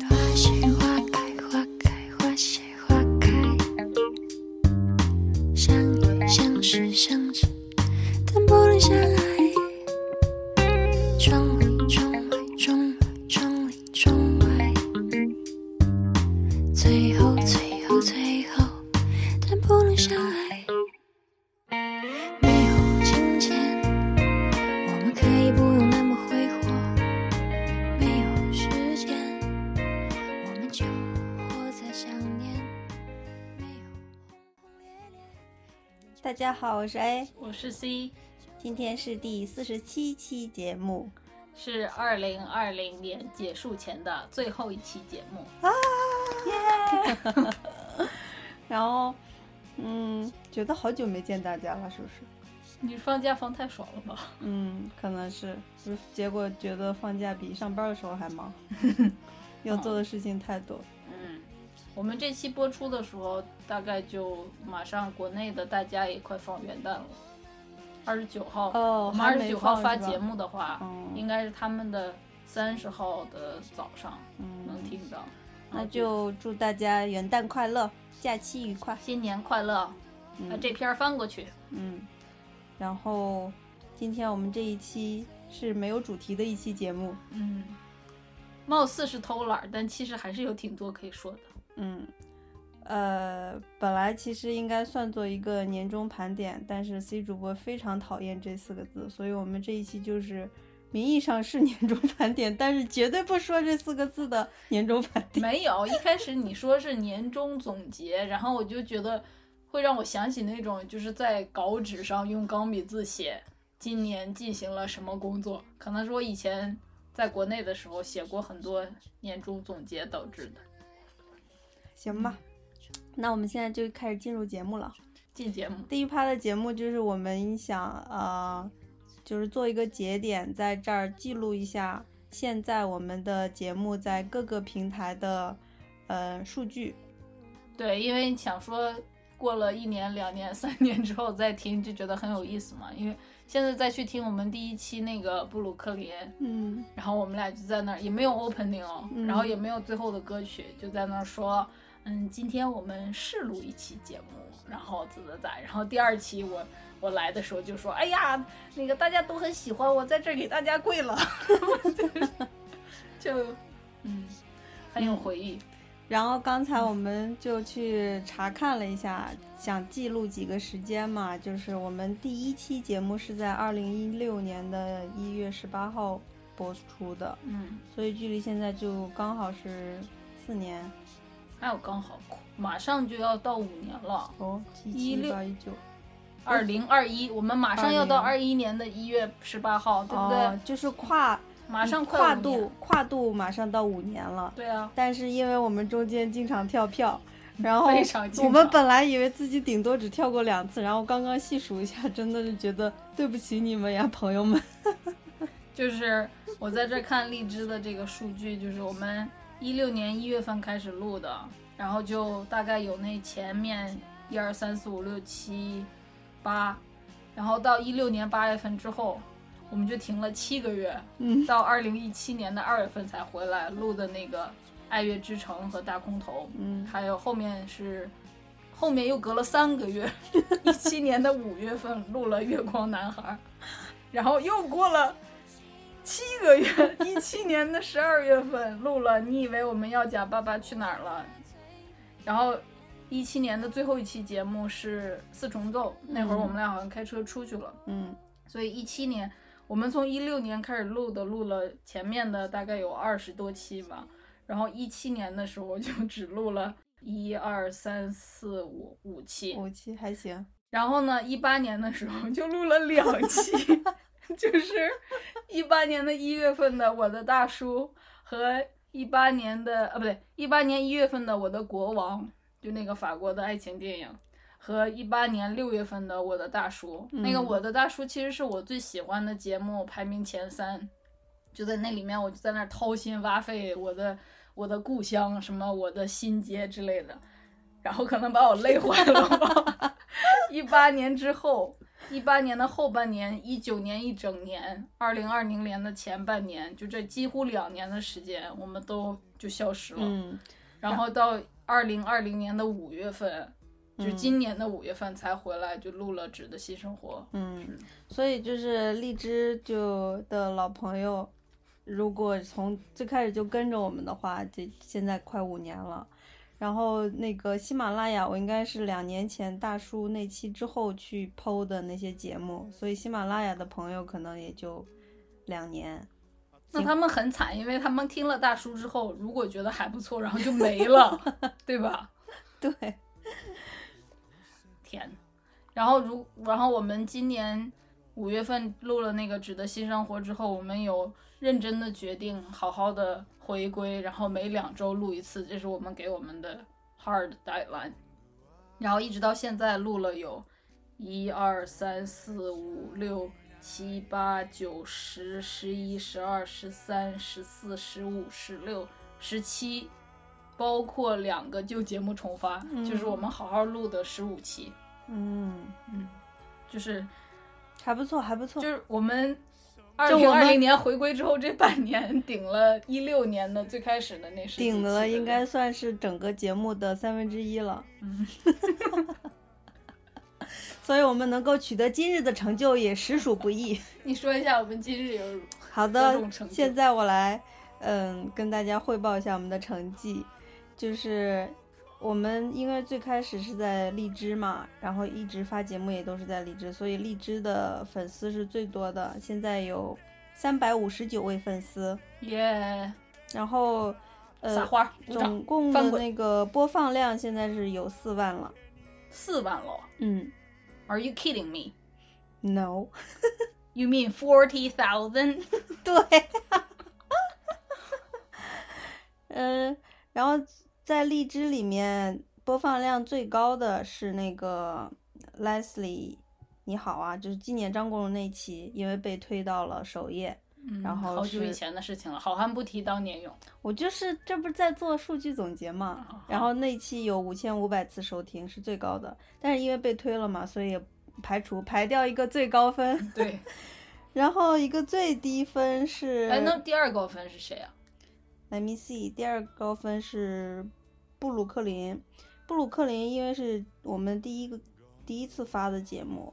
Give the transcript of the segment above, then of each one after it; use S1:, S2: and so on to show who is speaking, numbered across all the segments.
S1: 多谢花开，花开，花谢花开。相遇、相识、相知，但不能相爱。窗里窗外，窗外，窗里窗外。最后，最后，最后，但不能相爱。没有金钱，我们可以不用那么挥霍。没有时间。我们就活在想念，没有轰轰烈烈。
S2: 大家好，我是 A，
S3: 我是 C，
S2: 今天是第四十七期节目
S3: 是二零二零年结束前的最后一期节目。
S2: 啊，耶！然后，嗯，觉得好久没见大家了，是不是？
S3: 你放假放太爽了吧？
S2: 嗯，可能是，就是结果觉得放假比上班的时候还忙， 要做的事情太多。
S3: 嗯，我们这期播出的时候，大概就马上国内的大家也快放元旦了，二十九号。
S2: 哦
S3: 我们二十九号发节，
S2: 还没放是吧
S3: 目的话，
S2: 嗯
S3: 应该是他们的三十号的早上能
S2: 嗯，
S3: 听到。
S2: 那就祝大家元旦快乐，假期愉快。
S3: 新年快乐！
S2: 嗯
S3: 把这篇翻过去，
S2: 嗯，然后今天我们这一期是没有主题的一期节目，
S3: 嗯，貌似是偷懒儿，但其实还是有挺多可以说的。
S2: 嗯，呃，本来其实应该算作一个年终盘点，但是 C 主播非常讨厌这四个字，所以我们这一期就是名义上是年终盘点，但是绝对不说这四个字的年终盘点。
S3: 没有，一开始你说是年终总结，然后我就觉得会让我想起那种就是在稿纸上用钢笔字写今年进行了什么工作，可能是我以前在国内的时候写过很多年终总结导致的。
S2: 行吧，那我们现在就开始进入节目了。
S3: 进节目，
S2: 第一趴的节目就是我们想呃，就是做一个节点，在这儿记录一下现在我们的节目在各个平台的呃数据。
S3: 对，因为想说过了一年、两年、三年之后再听，就觉得很有意思嘛。因为现在再去听我们第一期那个布鲁克林，
S2: 嗯
S3: 然后我们俩就在那儿，也没有 opening，、哦
S2: 嗯
S3: 然后也没有最后的歌曲，就在那儿说，嗯，今天我们试录一期节目，然后咋咋咋，然后第二期我我来的时候就说，哎呀，那个大家都很喜欢，我在这儿给大家跪了， 就嗯，很有回忆，
S2: 然后刚才我们就去查看了一下，想记录几个时间嘛，就是我们第一期节目是在二零一六年的一月十八号播出的，
S3: 嗯，
S2: 所以距离现在就刚好是四年
S3: 还有哎刚好马上就要到五年了，
S2: 哦，七
S3: 16
S2: 七到一九，
S3: 二零二一，我们马上要到二
S2: 20
S3: 一年的一月十八号，对不对？
S2: 哦，就是跨
S3: 马上快
S2: 跨
S3: 五年
S2: 度，跨度马上到五年了。
S3: 对啊，
S2: 但是因为我们中间经常跳 票，然后
S3: 非常经常
S2: 我们本来以为自己顶多只跳过两次，然后刚刚细数一下，真的是觉得对不起你们呀，朋友们。
S3: 就是我在这看荔枝的这个数据，就是我们一六年一月份开始录的，然后就大概有那前面一二三四五六七八，然后到一六年八月份之后，我们就停了七个月，
S2: 嗯
S3: 到二零一七年的二月份才回来录的那个《爱乐之城》和《大空头》，
S2: 嗯，
S3: 还有后面是。后面又隔了三个月， 一七年的五月份录了《月光男孩》，然后又过了七个月，一七年的十二月份录了。你以为我们要讲《爸爸去哪儿》了？然后一七年的最后一期节目是四重奏，那会儿我们俩好像开车出去了，
S2: 嗯
S3: 所以一七年我们从一六年开始录的，录了前面的大概有二十多期吧，然后一七年的时候就只录了一二三四五五期，
S2: 五期还行，
S3: 然后呢，一八年的时候就录了两期， 就是一八年的一月份的我的大叔和一八年的啊不对，一八年一月份的我的国王，就那个法国的爱情电影。和一八年六月份的《我的大叔》，那个《
S2: 嗯
S3: 我的大叔》其实是我最喜欢的节目，排名前三。就在那里面，我就在那儿掏心挖肺，我的我的故乡，什么我的新街之类的，然后可能把我累坏了吧。 一八年之后，一八年的后半年，一九年一整年，二零二零年的前半年，就这几乎两年的时间，我们都就消失了。
S2: 嗯，
S3: 然后到二零二零年的五月份，就
S2: 嗯
S3: 今年的五月份才回来，就录了《纸的新生活》。
S2: 嗯，所以就是荔枝就的老朋友，如果从最开始就跟着我们的话，这现在快五年了。然后那个喜马拉雅，我应该是两年前大叔那期之后去剖的那些节目，所以喜马拉雅的朋友可能也就两年。
S3: 那他们很惨，因为他们听了大叔之后，如果觉得还不错，然后就 没了，对吧？
S2: 对，
S3: 天！然后如然后我们今年五月份录了那个《纸的新生活》之后，我们有认真的决定好好的回归，然后每两周录一次，这是我们给我们的 hard deadline。然后一直到现在录了有一二三四五六七八九十十一十二十三十四十五十六十七，包括两个旧节目重发，
S2: 嗯
S3: 就是我们好好录的十五期。
S2: 嗯，
S3: 嗯，就是
S2: 还不错，还不错。
S3: 就是我们二
S2: 哦就
S3: 零
S2: 我
S3: 二
S2: 们
S3: 零年回归之后这半年 顶了一六年的最开始的那十几期
S2: 顶了，应该
S3: 对
S2: 算是整个节目的三分之一了。
S3: 嗯，
S2: 所以我们能够取得今日的成就，也实属不易。
S3: 你说一下我们今日有
S2: 好
S3: 有
S2: 的
S3: 种成，就
S2: 现在我来，嗯，跟大家汇报一下我们的成绩，就是我们因为最开始是在荔枝嘛，然后一直发节目也都是在荔枝，所以荔枝的粉丝是最多的，现在有三百五十九位粉丝，
S3: 耶
S2: 然后
S3: 撒
S2: 呃，
S3: 花儿鼓掌
S2: 总共
S3: 翻
S2: 的
S3: 滚
S2: 那个播放量现在是有四万了，
S3: 四万了
S2: 嗯
S3: ，Are you kidding me？
S2: ，no，
S3: You mean forty thousand？
S2: 对，嗯，然后在荔枝里面播放量最高的是那个 Leslie，你好啊，就是今年张国荣那期，因为被推到了首页。
S3: 嗯
S2: 然后
S3: 好久
S2: 是
S3: 以前的事情了，好汉不提当年勇。
S2: 我就是这不是在做数据总结嘛，然后那期有五千五百次收听是最高的，但是因为被推了嘛，所以也排除排掉一个最高分，
S3: 对，
S2: 然后一个最低分是
S3: 哎，那第二高分是谁啊？
S2: Let me see，第二高分是布鲁克林。布鲁克林因为是我们第一个第一次发的节目，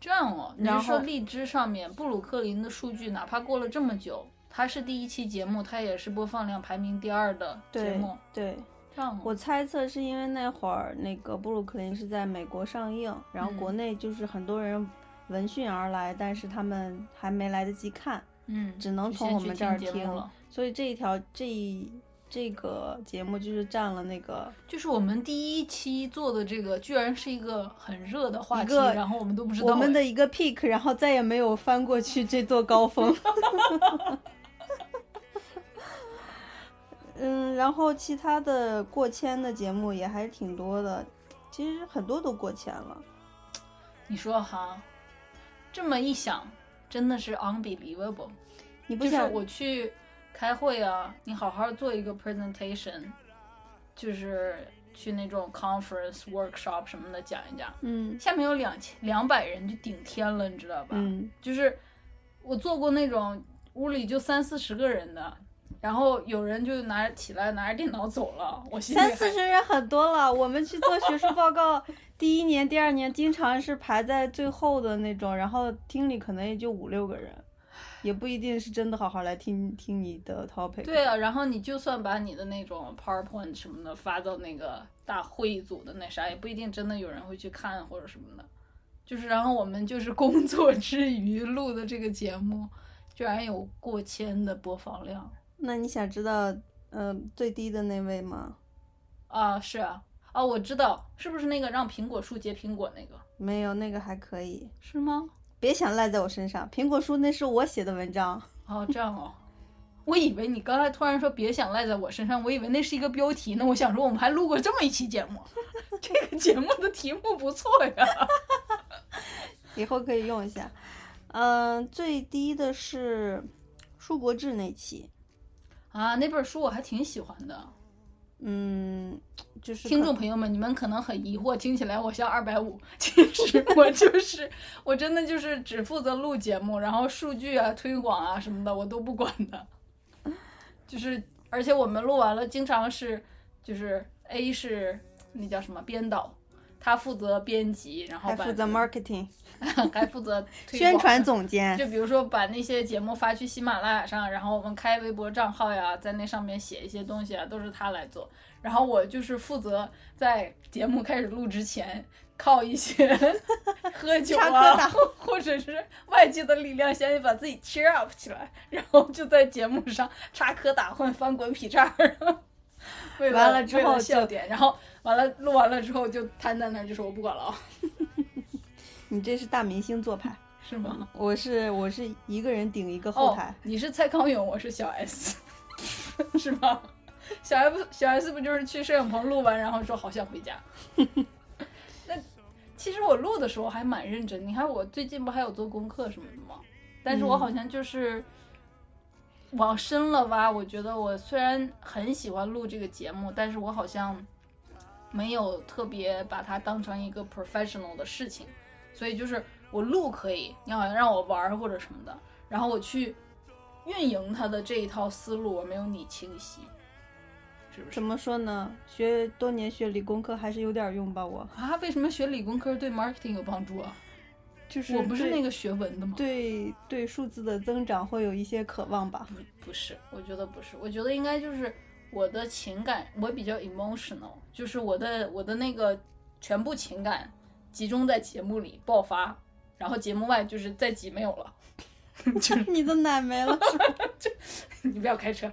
S3: 这样哦，你
S2: 然
S3: 是
S2: 后
S3: 说荔枝上面布鲁克林的数据，哪怕过了这么久，它是第一期节目，它也是播放量排名第二的节
S2: 对
S3: 目。
S2: 对，
S3: 这样哦，
S2: 我猜测是因为那会儿那个布鲁克林是在美国上映，然后
S3: 嗯
S2: 国内就是很多人闻讯而来，但是他们还没来得及看，
S3: 嗯，
S2: 只能
S3: 就
S2: 从
S3: 先
S2: 我
S3: 去
S2: 们这儿
S3: 节目
S2: 听
S3: 了。
S2: 所以这一条这一这个节目就是占了那个
S3: 就是我们第一期做的这个，居然是一个很热的话
S2: 一
S3: 题，
S2: 个
S3: 然后我们都不知道哎。
S2: 我们的一个 peak，然后再也没有翻过去这座高峰。 嗯，然后其他的过千的节目也还挺多的，其实很多都过千了。
S3: 你说哈，这么一想，真的是 unbelievable。
S2: 你不
S3: 就是
S2: 想
S3: 我去开会啊，你好好做一个 presentation，就是去那种 conference workshop 什么的讲一讲。
S2: 嗯
S3: 下面有两千两百人就顶天了，你知道吧？
S2: 嗯
S3: 就是我做过那种屋里就三四十个人的，然后有人就拿起来拿着电脑走了，我心里
S2: 三四
S3: 还
S2: 十人很多了。我们去做学术报告，第一年、第二年经常是排在最后的那种，然后厅里可能也就五六个人，也不一定是真的好好来听听你的 topic。
S3: 对啊，然后你就算把你的那种 PowerPoint 什么的发到那个大会议组的那啥，也不一定真的有人会去看或者什么的。就是然后我们就是工作之余录的这个节目，居然有过千的播放量
S2: 那你想知道，呃，最低的那位吗？
S3: 啊！是啊，啊，我知道，是不是那个让苹果树结苹果那个？
S2: 没有，那个还可以。
S3: 是吗？
S2: 别想赖在我身上，苹果树那是我写的文章。
S3: 哦，这样哦。我以为你刚才突然说别想赖在我身上，我以为那是一个标题呢。我想说我们还录过这么一期节目， 这个节目的题目不错呀。
S2: 以后可以用一下。嗯，最低的是树国志那期，
S3: 啊，那本书我还挺喜欢的。
S2: 嗯，就是
S3: 听
S2: 可
S3: 众朋友们，你们可能很疑惑，听起来我像二百五，其实我就是我真的就是只负责录节目，然后数据啊、推广啊什么的我都不管的。就是而且我们录完了，经常是就是 A 是那叫什么编导，他负责编辑，然后
S2: 还
S3: 把
S2: 负责 marketing
S3: 还负责嗯推
S2: 宣
S3: 广
S2: 传总监。
S3: 就比如说把那些节目发去喜马拉雅上，然后我们开微博账号呀，在那上面写一些东西啊，都是他来做。然后我就是负责在节目开始录之前，靠 一些喝酒
S2: 插科
S3: 啊
S2: 打，
S3: 或者是外界的力量，先把自己 cheer up 起来，然后就在节目上插科打诨、翻滚劈叉儿。 为
S2: 完了之
S3: 为
S2: 后就
S3: 笑点，然后完了录完了之后就瘫在那儿，就说我不管了啊，
S2: 你这是大明星做派，
S3: 是吗？
S2: 我是我是一个人顶一个后
S3: 哦
S2: 台，，
S3: 你是蔡康永，我是小 S，是吧？小 S 小 S 不就是去摄影棚录完，然后说好想回家。那其实我录的时候还蛮认真，你看我最近不还有做功课什么的吗？但是我
S2: 嗯
S3: 好像就是往深了挖，我觉得我虽然很喜欢录这个节目，但是我好像没有特别把它当成一个 professional 的事情，所以就是我录可以，你好像让我玩儿或者什么的，然后我去运营它的这一套思路，我没有你清晰，是不是
S2: 怎？么说呢？学多年学理工科还是有点用吧，我
S3: 啊，为什么学理工科对 marketing 有帮助啊？
S2: 就是
S3: 我不是
S2: 对
S3: 那个学文的吗？
S2: 对对数字的增长会有一些渴望 吧。
S3: 不是，我觉得不是，我觉得应该就是我的情感，我比较 emotional，就是我的我的那个全部情感集中在节目里爆发，然后节目外就是再挤没有了。
S2: 你的奶没 了，
S3: 你不要开车，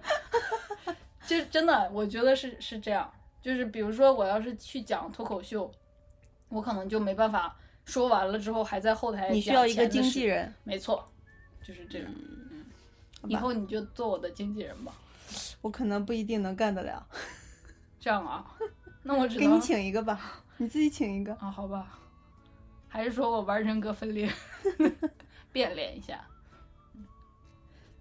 S3: 就是真的，我觉得是是这样，就是比如说我要是去讲脱口秀，我可能就没办法说完了之后还在后台
S2: 你需
S3: 讲
S2: 要一个
S3: 哎前的
S2: 经
S3: 事
S2: 纪，人。
S3: 没错，就是这样。嗯
S2: 吧
S3: 以后你就做我的经纪人吧，
S2: 我可能不一定能干得了，
S3: 这样啊？ 那我只
S2: 给
S3: 能
S2: 你请一个吧，你自己请一个。
S3: 啊，好吧，还是说我玩人格 分裂，变脸一下。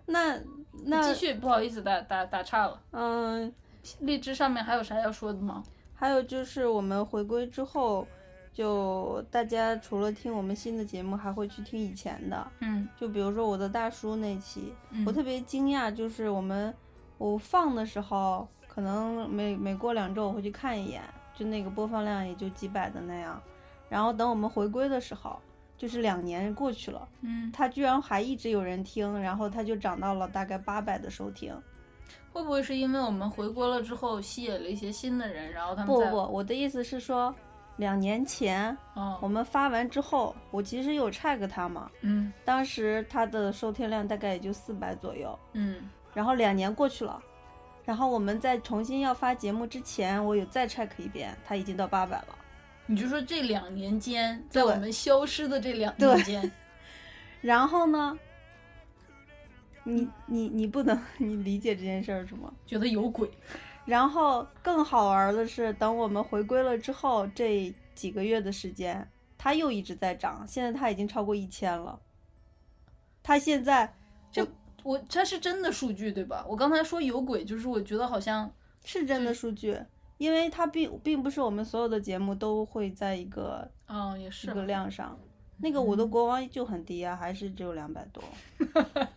S2: 那那
S3: 继续，不好意思，打打打岔了。
S2: 嗯，
S3: 荔枝上面还有啥要说的吗？
S2: 还有就是我们回归之后，就大家除了听我们新的节目，还会去听以前的。
S3: 嗯
S2: 就比如说我的大叔那期，
S3: 嗯，
S2: 我特别惊讶，就是我们我放的时候，可能每每过两周我会去看一眼，就那个播放量也就几百的那样。然后等我们回归的时候，就是两年过去了，
S3: 嗯，
S2: 它居然还一直有人听，然后它就涨到了大概八百的收听。
S3: 会不会是因为我们回国了之后吸引了一些新的人，然后他们
S2: 不
S3: 在
S2: 不，我的意思是说，两年前我
S3: 哦，
S2: 们发完之后，我其实有 check 它嘛，
S3: 嗯
S2: 当时它的收听量大概也就四百左右，
S3: 嗯
S2: 然后两年过去了，然后我们在重新要发节目之前，我有再 check 一遍，它已经到八百了。
S3: 你就说这两年间，在
S2: 对
S3: 我们消失的这两年
S2: 对
S3: 间，
S2: 然后呢，你你你不能 你理解这件事儿是吗？
S3: 觉得有鬼。
S2: 然后更好玩的是，等我们回归了之后，这几个月的时间，它又一直在涨，现在它已经超过一千了。它现在
S3: 我它是真的数据对吧？我刚才说有鬼，就是我觉得好像
S2: 是真的数据，因为它并并不是我们所有的节目都会在一个
S3: 嗯、也
S2: 一
S3: 是嗯
S2: 个量上。那个我的国王就很低啊，还是只有两百多。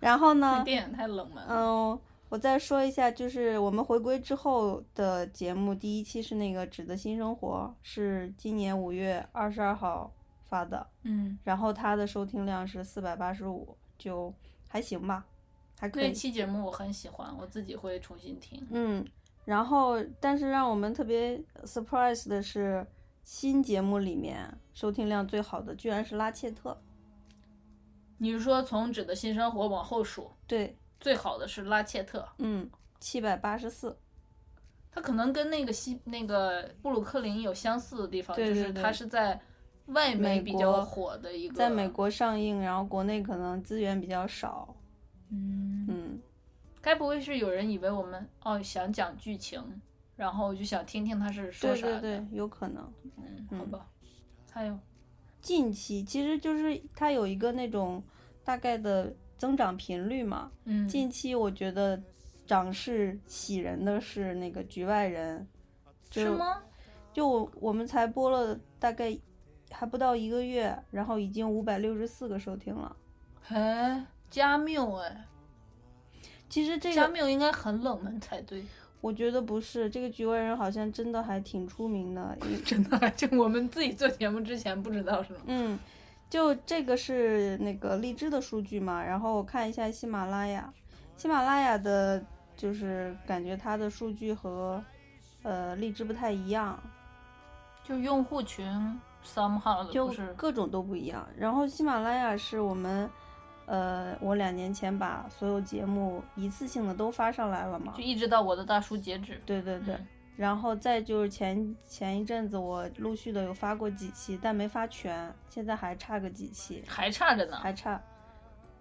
S2: 然后
S3: 那
S2: 呢，
S3: 电影太冷门了。
S2: 嗯，我再说一下，就是我们回归之后的节目，第一期是那个《纸的新生活》，是今年五月二十二号发的，
S3: 嗯，
S2: 然后它的收听量是四百八十五，就还行吧，还可
S3: 那
S2: 以。
S3: 期节目我很喜欢，我自己会重新听。
S2: 嗯，然后但是让我们特别 surprise 的是，新节目里面收听量最好的居然是拉切特，
S3: 你是说从《纸的新生活》往后数，
S2: 对，
S3: 最好的是拉切特，
S2: 嗯，七百八十四，
S3: 他可能跟那个西那个布鲁克林有相似的地方，
S2: 对
S3: 就
S2: 对
S3: 是
S2: 对
S3: 他是在外媒
S2: 美
S3: 比较
S2: 国
S3: 火的一个，
S2: 在美，国上映，然后国内可能资源比较少，
S3: 嗯，
S2: 嗯，
S3: 该不会是有人以为我们哦想讲剧情，然后就想听听他是说
S2: 对
S3: 啥
S2: 对
S3: 的，
S2: 对，有可能。
S3: 嗯，
S2: 嗯
S3: 好吧，还有，
S2: 近期其实就是它有一个那种大概的增长频率嘛。
S3: 嗯，
S2: 近期我觉得涨势喜人的是那个《局外人》，
S3: 是
S2: 就
S3: 吗？
S2: 就我我们才播了大概还不到一个月，然后已经五百六十四个收听了。
S3: 哎，加缪哎，
S2: 其实这
S3: 加
S2: 个
S3: 缪应该很冷门才对，
S2: 我觉得不是，这个《局外人》好像真的还挺出名的， 因
S3: 真的，就我们自己做节目之前不知道是吗？
S2: 嗯，就这个是那个荔枝的数据嘛，然后我看一下喜马拉雅，喜马拉雅的，就是感觉它的数据和呃荔枝不太一样，
S3: 就用户群 somehow 的
S2: 就
S3: 呃不是，
S2: 各种都不一样。然后喜马拉雅是我们，呃，我两年前把所有节目一次性的都发上来了嘛
S3: 就，一直到我的大叔截止。
S2: 对对对。
S3: 嗯
S2: 然后再就是前前一阵子我陆续的有发过几期，但没发全，现在还差个几期，
S3: 还差着呢。
S2: 还差。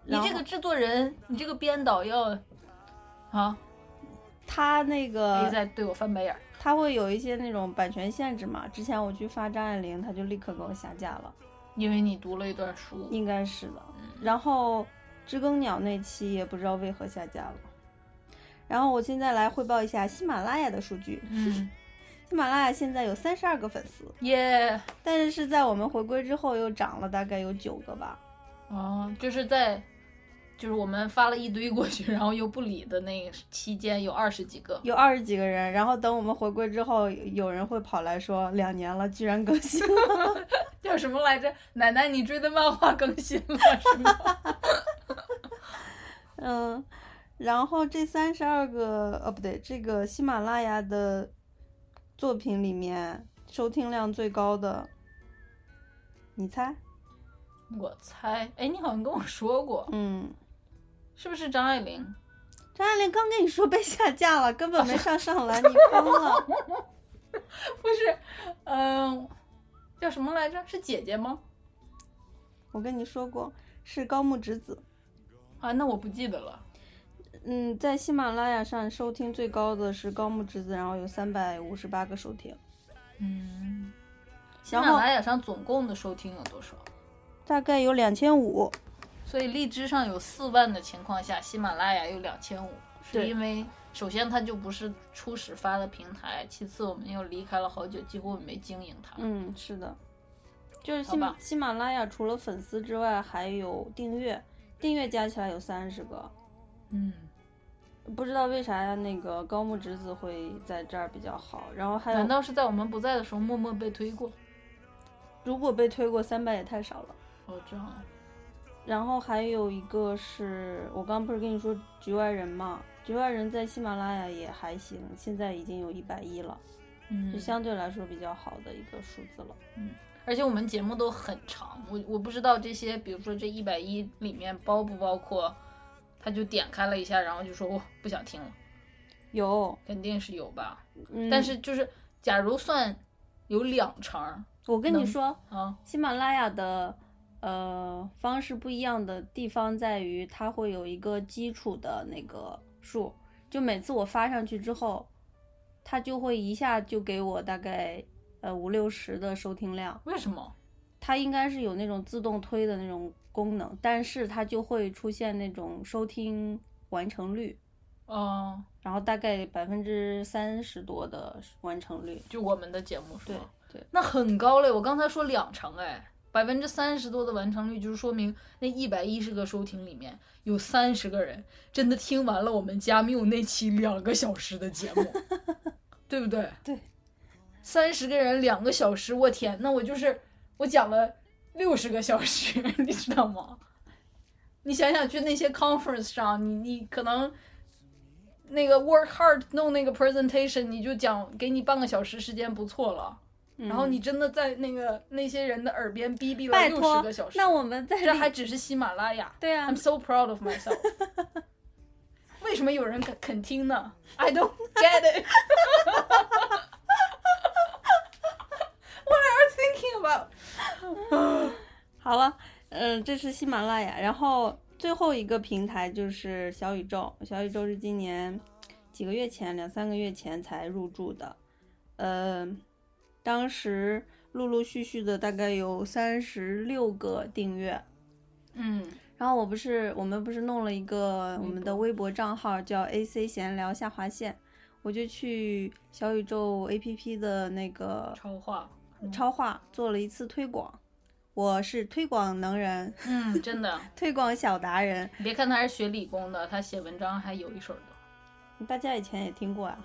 S3: 你这
S2: 然后
S3: 个制作人，你这个编导要啊，
S2: 他那
S3: 别
S2: 个
S3: 再对我翻白眼儿。
S2: 他会有一些那种版权限制嘛。之前我去发张爱玲，他就立刻给我下架了，
S3: 因为你读了一段书，
S2: 应该是的。
S3: 嗯
S2: 然后知更鸟那期也不知道为何下架了。然后我现在来汇报一下喜马拉雅的数据，
S3: 嗯，
S2: 喜马拉雅现在有三十二个粉丝，
S3: 耶，
S2: 但是是在我们回归之后又涨了大概有九个吧。
S3: 哦，就是在，就是我们发了一堆过去，然后又不理的那个期间，有二十几个，
S2: 有二十几个人，然后等我们回归之后，有人会跑来说两年了，居然更新了。
S3: 叫什么来着？奶奶，你追的漫画更新了是吗？
S2: 嗯，然后这三十二个，呃、不对，这个喜马拉雅的作品里面收听量最高的，你猜？
S3: 我猜，哎，你好像跟我说过，
S2: 嗯，
S3: 是不是张爱玲？
S2: 张爱玲刚跟你说被下架了，根本没上上来，你疯了？
S3: 不是，嗯、叫什么来着？是姐姐吗？
S2: 我跟你说过，是高木直子。
S3: 啊，那我不记得了。
S2: 嗯，在喜马拉雅上收听最高的是高木直子，然后有三百五十八个收听，
S3: 嗯，喜
S2: 然
S3: 马
S2: 后
S3: 拉雅上总共的收听有多少？
S2: 大概有两千五。
S3: 所以荔枝上有四万的情况下，喜马拉雅有两千五，是
S2: 对
S3: 因为首先它就不是初始发的平台，其次我们又离开了好久，几乎没经营它。
S2: 嗯，是的，就是
S3: 好
S2: 喜马
S3: 吧
S2: 喜马拉雅除了粉丝之外，还有订阅，订阅加起来有三十个。
S3: 嗯，
S2: 不知道为啥那个高木直子会在这儿比较好，然后还
S3: 难
S2: 有
S3: 道是在我们不在的时候默默被推过？
S2: 如果被推过三百也太少了。
S3: 哦，这样，
S2: 然后还有一个是我刚不是跟你说局外人嘛，局外人在喜马拉雅也还行，现在已经有一百一了，就
S3: 嗯，
S2: 相对来说比较好的一个数字了。
S3: 而且我们节目都很长，我我不知道这些，比如说这一百一里面包不包括，他就点开了一下，然后就说我不想听了，
S2: 有，
S3: 肯定是有吧。
S2: 嗯、
S3: 但是就是假如算有两成儿
S2: 我跟你
S3: 能
S2: 说，
S3: 啊，
S2: 喜马拉雅的呃方式不一样的地方在于，它会有一个基础的那个数，就每次我发上去之后，它就会一下就给我大概呃五六十的收听量。
S3: 为什么？
S2: 它应该是有那种自动推的那种功能，但是它就会出现那种收听完成率，
S3: 嗯，
S2: 然后大概百分之三十多的完成率。
S3: 就我们的节目是
S2: 对
S3: 吗？
S2: 对，
S3: 那很高嘞，我刚才说两成哎，百分之三十多的完成率，就是说明那一百一十个收听里面有三十个人真的听完了我们加缪那期两个小时的 节目，对不对？
S2: 对，
S3: 三十个人两个小时，我天，那我就是我讲了六十个小时， 你知道吗？你想想去那些 conference 上，你你可能那个 work hard 弄那个 presentation，你就讲给你半个小时时间不错了，
S2: 嗯
S3: 然后你真的在那个那些人的耳边逼逼了
S2: 拜
S3: 六十
S2: 托
S3: 个小，时，
S2: 那我们在
S3: 这
S2: 里
S3: 还只是喜马拉 雅。
S2: 对啊
S3: I'm，so proud of myself 。为什么有人肯肯听呢？I don't get it 。What are you thinking about？
S2: 好了，嗯，这是喜马拉雅，然后最后一个平台就是小宇宙，小宇宙是今年几个月前，两三个月前才入驻的，呃，当时陆陆续续的大概有三十六个订阅，
S3: 嗯，
S2: 然后我不是我们不是弄了一个
S3: 博
S2: 我们的微博账号叫 AC 闲聊下划线，我就去小宇宙 APP 的那个
S3: 超话，
S2: 超话做了一次推广，我是推广能人，
S3: 嗯，真的，
S2: 推广小达人，
S3: 你别看他是学理工的，他写文章还有一手的。
S2: 大家以前也听过啊。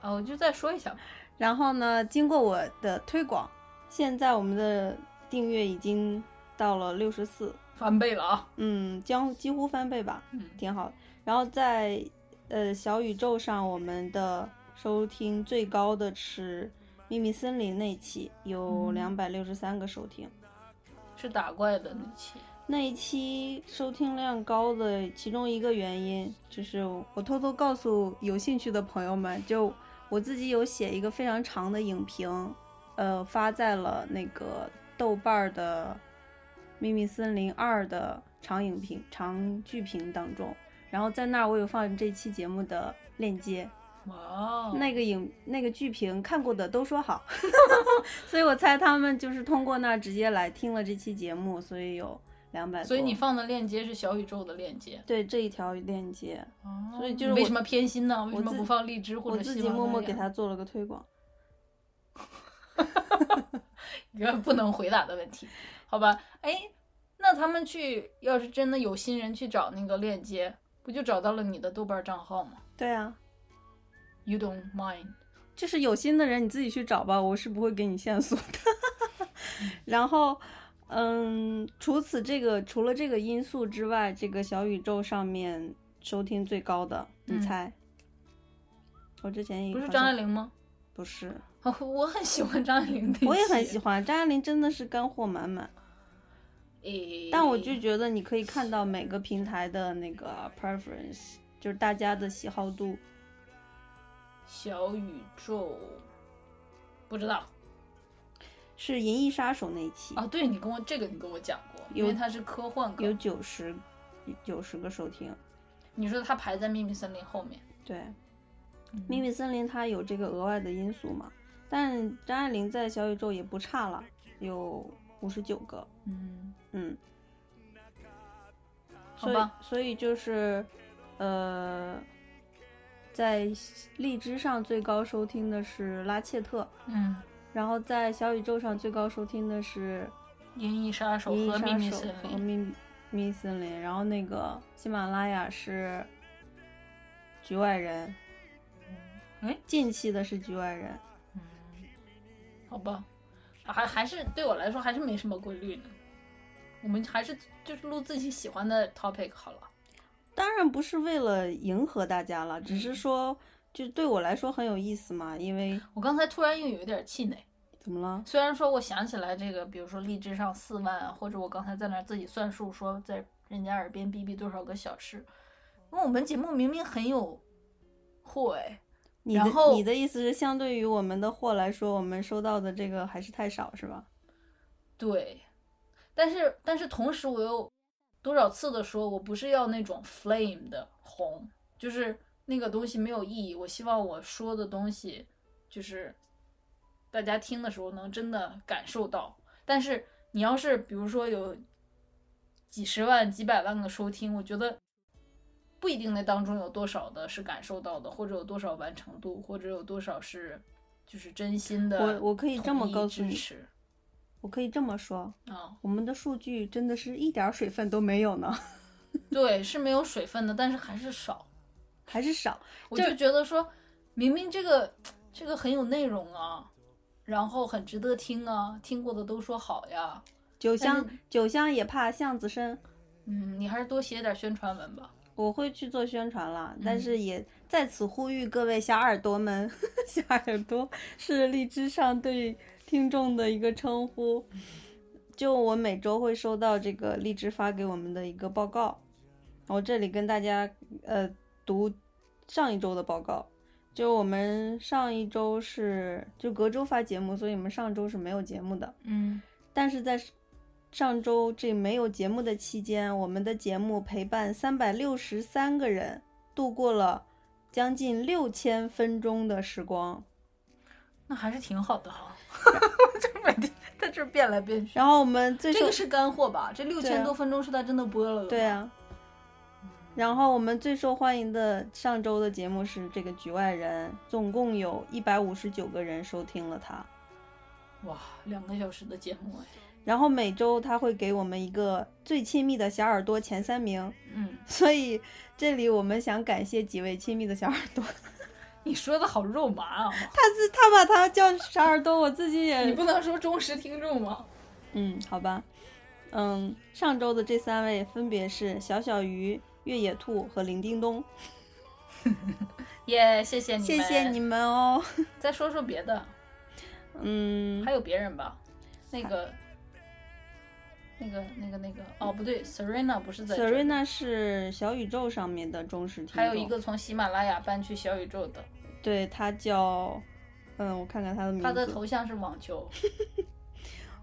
S3: 啊，我就再说一下吧。
S2: 然后呢，经过我的推广，现在我们的订阅已经到了六十四，
S3: 翻倍了啊！
S2: 嗯，将几乎翻倍吧，
S3: 嗯
S2: 挺好的。然后在呃小宇宙上，我们的收听最高的是《秘密森林》那期，有两
S3: 嗯
S2: 百六十三个收听。
S3: 是打怪的那期，
S2: 那一期收听量高的其中一个原因，就是我偷偷告诉有兴趣的朋友们，就我自己有写一个非常长的影评，呃，发在了那个豆瓣儿的《秘密森林二》的长影评、长剧评当中。然后在那儿我有放这期节目的链接，
S3: 哇哦，
S2: 那个影那个剧评看过的都说好， 所以我猜他们就是通过那儿直接来听了这期节目，所以有两百。
S3: 所以你放的链接是小宇宙的链接，
S2: 对这一条链接，
S3: 哦
S2: 所以就是
S3: 你为
S2: 我
S3: 什么偏心呢？为
S2: 我
S3: 什么
S2: 自
S3: 不放荔枝或
S2: 我
S3: 者
S2: 自
S3: 喜
S2: 己
S3: 马
S2: 默
S3: 拉
S2: 默
S3: 雅
S2: 给他做了个推广。
S3: 一个不能回答的问题，好吧？哎，那他们去，要是真的有心人去找那个链接，不就找到了你的豆瓣账号吗
S2: 对啊，
S3: ？You don't mind，
S2: 就是有心的人你自己去找吧，我是不会给你线索的。 然后，嗯，除此这个除了这个因素之外，这个小宇宙上面收听最高的，你
S3: 嗯
S2: 猜？我之前也
S3: 不是
S2: 好
S3: 张
S2: 像
S3: 爱，玲吗？
S2: 不是，
S3: 哦我很喜欢张爱玲的，
S2: 我也很喜。欢张爱玲，真的是干货满满。
S3: 哎，
S2: 但我就觉得你可以看到每个平台的那个 preference，就是大家的喜好度。
S3: 小宇宙，不知道
S2: 是《银翼杀手》那一期，
S3: 啊。对你跟我这个你跟我讲过，因
S2: 有
S3: 为它是科幻
S2: 有
S3: 梗。
S2: 九十九十个收听。
S3: 你说它排在秘密森林后面，
S2: 对，《
S3: 嗯
S2: 秘密森林》它有这个额外的因素嘛，但张爱玲在小宇宙也不差了，有五十九个。
S3: 嗯，
S2: 嗯，
S3: 好
S2: 所以
S3: 吧，
S2: 所以就是，呃，在荔枝上最高收听的是拉切特，
S3: 嗯，
S2: 然后在小宇宙上最高收听的是
S3: 银翼杀手
S2: 银翼
S3: 和秘
S2: 杀
S3: 密
S2: 手
S3: 森
S2: 和
S3: 林，
S2: 秘密秘密森林，然后那个喜马拉雅是局外人，
S3: 哎
S2: 近期的是局外人，
S3: 嗯，好吧，啊还还是对我来说还是没什么规律呢。我们还是就是录自己喜欢的 topic 好了。
S2: 当然不是为了迎合大家了，只是说就对我来说很有意思嘛，因为
S3: 我刚才突然又有点气馁，
S2: 怎么了？
S3: 虽然说我想起来这个，比如说励志上四万啊，或者我刚才在那儿自己算数说在人家耳边逼逼多少个小时，因为我们节目明明很有货哎，
S2: 你的
S3: 然后
S2: 你的意思是，相对于我们的货来说，我们收到的这个还是太少，是吧？
S3: 对，但是但是同时我又多少次的说，我不是要那种 flame 的红，就是那个东西没有意义。我希望我说的东西，就是大家听的时候能真的感受到。但是你要是比如说有几十万、几百万个收听，我觉得不一定那当中有多少的是感受到的，或者有多少完成度，或者有多少是就是真心的。
S2: 我我可以这么告诉你
S3: 支持
S2: 我可以这么说，
S3: 啊。
S2: 我们的数据真的是一点儿水分都没有呢，
S3: 对，是没有水分的，但是还是少。
S2: 还是少。
S3: 我就觉得说，明明这个这个很有内容啊，然后很值得听啊，听过的都说好呀。
S2: 酒
S3: 但
S2: 香酒香也怕巷子深，
S3: 嗯，你还是多写点宣传文吧。
S2: 我会去做宣传啦，但是也在此呼吁各位小耳朵们， 小耳朵是荔枝上对听众的一个称呼。就我每周会收到这个荔枝发给我们的一个报告，我这里跟大家呃读上一周的报告。就我们上一周是就隔周发节目，所以我们上周是没有节目的。
S3: 嗯，
S2: 但是在上周这没有节目的期间，我们的节目陪伴三百六十三个人度过了将近六千分钟的时光。
S3: 那还是挺好的哈、就每天在这儿变来变去。
S2: 然后我们最
S3: 这
S2: 受
S3: 个是干货吧？这六
S2: 对啊
S3: 千多分钟是他真的播了的。
S2: 对，啊，
S3: 嗯
S2: 然后我们最受欢迎的上周的节目是这个《局外人》，总共有一百五十九个人收听了它。
S3: 哇，两个小时的节目哎，
S2: 然后每周他会给我们一个最亲密的小耳朵前三名，
S3: 嗯，
S2: 所以这里我们想感谢几位亲密的小耳朵。
S3: 你说的好肉麻啊！
S2: 他自他把他叫小耳朵，我自己
S3: 你
S2: 也
S3: 不能说忠实听众吗？
S2: 嗯，好吧，嗯，上周的这三位分别是小小鱼、越野兔和林叮咚，
S3: 耶、谢谢你们，
S2: 谢谢你。们哦。
S3: 再说说别的，
S2: 嗯
S3: 还，有别人吧？那个，那个，那个，那个，哦，不对，Serena 不是在
S2: s
S3: 这
S2: e
S3: 儿
S2: r e n a 是小宇宙上面的忠实听众，
S3: 还有一个从喜马拉雅搬去小宇宙的，
S2: 对他叫，嗯，我看看他的名字，
S3: 他的头像是网 球，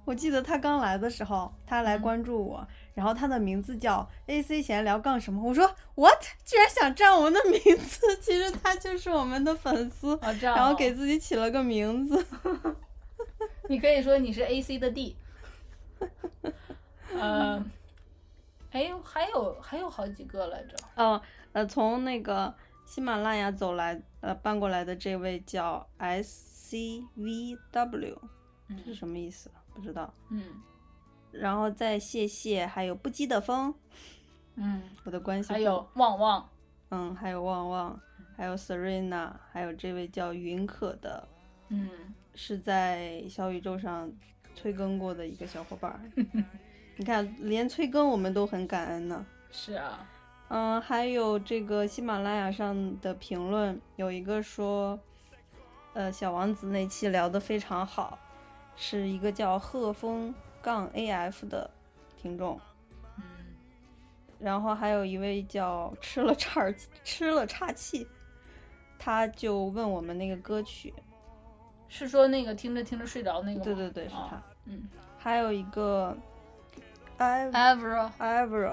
S2: 我记得他刚来的时候，他来
S3: 嗯
S2: 关注我，然后他的名字叫 A C 闲聊杠什么，我说 what，居然想占我们的名字， 其实他就是我们的粉丝，
S3: 啊，这样哦、
S2: 然后给自己起了个名字。
S3: 你可以说你是 A C 的 D。呃，哎，还有还有好几个来着，
S2: 嗯，呃，从那个喜马拉雅走来，呃，搬过来的这位叫 S C V W，这是
S3: 嗯
S2: 什么意思？不知道。
S3: 嗯
S2: 然后再谢谢，还有不羁的风，
S3: 嗯，
S2: 我的关系
S3: 还
S2: 户
S3: 有旺旺，
S2: 嗯，还有旺旺，还有 Serena，还有这位叫云可的，
S3: 嗯，
S2: 是在小宇宙上催更过的一个小伙伴 儿。你看，连催更我们都很感恩呢。
S3: 是啊，
S2: 嗯，还有这个喜马拉雅上的评论有一个说，呃，小王子那期聊得非常好，是一个叫贺峰杠 AF 的听众，
S3: 嗯，
S2: 然后还有一位叫吃了岔儿吃了岔气，他就问我们那个歌曲，
S3: 是说那个听着听着睡着那个吗？
S2: 对对对，是他
S3: 啊，，
S2: 嗯
S3: 嗯，
S2: 还有一个 i
S3: ，Ever
S2: Ivra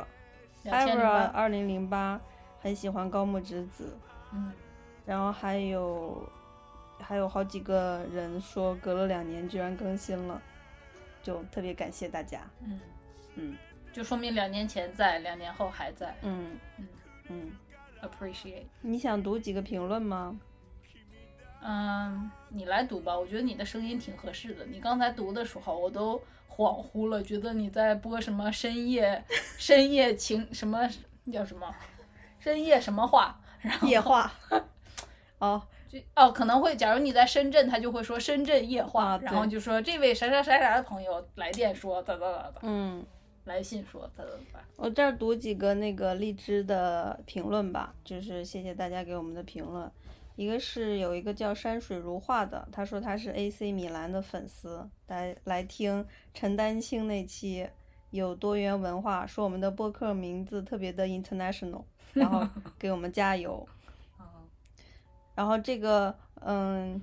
S3: 哎两千零
S2: Ivra
S3: 八，
S2: 二零零八很喜欢高木直子，
S3: 嗯，
S2: 然后还有还有好几个人说隔了两年居然更新了，就特别感谢大家。
S3: 嗯，
S2: 嗯
S3: 就说明两年前在，两年后还在
S2: 嗯
S3: 嗯
S2: 嗯，
S3: ，appreciate。
S2: 你想读几个评论吗？
S3: 嗯，你来读吧，我觉得你的声音挺合适的。你刚才读的时候，我都恍惚了，觉得你在播什么深夜深夜情什么叫什么深夜什么话，然后
S2: 夜话。 哦，
S3: 就哦可能会，假如你在深圳，他就会说深圳夜话，
S2: 啊对
S3: 然后就说这位啥啥啥啥的朋友来电说咋咋咋咋，
S2: 嗯，
S3: 来信说咋咋咋。
S2: 我这儿读几个那个荔枝的评论吧，就是谢谢大家给我们的评论。一个是有一个叫山水如画的，他说他是 AC 米兰的粉丝，来来听陈丹青那期有多元文化，说我们的播客名字特别的 international，然后给我们加油。然后这个嗯，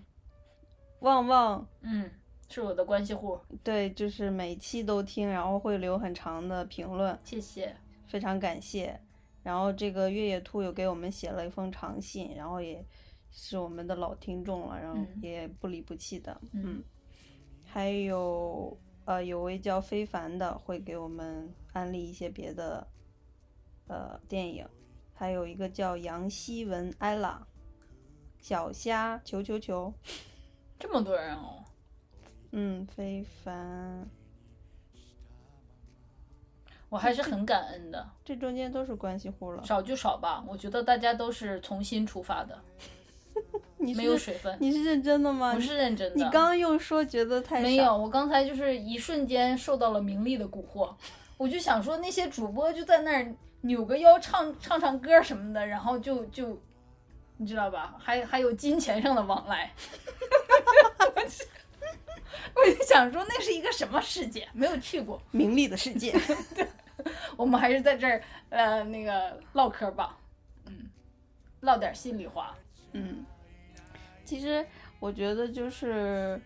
S2: 旺旺
S3: 嗯，是我的关系户，
S2: 对，就是每期都听，然后会留很长的评论。
S3: 谢谢。
S2: 非常感谢。然后这个越野兔有给我们写了一封长信，然后也是我们的老听众了，然后
S3: 嗯
S2: 也不离不弃的，
S3: 嗯
S2: 还有呃，有位叫非凡的会给我们安利一些别的呃电影，还有一个叫杨希文艾拉小虾球球球，
S3: 这么多人哦，
S2: 嗯，非凡，
S3: 我还是很感恩的。
S2: 这中间都是关系户了。
S3: 少就少吧，我觉得大家都是从心出发的，
S2: 你
S3: 没有
S2: 是
S3: 水分，
S2: 你是认真的吗？
S3: 不是认真的。
S2: 啊你刚刚又说觉得太
S3: 没
S2: 少
S3: 有，我刚才就是一瞬间受到了名利的蛊惑，我就想说那些主播就在那儿扭个腰唱唱唱歌什么的，然后就就，你知道吧？还还有金钱上的往来， 我就想说那是一个什么世界？没有去过，
S2: 名利的世 界。
S3: 我们还是在这儿呃那个唠嗑吧，嗯，唠点心里话，
S2: 嗯，其实我觉得就是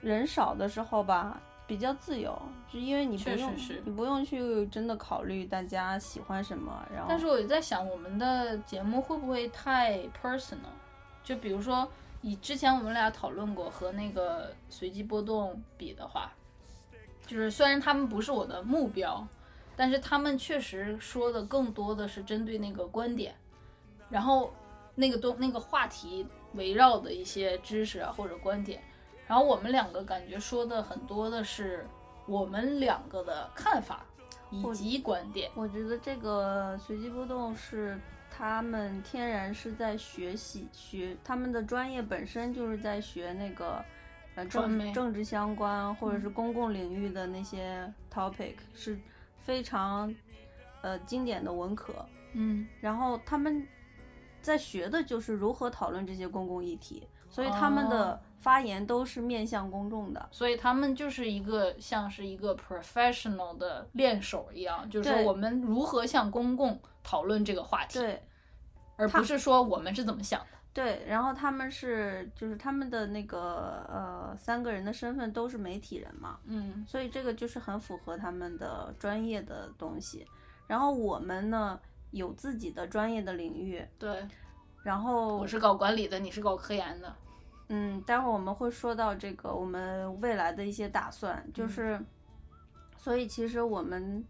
S2: 人少的时候吧，比较自由，就因为你不
S3: 确实
S2: 用
S3: 是
S2: 你不用去真的考虑大家喜欢什么，然后
S3: 但是我也在想，我们的节目会不会太 personal？就比如说，以之前我们俩讨论过和那个随机波动比的话，就是虽然他们不是我的目标，但是他们确实说的更多的是针对那个观点，然后那个东那个话题围绕的一些知识啊或者观点，然后我们两个感觉说的很多的是我们两个的看法以
S2: 或者
S3: 及观点。
S2: 我觉得这个随机波动是他们天然是在学习学他们的专业本身就是在学那个呃
S3: 传
S2: 政
S3: 媒
S2: 政治相关或
S3: 嗯
S2: 者是公共领域的那些 topic 是非常呃经典的文科，
S3: 嗯，
S2: 然后他们在学的就是如何讨论这些公共议题，所以他们
S3: 哦
S2: 的发言都是面向公众的。
S3: 所以他们就是一个像是一个 professional 的练手一样，就是说
S2: 对
S3: 我们如何向公共讨论这个话题，
S2: 对，
S3: 而
S2: 他
S3: 不是说我们是怎么想的。
S2: 对，然后他们是就是他们的那个呃三个人的身份都是媒体人嘛，
S3: 嗯
S2: 所以这个就是很符合他们的专业的东西。然后我们呢有自己的专业的领域，
S3: 对，
S2: 然后
S3: 我是搞管理的，你是搞科研的。
S2: 嗯，待会儿我们会说到这个我们未来的一些打算，
S3: 嗯
S2: 就是，所以其实我们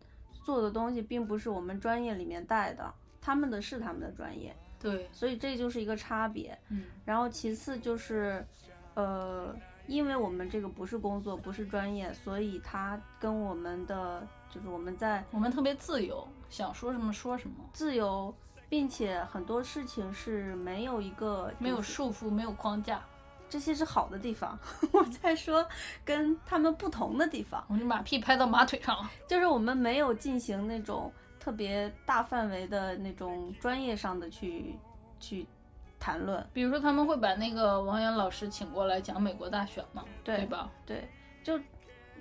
S2: 做的东西并不是我们专业里面带的，他们的是他们的专业，
S3: 对，
S2: 所以这就是一个差别。
S3: 嗯
S2: 然后其次就是，呃，因为我们这个不是工作，不是专业，所以它跟我们的就是我们在
S3: 我们特别自由，想说什么说什么，
S2: 自由，并且很多事情是没有一个
S3: 没有
S2: 就是
S3: 束缚，没有框架。
S2: 这些是好的地方， 我在说跟他们不同的地方，
S3: 我们就把屁拍到马腿上 了。
S2: 就是我们没有进行那种特别大范围的那种专业上的去去谈论，
S3: 比如说他们会把那个王源老师请过来讲美国大选嘛，
S2: 对
S3: 对吧？
S2: 对，就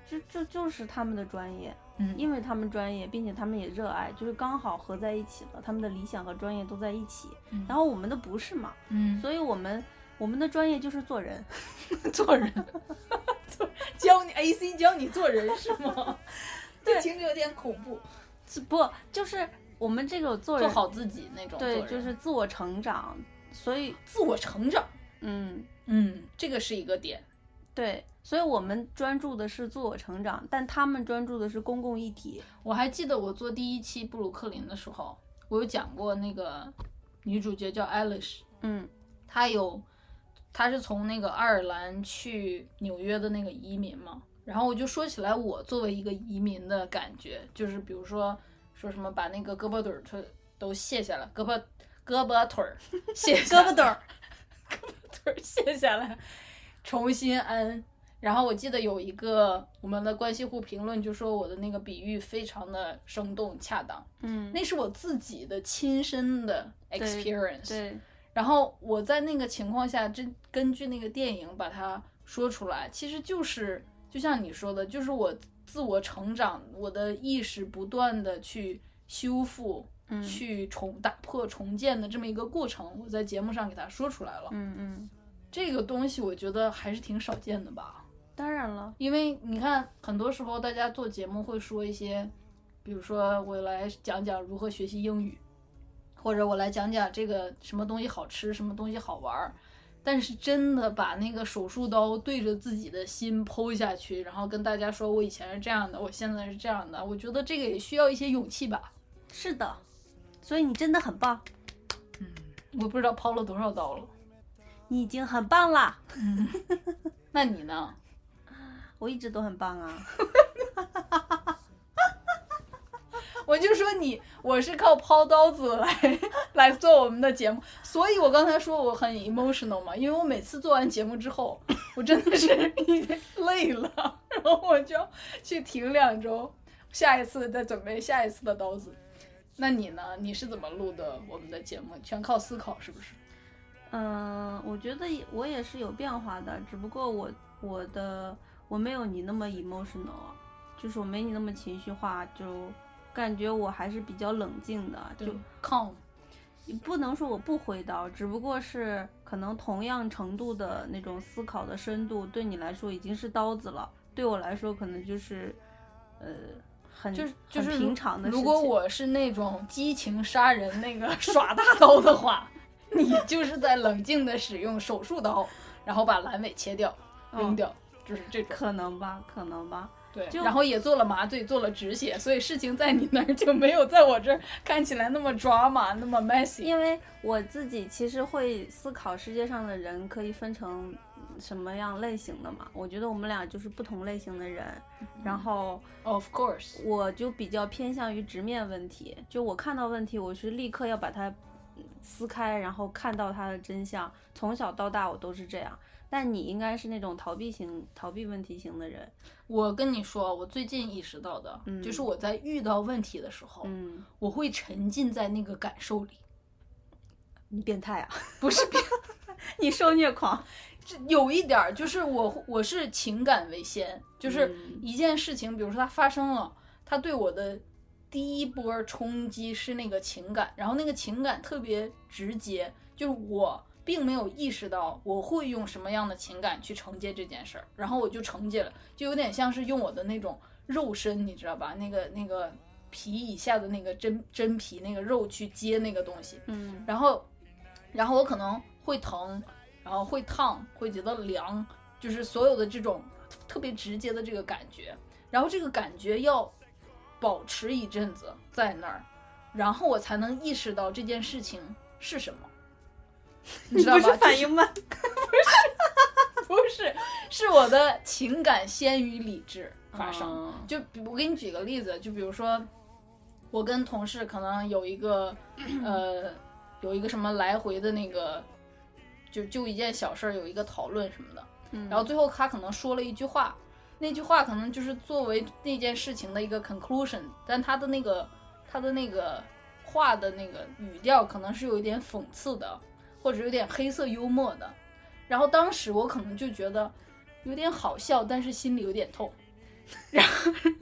S2: 就就就是他们的专业，
S3: 嗯，
S2: 因为他们专业，并且他们也热爱，就是刚好合在一起了，他们的理想和专业都在一起，
S3: 嗯
S2: 然后我们的不是嘛，
S3: 嗯，
S2: 所以我们我们的专业就是做人，
S3: 做人，教你 AC 教你做人是吗？ 这听着有点恐怖，
S2: 是不就是我们这种做
S3: 做
S2: 人
S3: 好自己那种。
S2: 对
S3: 做，人
S2: 就是自我成长，所以
S3: 自我成长。
S2: 嗯，
S3: 嗯，这个是一个点。
S2: 对，所以我们专注的是自我成长，但他们专注的是公共议题。
S3: 我还记得我做第一期布鲁克林的时候，我有讲过那个女主角叫 Alice，
S2: 嗯
S3: 她有，她是从那个爱尔兰去纽约的那个移民嘛。然后我就说起来，我作为一个移民的感觉，就是比如说说什么把那个胳膊腿儿都都卸下来，胳膊胳膊腿 儿卸下来，胳膊腿儿胳膊腿儿卸下来，重新安。然后我记得有一个我们的关系户评论就说我的那个比喻非常的生动恰当，
S2: 嗯，
S3: 那是我自己的亲身的 experience。
S2: 对
S3: 然后我在那个情况下，真根据那个电影把它说出来，其实就是就像你说的，就是我自我成长，我的意识不断的去修复、
S2: 嗯
S3: 去重打破、重建的这么一个过程。我在节目上给它说出来了，
S2: 嗯嗯，
S3: 这个东西我觉得还是挺少见的吧。
S2: 当然了，
S3: 因为你看，很多时候大家做节目会说一些，比如说我来讲讲如何学习英语，或者我来讲讲这个什么东西好吃，什么东西好玩儿。但是真的把那个手术刀对着自己的心剖下去，然后跟大家说我以前是这样的，我现在是这样的，我觉得这个也需要一些勇气吧。
S2: 是的，所以你真的很棒，
S3: 我不知道抛了多少刀了。
S2: 你已经很棒啦，
S3: 那你呢？
S2: 我一直都很棒啊。
S3: 我就说你，我是靠抛刀子来 来做我们的节目，所以我刚才说我很 emotional 嘛，因为我每次做完节目之后，我真的是 已经累了，然后我就去停两周，下一次再准备下一次的刀子。那你呢？你是怎么录的我们的节目？全靠思考是不是？
S2: 嗯，我觉得也我也是有变化的，只不过我我的我没有你那么 emotional，就是我没你那么情绪化，就感觉我还是比较冷静的，就
S3: 就 calm
S2: 不能说我不回答，只不过是可能同样程度的那种思考的深度，对你来说已经是刀子了，对我来说可能就是，呃，很
S3: 就是就是
S2: 很
S3: 如
S2: 平常的事情。
S3: 如果我是那种激情杀人那个 耍大刀的话，你就是在冷静的使用手术刀，然后把阑尾切掉、扔
S2: 嗯
S3: 掉，就是这种。
S2: 可能吧，可能吧，
S3: 对，
S2: 就
S3: 然后也做了麻醉，做了止血，所以事情在你那儿就没有在我这儿看起来那么 drama，那么 messy。
S2: 因为我自己其实会思考世界上的人可以分成什么样类型的嘛。我觉得我们俩就是不同类型的人，
S3: 嗯
S2: 然后
S3: Of course，
S2: 我就比较偏向于直面问题，就我看到问题，我是立刻要把它嗯撕开，然后看到它的真相。从小到大我都是这样，但你应该是那种逃避型、逃避问题型的人。
S3: 我跟你说，我最近意识到的，
S2: 嗯
S3: 就是我在遇到问题的时候，
S2: 嗯，
S3: 我会沉浸在那个感受里，
S2: 你变态啊，
S3: 不是别
S2: 你受虐狂。
S3: 这有一点儿，就是我我是情感为先，就是
S2: 嗯
S3: 一件事情，比如说它发生了，它对我的第一波冲击是那个情感，然后那个情感特别直接，就是我并没有意识到我会用什么样的情感去承接这件事儿，然后我就承接了，就有点像是用我的那种肉身，你知道吧？那个那个皮以下的那个真真皮那个肉去接那个东西，
S2: 嗯
S3: 然后，然后我可能会疼，然后会烫，会觉得凉，就是所有的这种特别直接的这个感觉，然后这个感觉要保持一阵子在那儿，然后我才能意识到这件事情是什么，你知道
S2: 不
S3: 吧？
S2: 是
S3: 就
S2: 反
S3: 是
S2: 应慢，
S3: 不是，是我的情感先于理智发生。
S2: 嗯
S3: 就比我给你举个例子，就比如说，我跟同事可能有一个呃有一个什么来回的那个，就就一件小事儿有一个讨论什么的，
S2: 嗯
S3: 然后最后他可能说了一句话，那句话可能就是作为那件事情的一个 conclusion，但他的那个他的那个话的那个语调可能是有一点讽刺的，或者有点黑色幽默的。然后当时我可能就觉得有点好笑，但是心里有点痛。然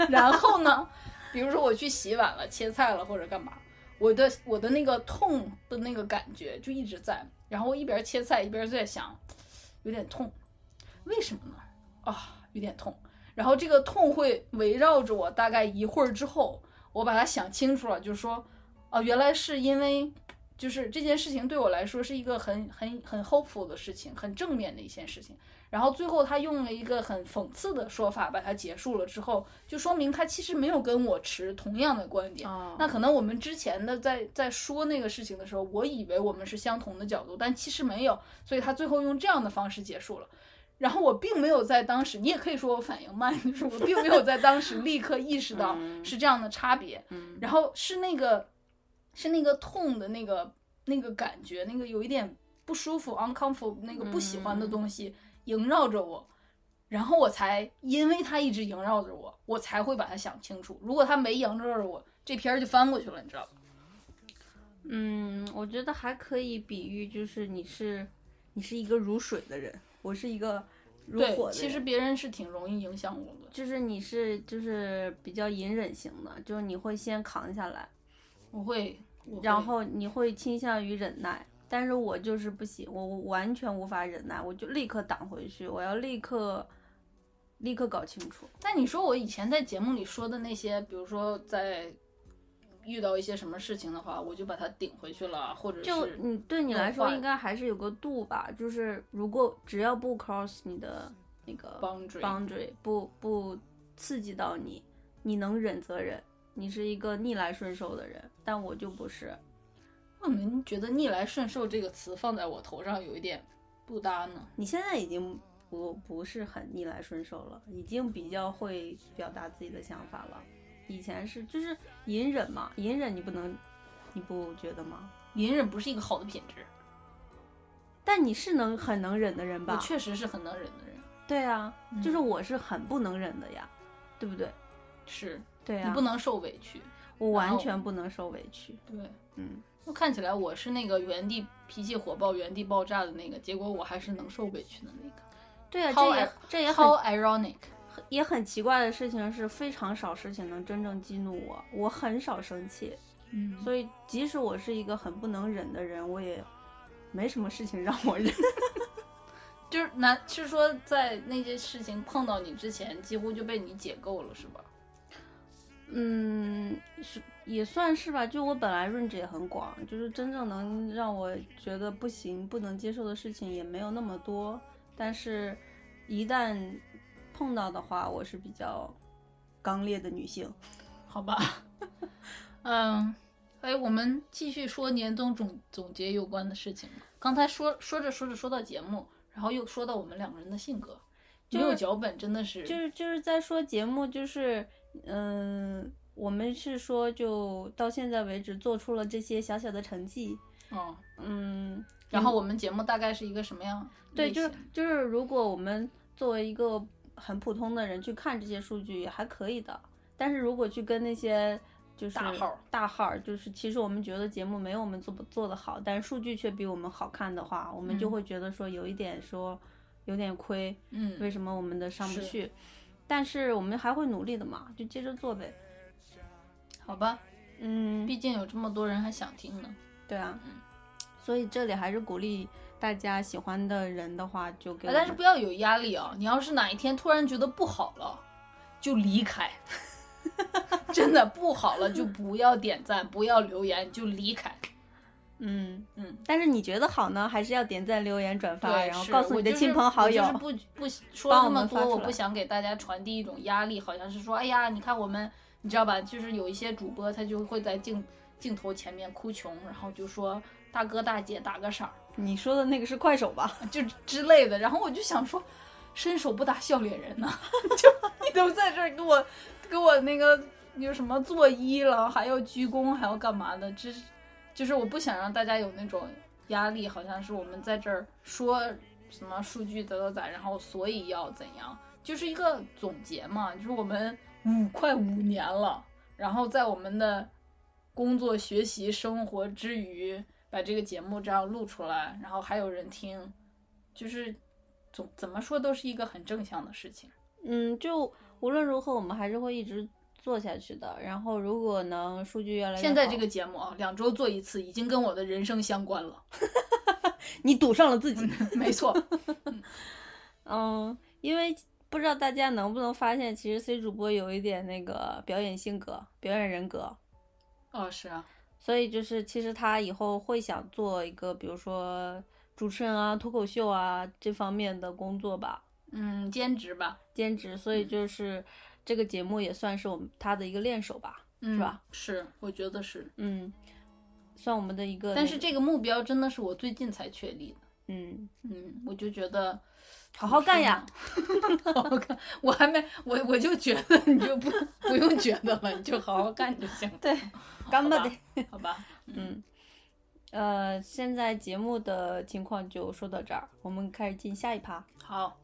S3: 然后呢，比如说我去洗碗了、切菜了或者干嘛，我的我的那个痛的那个感觉就一直在。然后我一边切菜一边在想，有点痛，为什么呢？啊，有点痛。然后这个痛会围绕着我大概一会儿之后，我把它想清楚了，就是说，啊，原来是因为，就是这件事情对我来说是一个很很很 hopeful 的事情，很正面的一件事情。然后最后他用了一个很讽刺的说法把它结束了之后，就说明他其实没有跟我持同样的观点。
S2: 哦
S3: 那可能我们之前的在在说那个事情的时候，我以为我们是相同的角度，但其实没有，所以他最后用这样的方式结束了。然后我并没有在当时，你也可以说我反应慢，就是我并没有在当时立刻意识到
S2: 嗯
S3: 是这样的差别。
S2: 嗯
S3: 然后是那个是那个痛的那个那个感觉，那个有一点不舒服、uncomfortable 那个不喜欢
S2: 嗯
S3: 的东西萦绕着我，然后我才因为它一直萦绕着我，我才会把它想清楚。如果它没萦绕着我，这篇儿就翻过去了，你知道吧？
S2: 嗯，我觉得还可以比喻，就是你是你是一个如水的人，我是一个如火的
S3: 对，
S2: 人。
S3: 其实别人是挺容易影响我的，
S2: 就是你是就是比较隐忍型的，就是你会先扛下来，
S3: 我会，我会
S2: 然后你会倾向于忍耐。但是我就是不行，我我完全无法忍耐，我就立刻挡回去，我要立刻立刻搞清楚。
S3: 但你说我以前在节目里说的那些，比如说在遇到一些什么事情的话，我就把它顶回去了，或者是
S2: 就你对你来说
S3: 弄坏
S2: 应该还是有个度吧，就是如果只要不 cross 你的那个
S3: Boundary
S2: boundary 不不刺激到你，你能忍则忍，你是一个逆来顺受的人，但我就不是。
S3: 我们觉得“逆来顺受”这个词放在我头上有一点不搭呢。
S2: 你现在已经不不是很逆来顺受了，已经比较会表达自己的想法了。以前是就是隐忍嘛，隐忍你不能，你不觉得吗？
S3: 隐忍不是一个好的品质，
S2: 但你是能很能忍的人
S3: 我
S2: 吧？
S3: 确实是很能忍的人。
S2: 对啊，
S3: 嗯
S2: 就是我是很不能忍的呀，对不对？
S3: 是
S2: 对啊，
S3: 你不能受委屈，
S2: 我完
S3: 后
S2: 全不能受委屈。
S3: 对，
S2: 嗯，
S3: 就看起来我是那个原地脾气火爆、原地爆炸的那个，结果我还是能受委屈的那个。
S2: 对啊，
S3: How
S2: 这也
S3: ir-
S2: 这也很
S3: How ironic！
S2: 也很奇怪的事情是，非常少事情能真正激怒我，我很少生气，
S3: 嗯
S2: 所以即使我是一个很不能忍的人，我也没什么事情让我忍。
S3: 就是难，是说在那些事情碰到你之前，几乎就被你解构了，是吧？
S2: 嗯，是也算是吧。就我本来认知也很广，就是真正能让我觉得不行、不能接受的事情也没有那么多。但是，一旦碰到的话，我是比较刚烈的女性。
S3: 好吧， 嗯，哎，我们继续说年终总总结有关的事情吧。刚才说说着说着说到节目，然后又说到我们两个人的性格，
S2: 就
S3: 没有
S2: 是
S3: 脚本真的是
S2: 就是就是在说节目，就是嗯、我们是说就到现在为止做出了这些小小的成绩，
S3: 嗯。
S2: 嗯，
S3: 然后我们节目大概是一个什么样
S2: 对，
S3: 类
S2: 就是
S3: 型
S2: 就是，如果我们作为一个很普通的人去看这些数据也还可以的，但是如果去跟那些就是
S3: 大号儿
S2: 大号儿就是其实我们觉得节目没有我们做不做的好，但是数据却比我们好看的话，我们就
S3: 嗯
S2: 会觉得说有一点说有点亏，
S3: 嗯，
S2: 为什么我们的上不
S3: 是
S2: 去？但是我们还会努力的嘛，就接着做呗。
S3: 好吧，
S2: 嗯，
S3: 毕竟有这么多人还想听呢。
S2: 对啊，所以这里还是鼓励大家喜欢的人的话就给我
S3: 啊
S2: 们，
S3: 但是不要有压力啊！你要是哪一天突然觉得不好了，就离开。 真的不好了，就不要点赞，不要留言，就离开。
S2: 嗯。
S3: 嗯，
S2: 但是你觉得好呢，还是要点赞、留言、转发，
S3: 对，
S2: 然后
S3: 是
S2: 告诉
S3: 我
S2: 你的
S3: 就是
S2: 亲朋好友。
S3: 我就是不不说
S2: 帮
S3: 那
S2: 我
S3: 么
S2: 们发
S3: 多，
S2: 出
S3: 我
S2: 来
S3: 不想给大家传递一种压力，好像是说，哎呀，你看我们，你知道吧？就是有一些主播他就会在镜镜头前面哭穷，然后就说大哥大姐打个赏，
S2: 你说的那个是快手吧？
S3: 就之类的。然后我就想说，伸手不打笑脸人呐、 就你都在这儿给我给我那个有什么作揖了，还要鞠躬，还要干嘛的？这是就是我不想让大家有那种压力，好像是我们在这儿说什么数据咋咋咋，然后所以要怎样，就是一个总结嘛。就是我们五快五年了，然后在我们的工作、学习、生活之余，把这个节目这样录出来，然后还有人听，就是总怎么说都是一个很正向的事情。
S2: 嗯，就无论如何，我们还是会一直做下去的。然后，如果能数据哎越来越好，
S3: 现在这个节目啊，两周做一次，已经跟我的人生相关了。
S2: 你赌上了自己，
S3: 没错，
S2: 嗯，因为不知道大家能不能发现，其实 C 主播有一点那个表演性格、表演人格，
S3: 哦，是啊，
S2: 所以就是其实他以后会想做一个，比如说主持人啊、脱口秀啊这方面的工作吧。
S3: 嗯，兼职吧，
S2: 兼职，所以
S3: 嗯
S2: 就是这个节目也算是我们他的一个练手吧，
S3: 嗯
S2: 是吧？
S3: 是，我觉得是。
S2: 嗯，算我们的一个那个。
S3: 但是这个目标真的是我最近才确立的。
S2: 嗯，
S3: 嗯，我就觉得
S2: 好好干呀，
S3: 好好干。我还没，我我就觉得你就不 不用觉得了，你就好好干就行了。
S2: 对，干巴的。
S3: 好吧，
S2: 嗯，呃，现在节目的情况就说到这儿，我们开始进下一趴。
S3: 好，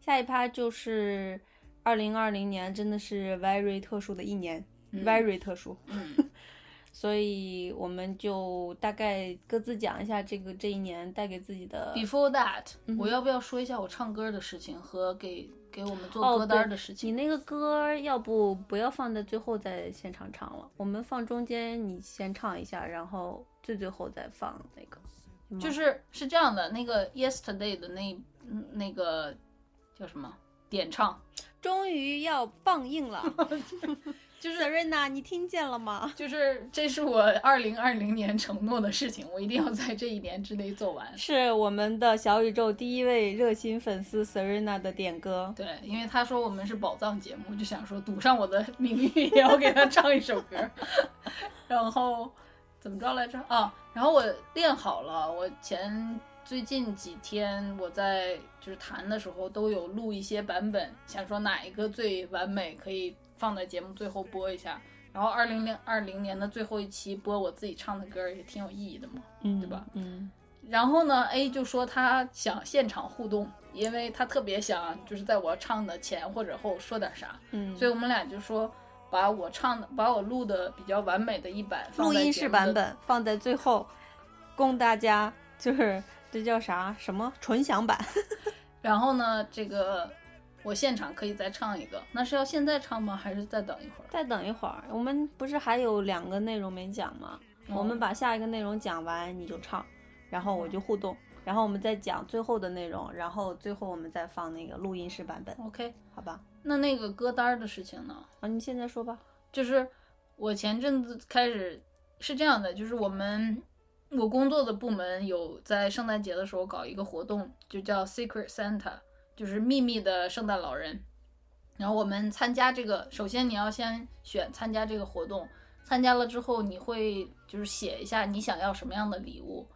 S2: 下一趴就是二零二零年，真的是 very 特殊的一年、
S3: 嗯
S2: v e r y 特殊。
S3: 嗯，
S2: 所以我们就大概各自讲一下这个这一年带给自己的
S3: Before that，、
S2: 嗯哼
S3: 我要不要说一下我唱歌的事情和给给我们做
S2: 哦
S3: 歌单
S2: 对
S3: 的事
S2: 你
S3: 情？
S2: 那个歌儿要不不要放在最后再现场唱了，我们放中间你先唱一下，然后最最后再放那个。行吗
S3: 就是是这样的，那个 Yesterday 的那嗯那个叫什么点唱，
S2: 终于要放映 了
S3: 就是
S2: ，Serena，你听见了吗？
S3: 就是这是我二零二零年承诺的事情，我一定要在这一年之内做完。
S2: 是我们的小宇宙第一位热心粉丝 Serena 的点歌。
S3: 对，因为他说我们是宝藏节目，我就想说赌上我的 名誉也要给他唱一首歌。 然后怎么着来着啊？然后我练好了，我前最近几天我在就是弹的时候都有录一些版本，想说哪一个最完美，可以放在节目最后播一下。然后二零零二零年的最后一期播我自己唱的歌儿也挺有意义的嘛。
S2: 嗯
S3: 对吧？
S2: 嗯，
S3: 然后呢，A 就说他想现场互动，因为他特别想就是在我唱的前或者后说点啥，
S2: 嗯
S3: 所以我们俩就说把我唱的、把我录的比较完美的一版放
S2: 录
S3: 在
S2: 音
S3: 节
S2: 室
S3: 目
S2: 版
S3: 的
S2: 本放在最后，供大家就是这叫啥什么纯享版？
S3: 然后呢，这个我现场可以再唱一个，那是要现在唱吗？还是再等一会儿？
S2: 再等一会儿，我们不是还有两个内容没讲吗？我们把下一个内容讲完，你就唱，然后我就互动，然后我们再讲最后的内容，然后最后我们再放那个录音室版本，
S3: OK，
S2: 好吧？
S3: 那那个歌单儿的事情呢？
S2: 啊，你现在说吧。
S3: 就是我前阵子开始是这样的，就是我们我工作的部门有在圣诞节的时候搞一个活动，就叫 Secret Santa，就是秘密的圣诞老人。然后我们参加这个，首先你要先选参加这个活动，参加了之后你会就是写一下你想要什么样的礼物。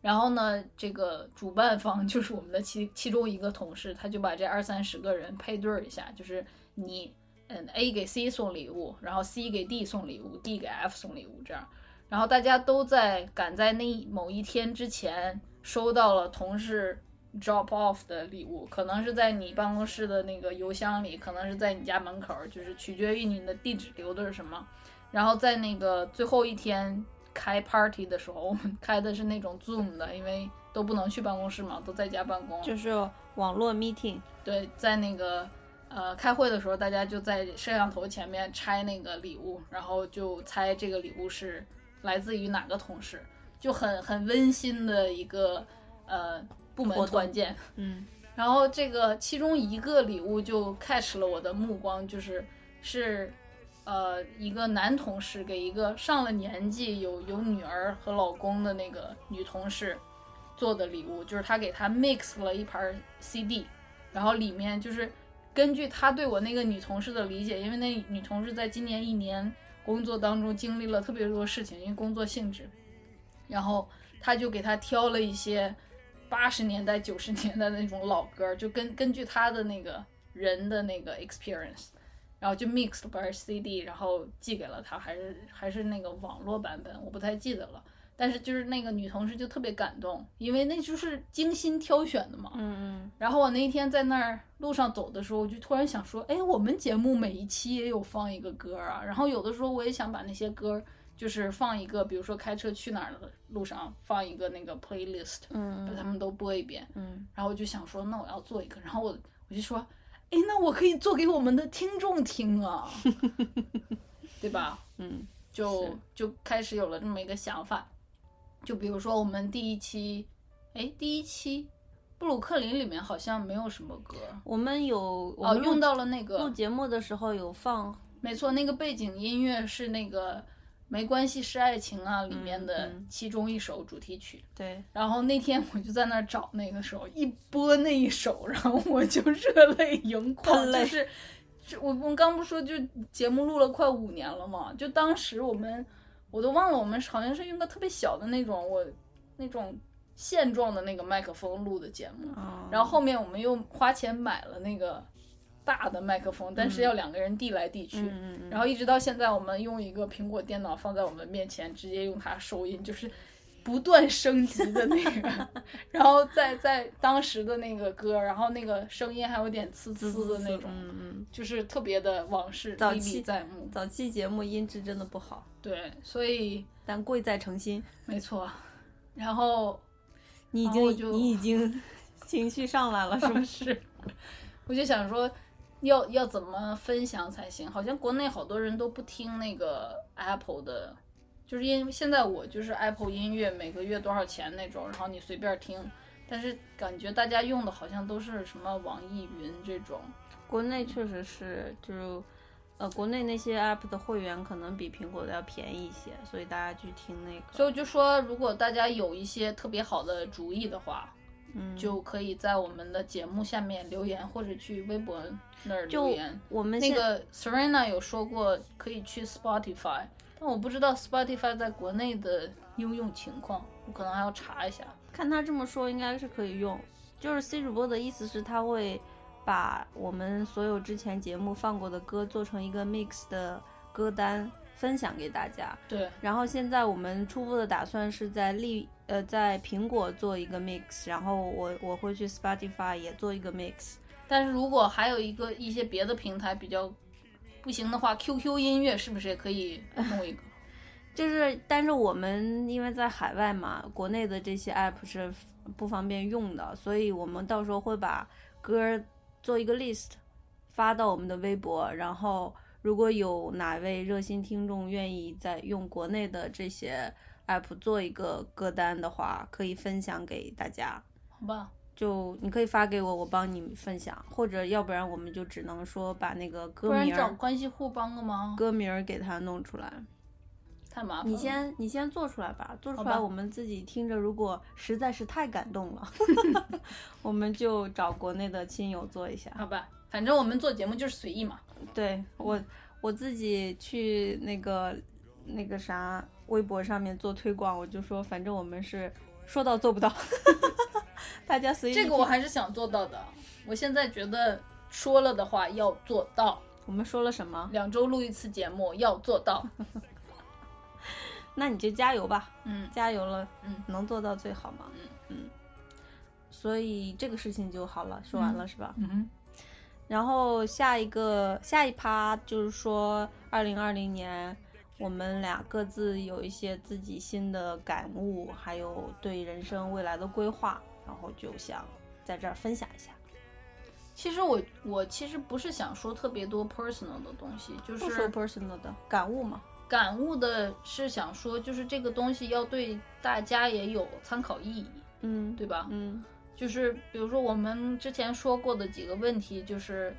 S3: 然后呢，这个主办方就是我们的其其中一个同事，他就把这二三十个人配对儿一下，就是你嗯，A 给 C 送礼物，然后 C 给 D 送礼物，D 给 F 送礼物，这样，然后大家都在赶在那一某一天之前收到了同事 drop off 的礼物，可能是在你办公室的那个邮箱里，可能是在你家门口，就是取决于你的地址留的是什么。然后在那个最后一天开 party 的时候，我们开的是那种 Zoom 的，因为都不能去办公室嘛，都在家办公。
S2: 就是网络 meeting，
S3: 对，在那个呃开会的时候，大家就在摄像头前面拆那个礼物，然后就猜这个礼物是来自于哪个同事，就很很温馨的一个呃部门
S2: 活动
S3: 团建。
S2: 嗯，
S3: 然后这个其中一个礼物就 catch 了我的目光，就是是呃一个男同事给一个上了年纪有有女儿和老公的那个女同事做的礼物，就是他给她 mix 了一盘 CD，然后里面就是根据他对我那个女同事的理解，因为那女同事在今年一年工作当中经历了特别多事情，因为工作性质，然后他就给他挑了一些八十年代、九十年代的那种老歌儿，就根根据他的那个人的那个 experience，然后就 mixed 本儿 CD，然后寄给了他，还是还是那个网络版本，我不太记得了。但是就是那个女同事就特别感动，因为那就是精心挑选的嘛。
S2: 嗯
S3: 然后我那一天在那儿路上走的时候，我就突然想说，哎，我们节目每一期也有放一个歌儿啊。然后有的时候我也想把那些歌儿，就是放一个，比如说开车去哪儿的路上放一个那个 playlist，
S2: 嗯
S3: 把他
S2: 嗯
S3: 们都播一遍。
S2: 嗯，
S3: 然后我就想说，那我要做一个，然后我我就说，哎，那我可以做给我们的听众听啊， 对吧？
S2: 嗯，
S3: 就就开始有了这么一个想法。就比如说我们第一期，哎，第一期布鲁克林里面好像没有什么歌，
S2: 我们有我
S3: 哦，
S2: 们录
S3: 用到了那
S2: 录
S3: 个，
S2: 节目的时候有放
S3: 没错，那个背景音乐是那个。没关系，是爱情啊！里面的
S2: 嗯嗯
S3: 其中一首主题曲，
S2: 对，
S3: 然后那天我就在那儿找那个时候一播那一首，然后我就热泪盈眶，
S2: 喷泪
S3: 就是。是我我们刚不说就节目录了快五年了嘛，就当时我们我都忘了我们是好像是用个特别小的那种我那种线状的那个麦克风录的节目，
S2: 嗯
S3: 然后后面我们又花钱买了那个大的麦克风，但是要两个人递来递去，
S2: 嗯嗯嗯，
S3: 然后一直到现在，我们用一个苹果电脑放在我们面前，直接用它收音，就是不断升级的那 个。然后在在当时的那个歌，然后那个声音还有点呲呲的那种，
S2: 嗯嗯，
S3: 就是特别的往事
S2: 早
S3: 历历
S2: 期
S3: 在目。
S2: 早期节目音质真的不好，
S3: 对，所以
S2: 但贵在诚心。
S3: 没错。然后
S2: 你已
S3: 然后哦我就
S2: 经
S3: 哦
S2: 你已经 情绪上来了，是不是？
S3: 是，我就想说。要要怎么分享才行？好像国内好多人都不听那个 Apple 的，就是因为现在我就是 Apple 音乐每个月多少钱那种，然后你随便听。但是感觉大家用的好像都是什么网易云这种，
S2: 国内确实是，就是呃，国内那些 app 的会员可能比苹果的要便宜一些，所以大家去听那个。
S3: 所以我就说，如果大家有一些特别好的主意的话，
S2: 嗯，
S3: 就可以在我们的节目下面留言，或者去微博那儿留
S2: 就
S3: 言。
S2: 我们
S3: 那
S2: 现
S3: 个 Serena 有说过可以去 Spotify，但我不知道 Spotify 在国内的应用情况，我可能还要查一下。
S2: 看他这么说，应该是可以用。就是 C 主播的意思是，他会把我们所有之前节目放过的歌做成一个 mix 的歌单分享给大家。
S3: 对，
S2: 然后现在我们初步的打算是在利呃在苹果做一个 mix，然后我我会去 Spotify 也做一个 mix。
S3: 但是如果还有一个一些别的平台比较不行的话，QQ 音乐是不是也可以弄一个？
S2: 就是，但是我们因为在海外嘛，国内的这些 app 是不方便用的，所以我们到时候会把歌儿做一个 list 发到我们的微博，然后如果有哪位热心听众愿意在用国内的这些 app 做一个歌单的话，可以分享给大家。
S3: 好吧，
S2: 就你可以发给我，我帮你分享，或者要不然我们就只能说把那个
S3: 不
S2: 歌
S3: 然
S2: 名
S3: 找
S2: 儿
S3: 关系户帮个忙，
S2: 歌名儿给它弄出来。
S3: 太麻烦了。
S2: 你先你先做出来吧，做出
S3: 啊好吧
S2: 来我们自己听着，如果实在是太感动 了，我们就找国内的亲友做一下。
S3: 好吧，反正我们做节目就是随意嘛。
S2: 对我我自己去那个那个啥微博上面做推广，我就说反正我们是说到做不到， 大家随意
S3: 这个
S2: 听
S3: 我还是想做到的。我现在觉得说了的话要做到，
S2: 我们说了什么？
S3: 两周录一次节目要做到。
S2: 那你就加油吧，
S3: 嗯，
S2: 加油了，
S3: 嗯，
S2: 能做到最好嘛，嗯嗯。所以这个事情就好了，说完了、是吧？
S3: 嗯，
S2: 然后下一个下一趴就是说，二零二零年我们俩各自有一些自己新的感悟，还有对人生未来的规划，然后就想在这儿分享一下。
S3: 其实我我其实不是想说特别多 personal 的东西，就
S2: 不说
S3: 是
S2: personal 的感悟嘛，
S3: 感悟的是想说，就是这个东西要对大家也有参考意义，
S2: 嗯，
S3: 对吧？
S2: 嗯
S3: 就是比如说我们之前说过的几个问题，就是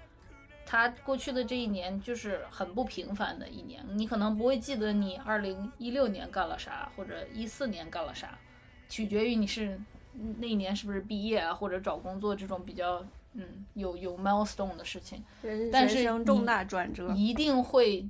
S3: 他过去的这一年就是很不平凡的一年，你可能不会记得你二零一六年干了啥，或者一四年干了啥，取决于你是那一年是不是毕业啊，或者找工作这种比较嗯有有 milestone 的事情，
S2: 人
S3: 但
S2: 人
S3: 是
S2: 生
S3: 你
S2: 重大转折，
S3: 一定会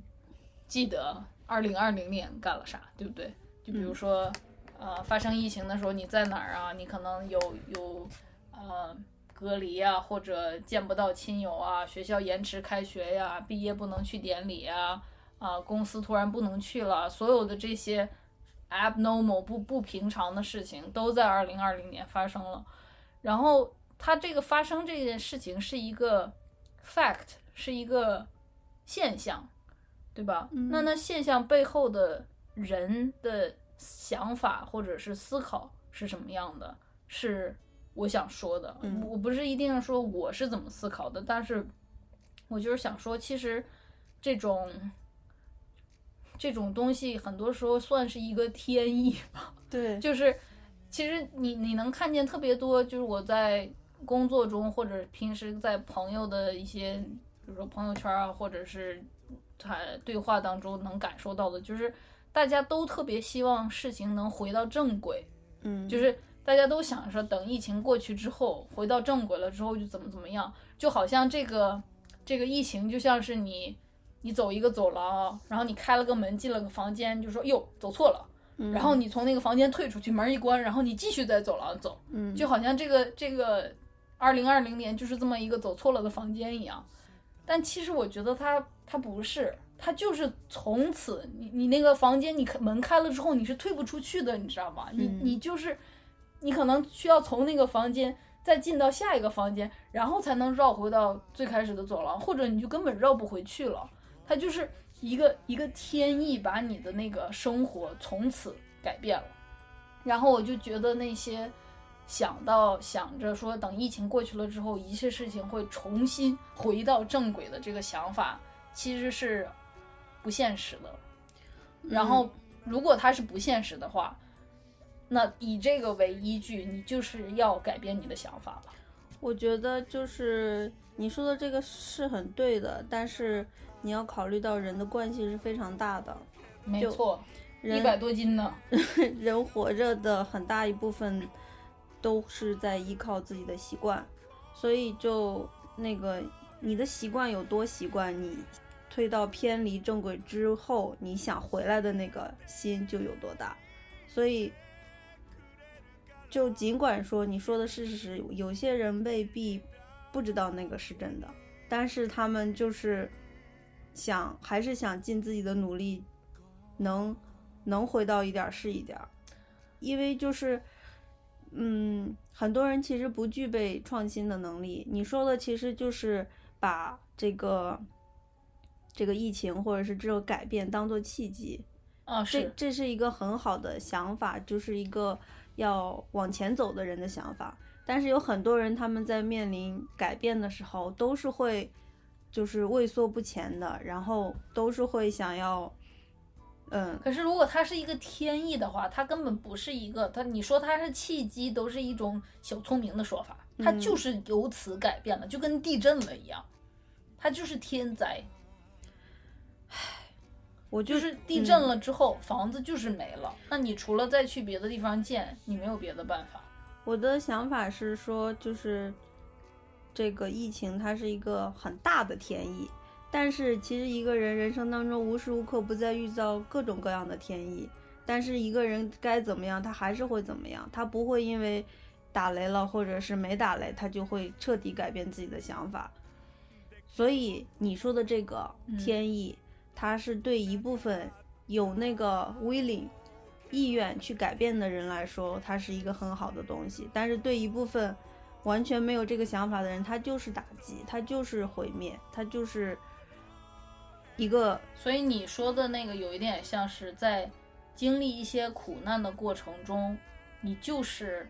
S3: 记得二零二零年干了啥，对不对？就比如说，呃，发生疫情的时候你在哪儿啊？你可能有有呃隔离啊，或者见不到亲友啊，学校延迟开学呀、毕业不能去典礼啊，啊、公司突然不能去了，所有的这些 abnormal 不不平常的事情都在二零二零年发生了。然后它这个发生这件事情是一个 fact，是一个现象，对吧？
S2: 嗯
S3: 那那现象背后的人的想法或者是思考是什么样的？是我想说的。
S2: 嗯
S3: 我不是一定说我是怎么思考的，但是我就是想说，其实这种。这种东西很多时候算是一个天意
S2: 对，
S3: 就是其实你你能看见特别多，就是我在工作中或者平时在朋友的一些，比如说朋友圈啊，或者是他对话当中能感受到的，就是大家都特别希望事情能回到正轨，
S2: 嗯，
S3: 就是大家都想说，等疫情过去之后，回到正轨了之后就怎么怎么样，就好像这个这个疫情就像是你你走一个走廊，然后你开了个门进了个房间，就说哟走错了，
S2: 嗯
S3: 然后你从那个房间退出去，门一关，然后你继续在走廊走，
S2: 嗯
S3: 就好像这个这个二零二零年就是这么一个走错了的房间一样。但其实我觉得它它不是，它就是从此你你那个房间你开门开了之后你是退不出去的，你知道吗？你
S2: 嗯
S3: 你就是你可能需要从那个房间再进到下一个房间，然后才能绕回到最开始的走廊，或者你就根本绕不回去了。它就是一个一个天意把你的那个生活从此改变了。然后我就觉得那些想到想着说等疫情过去了之后，一切事情会重新回到正轨的这个想法，其实是不现实的。然后，如果它是不现实的话，那以这个为依据，你就是要改变你的想法了。
S2: 我觉得就是你说的这个是很对的，但是你要考虑到人的惯性是非常大的，
S3: 没错，
S2: 人
S3: 一百多斤呢。
S2: 人活着的很大一部分都是在依靠自己的习惯，所以就那个你的习惯有多习惯，你推到偏离正轨之后，你想回来的那个心就有多大。所以，就尽管说你说的是事实，有些人未必不知道那个是真的，但是他们就是想还是想尽自己的努力，能能回到一点儿是一点儿，因为就是，嗯，很多人其实不具备创新的能力。你说的其实就是把这个这个疫情或者是这种改变当做契机。
S3: 啊，
S2: 这
S3: 是
S2: 这是一个很好的想法，就是一个要往前走的人的想法。但是有很多人他们在面临改变的时候，都是会就是畏缩不前的，然后都是会想要，嗯，
S3: 可是如果它是一个天意的话，它根本不是一个它，你说它是契机，都是一种小聪明的说法，它
S2: 嗯
S3: 就是由此改变了，就跟地震了一样，它就是天灾，
S2: 我就
S3: 就是地震了之后、房子就是没了，那你除了再去别的地方建，你没有别的办法。
S2: 我的想法是说，就是这个疫情它是一个很大的天意，但是其实一个人人生当中无时无刻不在遇到各种各样的天意，但是一个人该怎么样，他还是会怎么样，他不会因为打雷了或者是没打雷，他就会彻底改变自己的想法。所以你说的这个
S3: 嗯
S2: 天意，它是对一部分有那个 willing 意愿去改变的人来说，它是一个很好的东西；但是对一部分完全没有这个想法的人，他就是打击，他就是毁灭，他就是一个
S3: 所以你说的那个有一点像是在经历一些苦难的过程中，你就是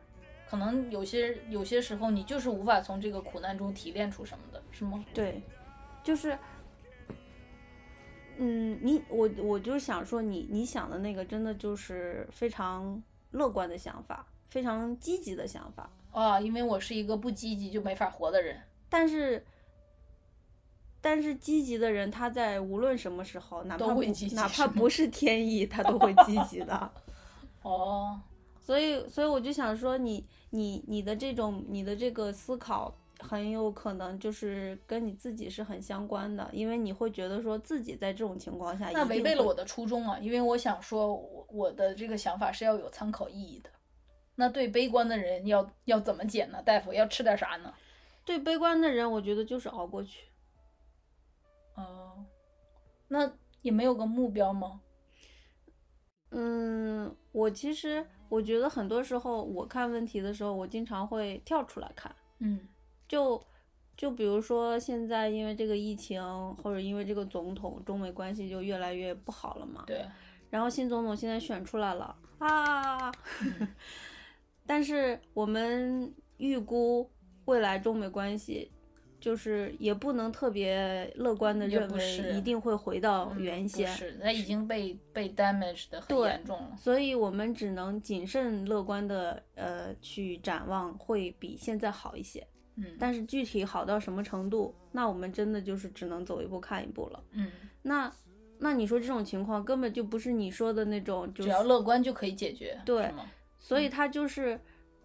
S3: 可能有些有些时候你就是无法从这个苦难中提炼出什么的，是吗？
S2: 对，就是，嗯，你我我就是想说你，你想的那个真的就是非常乐观的想法，非常积极的想法，
S3: 啊，因为我是一个不积极就没法活的人。
S2: 但是。但是积极的人，他在无论什么时候，哪
S3: 都
S2: 怕不
S3: 会积极
S2: 哪
S3: 是
S2: 怕
S3: 吗
S2: 不是天意，他都会积极 的。
S3: 哦，
S2: 所以，所以我就想说你，你你的这种你的这个思考，很有可能就是跟你自己是很相关的，因为你会觉得说自己在这种情况下，
S3: 那违背了我。的初衷啊，因为我想说我我的这个想法是要有参考意义的。那对悲观的人要要怎么解呢？大夫要吃点啥呢？
S2: 对悲观的人，我觉得就是熬过去。
S3: 哦，那也没有个目标吗？
S2: 嗯，我其实我觉得很多时候我看问题的时候，我经常会跳出来看，
S3: 嗯
S2: 就就比如说现在因为这个疫情，或者因为这个总统，中美关系就越来越不好了嘛，。
S3: 对，
S2: 然后新总统现在选出来了啊，
S3: 嗯
S2: 但是我们预估未来中美关系，就是也不能特别乐观的
S3: 也
S2: 认
S3: 不
S2: 为
S3: 是
S2: 一定会回到
S3: 嗯
S2: 原
S3: 不
S2: 先，
S3: 是，他已经被被 damage 的很
S2: 对
S3: 严重了。
S2: 所以我们只能谨慎乐观的呃去展望会比现在好一些，
S3: 嗯，
S2: 但是具体好到什么程度，那我们真的就是只能走一步看一步了。
S3: 嗯，
S2: 那那你说这种情况根本就不是你说的那种，就
S3: 只
S2: 是
S3: 要乐观就可以解决，
S2: 对
S3: 是吗？
S2: 所以他就是，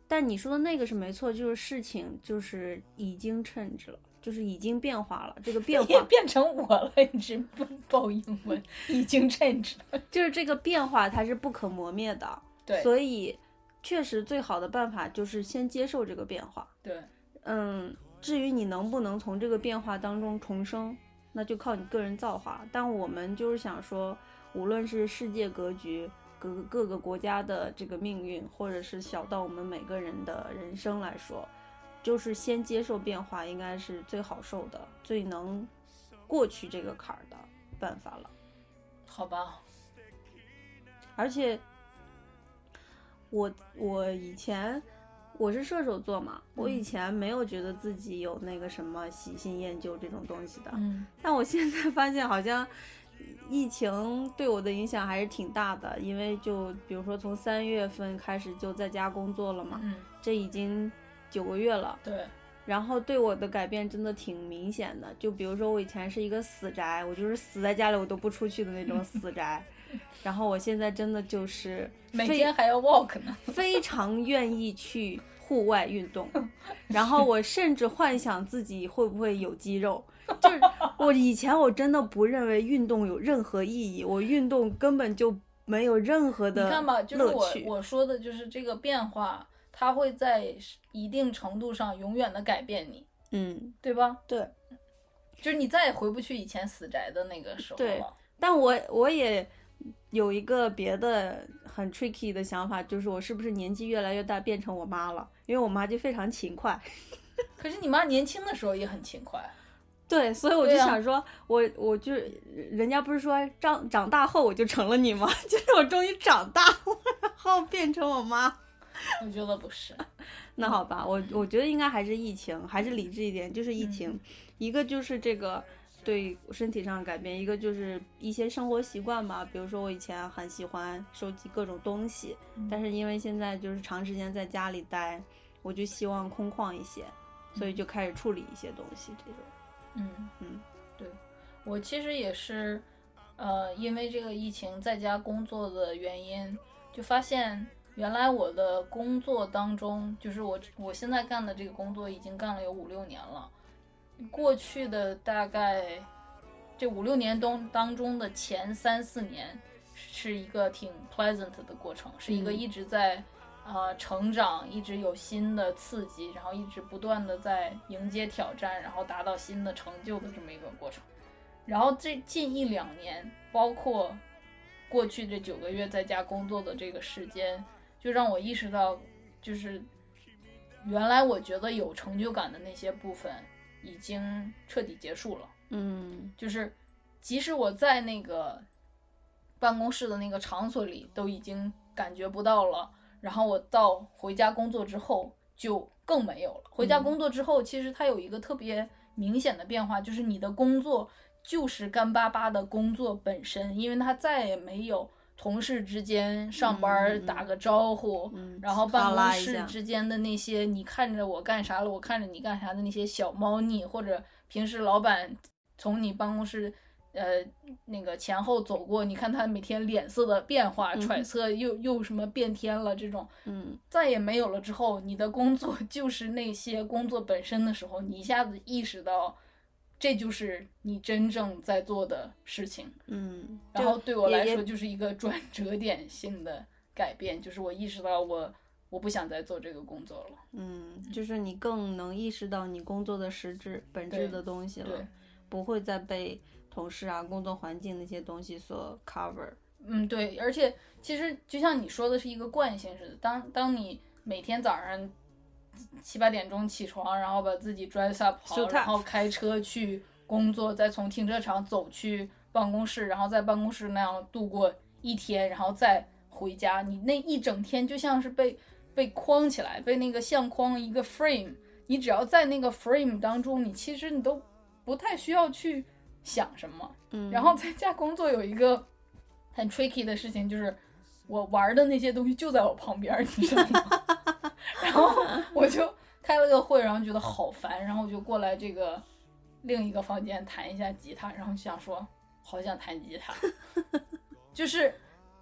S2: 但你说的那个是没错，就是事情就是已经称职了，就是已经变化了。这个 变
S3: 也
S2: 化
S3: 变成我了， 你直播报英文，已经 change 了。
S2: 就是这个变化，它是不可磨灭的。
S3: 对
S2: 所以确实最好的办法就是先接受这个变化。
S3: 对，
S2: 嗯，至于你能不能从这个变化当中重生，那就靠你个人造化。但我们就是想说，无论是世界格局。各个各个国家的这个命运，或者是小到我们每个人的人生来说，就是先接受变化，应该是最好受的、最能过去这个坎儿的办法了。
S3: 好吧，
S2: 而且我我以前我是射手座嘛，我
S3: 嗯
S2: 以前没有觉得自己有那个什么喜新厌旧这种东西的，
S3: 嗯，
S2: 但我现在发现好像。疫情对我的影响还是挺大的，因为就比如说从三月份开始就在家工作了嘛，
S3: 嗯，
S2: 这已经九个月了，
S3: 对，
S2: 然后对我的改变真的挺明显的。就比如说，我以前是一个死宅，我就是死在家里我都不出去的那种死 宅，然后我现在真的就是
S3: 每
S2: 非
S3: 天还要 walk 呢。
S2: 非常愿意去户外运动， 然后我甚至幻想自己会不会有肌 肉。就是我以前我真的不认为运动有任何意义，我运动根本就没有任何
S3: 你
S2: 的
S3: 看吧，就是
S2: 乐
S3: 我
S2: 趣。
S3: 我说的就是这个变化，它会在一定程度上永远的改变你，
S2: 嗯，
S3: 对吧？
S2: 对。
S3: 就是你再也回不去以前死宅的那个时候
S2: 对
S3: 了。
S2: 但我我也有一个别的很 tricky 的想法，就是我是不是年纪越来越大变成我妈了？因为我妈就非常勤快，
S3: 可是你妈年轻的时候也很勤快，
S2: 对，所以我就
S3: 对啊
S2: 想说，我我就人家不是说长长大后我就成了你吗？ 就是我终于长大了，然后变成我妈。
S3: 我觉得 不是，
S2: 那好吧，我我觉得应该还是疫情，还是理智一点，就是疫
S3: 嗯
S2: 情。一个就是这个对身体上的改变，一个就是一些生活习惯吧。比如说我以前很喜欢收集各种东西，但
S3: 是
S2: 是因为现在就是长时间在家里待，我就希望空旷一些，所以就开始处理一些东西这种。
S3: 嗯
S2: 嗯，
S3: 对，我其实也是，呃，因为这个疫情在家工作的原因，就发现原来我的工作当中，就是我我现在干的这个工作已经干了有五六年了，过去的大概这五六年中当中的前三四年是一个挺 pleasant 的过程，是一个
S2: 嗯
S3: 一直在。呃成长，一直有新的刺激，然后一直不断的在迎接挑战，然后达到新的成就的这么一个过程。然后这近一两年，包括过去这九个月在家工作的这个时间，就让我意识到，就是原来我觉得有成就感的那些部分已经彻底结束了。
S2: 嗯
S3: 就是即使我在那个办公室的那个场所里，都已经感觉不到了。然后我到回家工作之后，就更没有了。回家
S2: 嗯
S3: 工作之后，其实它有一个特别明显的变化，就是你的工作就是干巴巴的工作本身，因为它再也没有同事之间上班
S2: 嗯
S3: 儿
S2: 嗯嗯
S3: 打个招呼，
S2: 嗯，
S3: 然后
S2: 哗
S3: 办公
S2: 啦一
S3: 室
S2: 下
S3: 之间的那些你看着我干啥了，我看着你干啥的那些小猫腻，或者平时老板从你办公室呃那个前后走过，你看他每天脸色的变化，
S2: 嗯
S3: 揣测又又什么变天了这种，
S2: 嗯
S3: 再也没有了之后，你的工作 就是那些工作本身的时候，你一下子意识到。这就是你真正在做的事情，
S2: 嗯，
S3: 然后对我
S2: 也
S3: 来
S2: 也
S3: 说就是一个转 折点性的改变，就是我意识到我我不想再做这个工作了。
S2: 嗯，就是你更能意识到你工作的实质、本质
S3: 对
S2: 的东西了
S3: 对，
S2: 不会再被同事啊、工作环境那些东西所 cover。
S3: 嗯，对，而且其实就像你说的是一个惯性似的，当当你每天早上七八点钟起床，然后把自己 dress up 好
S2: Suit，up
S3: 然后开车去工作，再从停车场走去办公室，然后在办公室那样度过一天，然后再回家，你那一整天就像是被被框起来，被那个相框一个 frame，你只要在那个 frame 当中，你其实你都不太需要去想什么，
S2: 嗯，
S3: 然后在家工作有一个很 tricky 的事情，就是我玩的那些东西就在我旁边儿，你知道吗？ 然后我就开了个会，然后觉得好烦，然后我就过来这个另一个房间弹一下吉他，然后想说好想弹吉他， 就是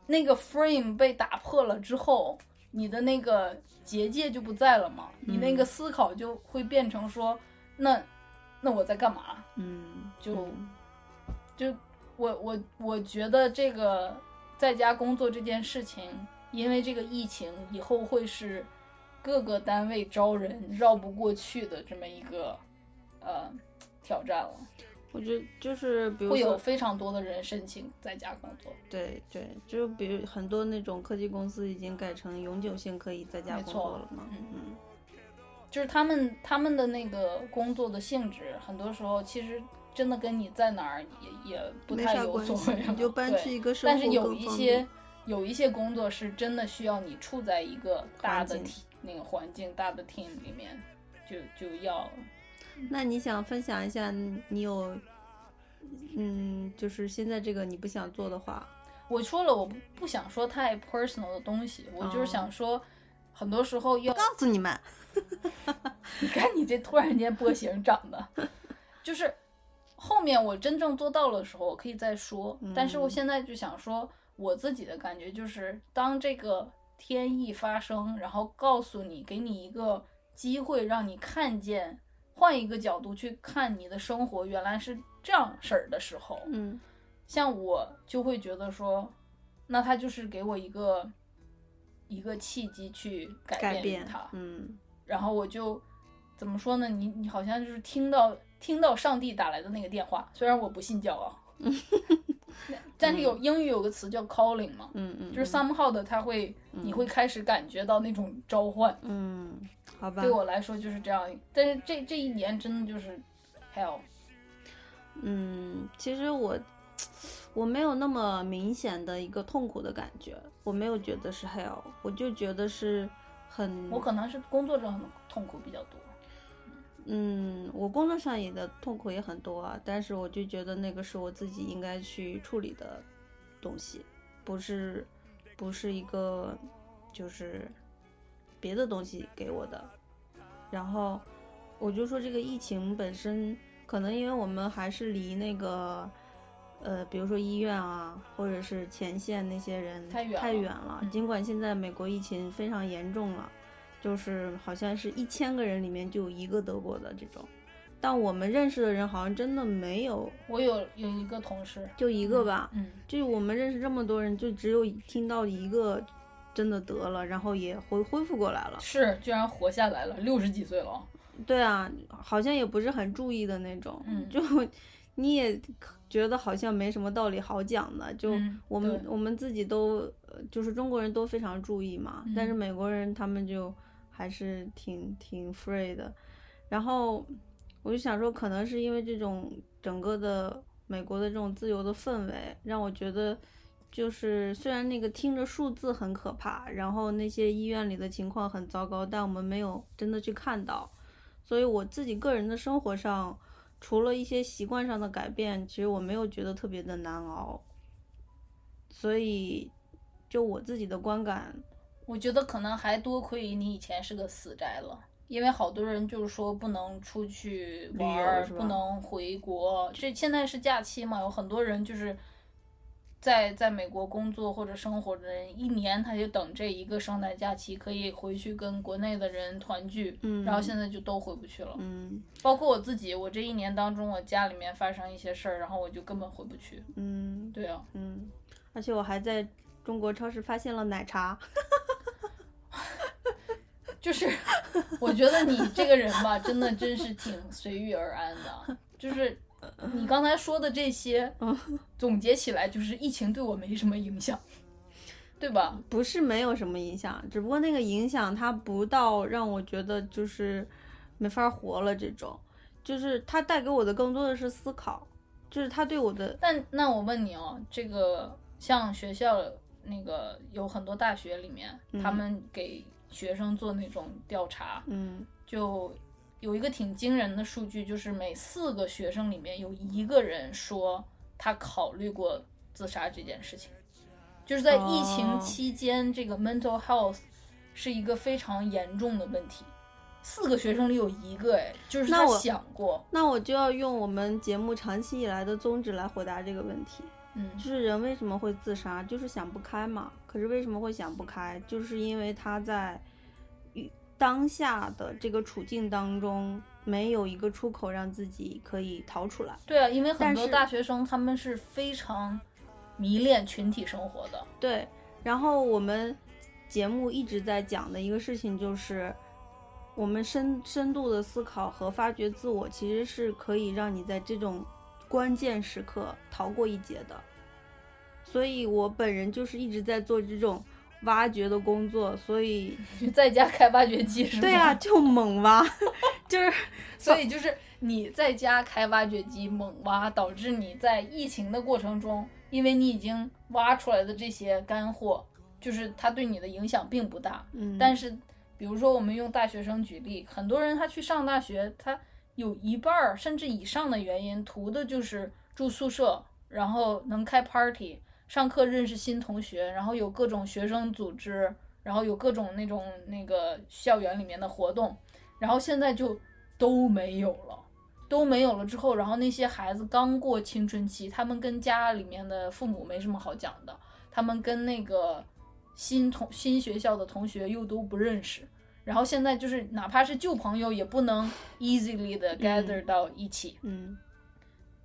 S3: 那个 frame 被打破了之后，你的那个结界就不在了嘛，你那个
S2: 嗯
S3: 思考就会变成说，那那我在干嘛？
S2: 嗯，
S3: 就
S2: 嗯
S3: 就我我我觉得这个在家工作这件事情，因为这个疫情以后会是各个单位招人绕不过去的这么一个呃挑战了，
S2: 我觉得就是比如
S3: 会有
S2: 说，
S3: 非常多的人申请在家工作。
S2: 对对，就比如很多那种科技公司已经改成永久性可以在家
S3: 没
S2: 工
S3: 错
S2: 作了嘛。嗯
S3: 就是他们他们的那个工作的性质，很多时候其实真的跟你在哪儿也也不
S2: 没
S3: 太
S2: 啥
S3: 有
S2: 关
S3: 所
S2: 系
S3: 谓了。
S2: 你就搬
S3: 对
S2: 去一个生
S3: 但是
S2: 活
S3: 有
S2: 更
S3: 一
S2: 方
S3: 些
S2: 便
S3: 有一些工作是真的需要你处在一个大的
S2: 环
S3: t 那个环境、大的 team 里面，就就要
S2: 那你想分享一下你有，嗯，就是现在这个你不想做的话，
S3: 我说了，我不不想说太 personal 的东西，我
S2: 哦
S3: 就是想说，很多时候要
S2: 告诉你们，
S3: 你 看你这突然间波形长的，就是后面我真正做到了的时候，我可以再说。但是我
S2: 嗯
S3: 现在就想说，我自己的感觉就是，当这个天意发生，然后告诉你，给你一个机会，让你看见，换一个角度去看你的生活，原来是这样式儿的时候，
S2: 嗯
S3: 像我就会觉得说，那他就是给我一个一个契机去
S2: 改
S3: 改变它，
S2: 嗯
S3: 然后我就怎么说呢？你你好像就是听到听到上帝打来的那个电话，虽然我不信教啊， 但是有英语有个词叫 calling 嘛，
S2: 嗯嗯，
S3: 就是 somehow 的，它会你会开始感觉到那种召唤。
S2: 嗯，嗯好吧
S3: 对，我来说就是这样，但是这这一年真的就是 hell，
S2: 嗯，其实我我没有那么明显的一个痛苦的感觉，我没有觉得是 hell，我就觉得是很
S3: 我可能是工作上的痛苦比较多。
S2: 嗯，我工作上也的痛苦也很多啊，但是我就觉得那个是我自己应该去处理的东西，不是不是一个就是别的东西给我的。然后我就说这个疫情本身，可能因为我们还是离那个呃，比如说医院啊，或者是前线那些人
S3: 太远了
S2: 太远了。
S3: 嗯
S2: 尽管现在美国疫情非常严重了。就是好像是一千个人里面就有一个德国的这种，但我们认识的人好像真的没有，
S3: 我有有一个同事，
S2: 就一个吧。
S3: 嗯，
S2: 就我们认识这么多人，就只有听到一个真的得了，然后也恢恢复过来了。
S3: 是居然活下来了，六十几岁了，
S2: 对啊，好像也不是很注意的那种，
S3: 嗯
S2: 就 你也觉得好像没什么道理好讲的。就
S3: 嗯
S2: 我们、
S3: 对
S2: 我们自己都，呃就是中国人都非常注意嘛，
S3: 嗯
S2: 但是美国人他们就还是挺挺 free 的。然后我就想说，可能是因为这种整个的美国的这种自由的氛围，让我觉得。就是虽然那个听着数字很可怕，然后那些医院里的情况很糟糕，但我们没有真的去看到，所以我自己个人的生活上，除了一些习惯上的改变，其实我没有觉得特别的难熬。所以，就我自己的观感，
S3: 我觉得可能还多亏你以前是个死宅了。因为好多人就是说不能出去玩
S2: 旅游
S3: 儿，
S2: 是吧
S3: 不能回国。这现在是假期嘛，有很多人就是在在美国工作或者生活的人，一年他就等这一个圣诞假期可以回去跟国内的人团聚。
S2: 嗯
S3: 然后现在就都回不去了。
S2: 嗯
S3: 包括我自己，我这一年当中，我家里面发生一些事儿，然后我就根本回不去。
S2: 嗯
S3: 对啊，
S2: 嗯，而且我还在中国超市发现了奶茶，
S3: 就是我觉得你这个人吧，真的真是挺随遇而安的。就是你刚才说的这些，总结起来就是疫情对我没什么影响，对吧？
S2: 不是没有什么影响，只不过那个影响它不到让我觉得就是没法活了这种，就是它带给我的更多的是思考，就是它对我的
S3: 但那我问你哦，这个像学校那个有很多大学里面，他们给学生做那种调查，
S2: 嗯
S3: 就有一个挺惊人的数据，就是每四个学生里面有一个人说他考虑过自杀这件事情，就是在疫情
S2: 哦
S3: 期间，这个 mental health 是一个非常严重的问题。四个学生里有一个，哎，就是
S2: 那
S3: 他
S2: 我
S3: 想过，
S2: 那我就要用我们节目长期以来的宗旨来回答这个问题，
S3: 嗯，
S2: 就是人为什么会自杀，就是想不开嘛。可是为什么会想不开，就是因为他在与当下的这个处境当中没有一个出口让自己可以逃出来。
S3: 对啊，因为很
S2: 但
S3: 多
S2: 是
S3: 大学生他们是非常迷恋群体生活的，
S2: 对，然后我们节目一直在讲的一个事情就是，我们深深度的思考和发掘自我，其实是可以让你在这种关键时刻逃过一劫的。所以我本人就是一直在做这种挖掘的工作，所以
S3: 就在家开挖掘机 是吗？
S2: 对啊，，就猛挖， 就是
S3: 所以就是你在家开挖掘机猛挖，导致你在疫情的过程中，因为你已经挖出来的这些干货，就是它对你的影响并不大。
S2: 嗯，
S3: 但是，比如说我们用大学生举例，很多人他去上大学，他有一半儿甚至以上的原因，图的就是住宿舍，然后能开 party，上课认识新同学，然后有各种学生组织，然后有各种那种那个校园里面的活动，然后现在就都没有了。都没有了之后，然后那些孩子刚过青春期，他们跟家里面的父母没什么好讲的，他们跟那个新同新学校的同学又都不认识，然后现在就是哪怕是旧朋友也不能 easily 的 gather 到一起，
S2: 嗯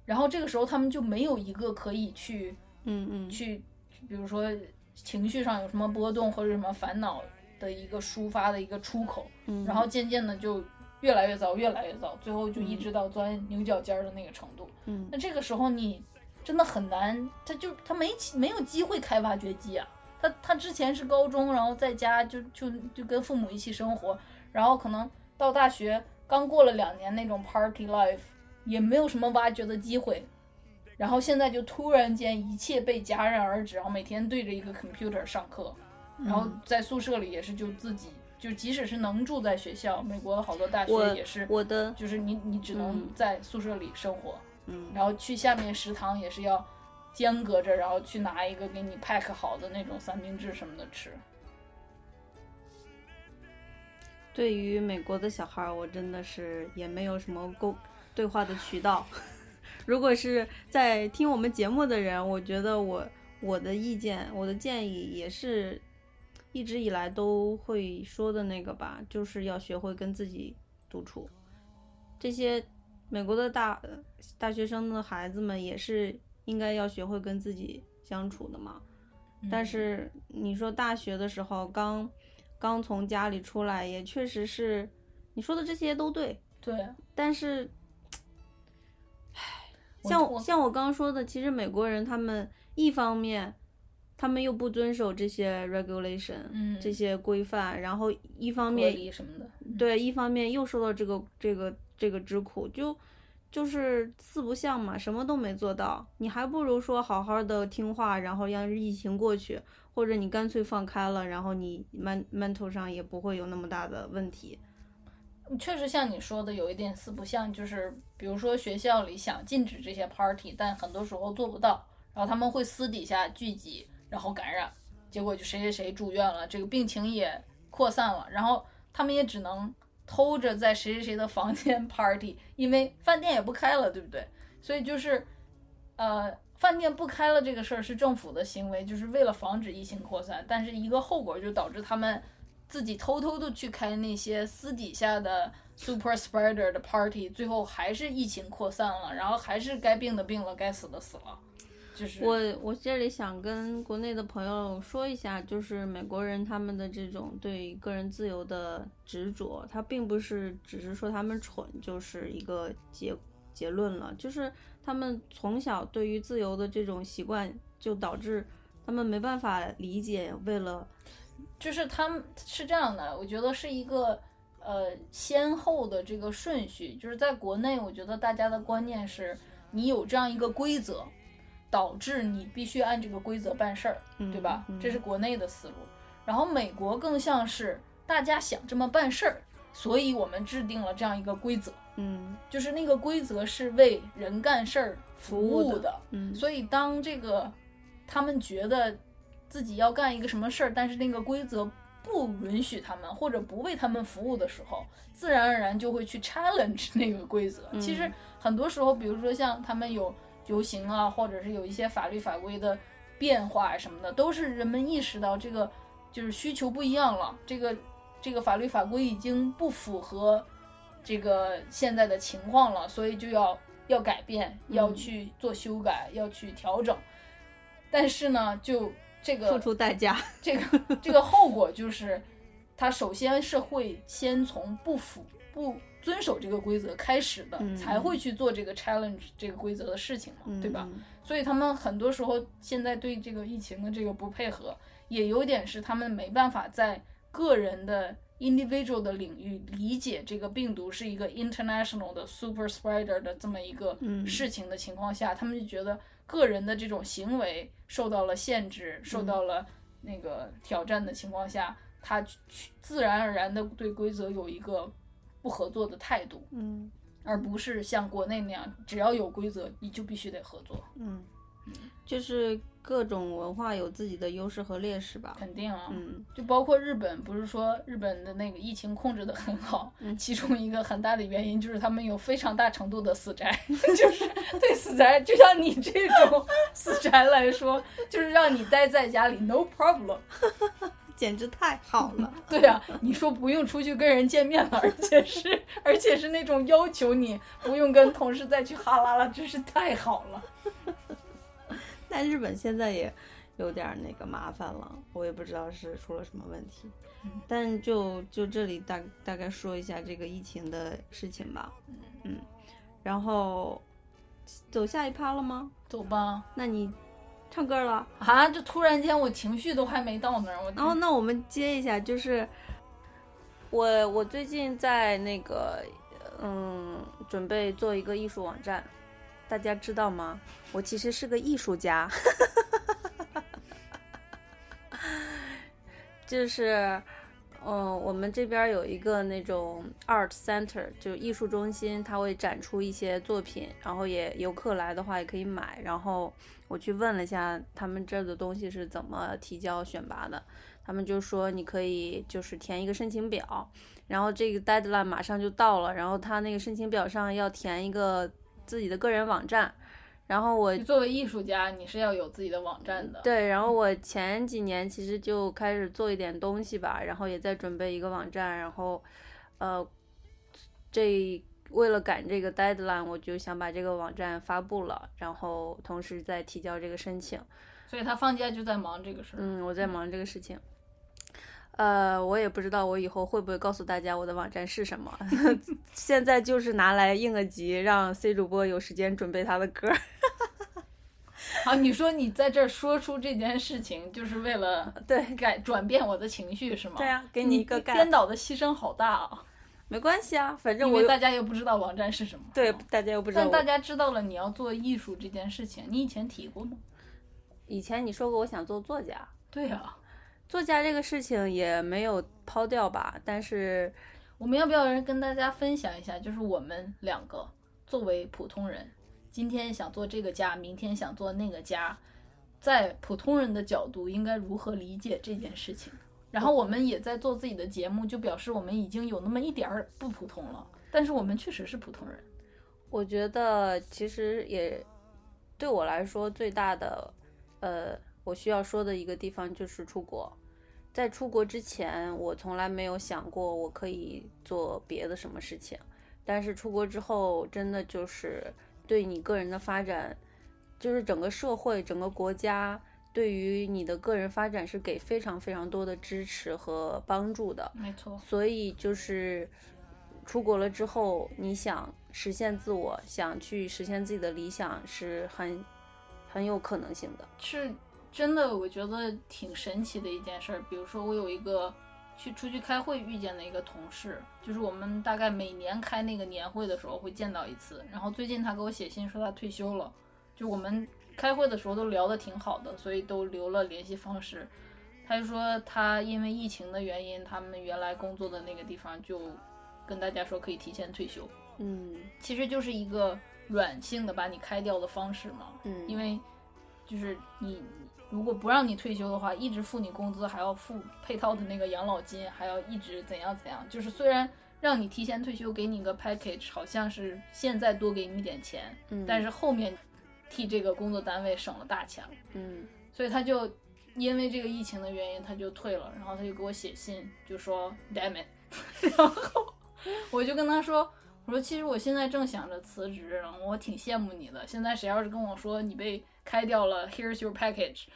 S3: 然后这个时候他们就没有一个可以去
S2: 嗯嗯，
S3: 去，比如说情绪上有什么波动或者什么烦恼的一个抒发的一个出口，
S2: 嗯
S3: 然后渐渐的就越来越糟，越来越糟，最后就一
S2: 嗯
S3: 直到钻牛角尖儿的那个程度。
S2: 嗯
S3: 那这个时候你真的很难，他就他没起没有机会开挖掘机啊。他他之前是高中，然后在家就就就跟父母一起生活，然后可能到大学刚过了两年那种 party life，也没有什么挖掘的机会。然后现在就突然间一切被戛然而止，然后每天对着一个 computer 上课，
S2: 嗯
S3: 然后在宿舍里也是就自己，就即使是能住在学校，美国的好多大学
S2: 我
S3: 也是，
S2: 嗯我的
S3: 就是你你只
S2: 嗯
S3: 能在宿舍里生活，
S2: 嗯
S3: 然后去下面食堂也是要间隔着，然后去拿一个给你 pack 好的那种三明治什么的吃。
S2: 对于美国的小孩儿，我真的是也没有什么沟对话的渠道。 如果是在听我们节目的人，我觉得我我的意见、我的建议也是一直以来都会说的那个吧，就是要学会跟自己独处。这些美国的大呃大学生的孩子们也是应该要学会跟自己相处的嘛。但
S3: 嗯
S2: 是你说大学的时候刚刚从家里出来，也确实是你说的这些都对，
S3: 对，
S2: 但是，唉，
S3: 我
S2: 像
S3: 我
S2: 像我刚刚说的，其实美国人他们一方面他们又不遵守这些 regulation，、
S3: 嗯
S2: 这些规范，然后一方
S3: 隔
S2: 面
S3: 离什么的，
S2: 对，一方面又受到这个这个这个之苦，就就是四不像嘛，什么都没做到，你还不如说好好的听话，然后让疫情过去，或者你干脆放开了，然后你 men mental 上也不会有那么大的问题。
S3: 确实像你说的有一点四不像，就是比如说学校里想禁止这些 party，但很多时候做不到，然后他们会私底下聚集，然后感染，结果就谁谁谁住院了，这个病情也扩散了，然后他们也只能偷着在谁谁谁的房间 party，因为饭店也不开了，对不对？所以就是，呃，饭店不开了这个事儿是政府的行为，就是为了防止疫情扩散，但是一个后果就导致他们自己偷偷的去开那些私底下的 super spreader 的 party，最后还是疫情扩散了，然后还是该病的病了，该死的死了，就是
S2: 我我这里想跟国内的朋友说一下，就是美国人他们的这种对个人自由的执着，他并不是只是说他们蠢，就是一个结结论了，就是他们从小对于自由的这种习惯，就导致他们没办法理解，为了
S3: 就是他们是这样的，我觉得是一个呃先后的这个顺序。就是在国内，我觉得大家的观念是，你有这样一个规则，导致你必须按这个规则办事儿，对吧？
S2: 嗯嗯
S3: 这是国内的思路。然后美国更像是大家想这么办事儿，所以我们制定了这样一个规则，
S2: 嗯
S3: 就是那个规则是为人干事儿服务
S2: 服务
S3: 的。
S2: 嗯
S3: 所以当这个他们觉得自己要干一个什么事儿，但是那个规则不允许他们或者不为他们服务的时候，自然而然就会去 challenge 那个规则。其实很多时候，比如说像他们有游行啊，或者是有一些法律法规的变化什么的，都是人们意识到这个就是需求不一样了，这个这个法律法规已经不符合这个现在的情况了，所以就要要改变，
S2: 嗯
S3: 要去做修改，要去调整。但是呢，就这个
S2: 付出代价，
S3: 这个这个后果就是，他首先是会先从不服不遵守这个规则开始的，
S2: 嗯
S3: 才会去做这个 challenge 这个规则的事情嘛，对吧？
S2: 嗯？
S3: 所以他们很多时候现在对这个疫情的这个不配合，也有点是他们没办法在个人的 individual 的领域理解这个病毒是一个 international 的 super spreader 的这么一个
S2: 嗯
S3: 事情的情况下，他们就觉得个人的这种行为受到了限制，受到了那个挑战的情况下，他去去自然而然的对规则有一个不合作的态度，
S2: 嗯
S3: 而不是像国内那样，只要有规则你就必须得合作，
S2: 嗯，就是各种文化有自己的优势和劣势吧。
S3: 肯定啊，
S2: 嗯
S3: 就包括日本，不是说日本的那个疫情控制的很好，
S2: 嗯
S3: 其中一个很大的原因就是他们有非常大程度的死宅， 就是对死宅，就像你这 种死宅来说，就是让你待在家里 no problem。
S2: 简直太好了。
S3: 对啊，你说不用出去跟人见面了，而且是而且是那种要求你不用跟同事再去哈拉了，真是太好了。
S2: 但日本现在也有点儿那个麻烦了，我也不知道是出了什么问题。但就就这里大大概说一下这个疫情的事情吧。嗯，然后走下一趴了吗？
S3: 走吧，
S2: 那你唱歌了？
S3: 啊，这突然间我情绪都还没到那儿，我
S2: 然后那我们接一下，就是我我最近在那个呃
S4: 嗯，准备做一个艺术网站，大家知道吗？我其实是个艺术家， 就是，嗯，我们这边有一个那种 art center，就艺术中心，它会展出一些作品，然后也游客来的话也可以买。然后我去问了一下他们这儿的东西是怎么提交选拔的，他们就说你可以就是填一个申请表，然后这个 deadline 马上就到了，然后他那个申请表上要填一个自己的个人网站，然后我
S3: 你作为艺术家，你是要有自己的网站的。，
S4: 对，然后我前几年其实就开始做一点东西吧，然后也在准备一个网站，然后，呃，这为了赶这个 deadline，我就想把这个网站发布了，然后同时再提交这个申请。
S3: 所以他放假就在忙这个事儿。
S4: 嗯，我在忙这个事情。呃，我也不知道我以后会不会告诉大家我的网站是什么， 现在就是拿来应个急，让 C 主播有时间准备他的歌儿。
S3: 好，啊你说你在这儿说出这件事情，就是为了
S4: 对
S3: 改转变我的情绪是吗？
S4: 对啊，给
S3: 你
S4: 你一个
S3: 编
S4: 干，
S3: 导的牺牲好大啊！
S4: 没关系啊，反正
S3: 因
S4: 我
S3: 为
S4: 又
S3: 大家又不知道网站是什么。
S4: 对
S3: 是吗
S4: 大家又不知道
S3: 但
S4: 我。
S3: 大家知道了你要做艺术这件事情，你以前提过吗？
S4: 以前你说过我想做作家，
S3: 对啊，
S4: 作家这个事情也没有抛掉吧，但是
S3: 我们要不要跟大家分享一下？就是我们两个作为普通人，今天想做这个家，明天想做那个家，在普通人的角度应该如何理解这件事情？然后我们也在做自己的节目，就表示我们已经有那么一点儿不普通了，但是我们确实是普通人。
S4: 我觉得其实也对我来说最大的，呃，我需要说的一个地方就是出国。在出国之前，我从来没有想过我可以做别的什么事情，但是出国之后，真的就是对你个人的发展，就是整个社会、整个国家对于你的个人发展是给非常非常多的支持和帮助的。
S3: 没错，
S4: 所以就是出国了之后，你想实现自我，想去实现自己的理想，是很很有可能性的。
S3: 是真的，我觉得挺神奇的一件事儿。比如说，我有一个去出去开会遇见的一个同事，就是我们大概每年开那个年会的时候会见到一次。然后最近他给我写信说他退休了，就我们开会的时候都聊得挺好的，所以都留了联系方式。他就说他因为疫情的原因，他们原来工作的那个地方就跟大家说可以提前退休，
S4: 嗯
S3: 其实就是一个软性的把你开掉的方式嘛。
S4: 嗯
S3: 因为就是你如果不让你退休的话，一直付你工资，还要付配套的那个养老金，还要一直怎样怎样。就是虽然让你提前退休，给你个 package，好像是现在多给你点钱，
S4: 嗯
S3: 但是后面替这个工作单位省了大钱了。
S4: 嗯
S3: 所以他就因为这个疫情的原因，他就退了。然后他就给我写信，就说 damn it，然 后我就跟他说，我说其实我现在正想着辞职，然后我挺羡慕你的。现在谁要是跟我说你被开掉了，here's your package，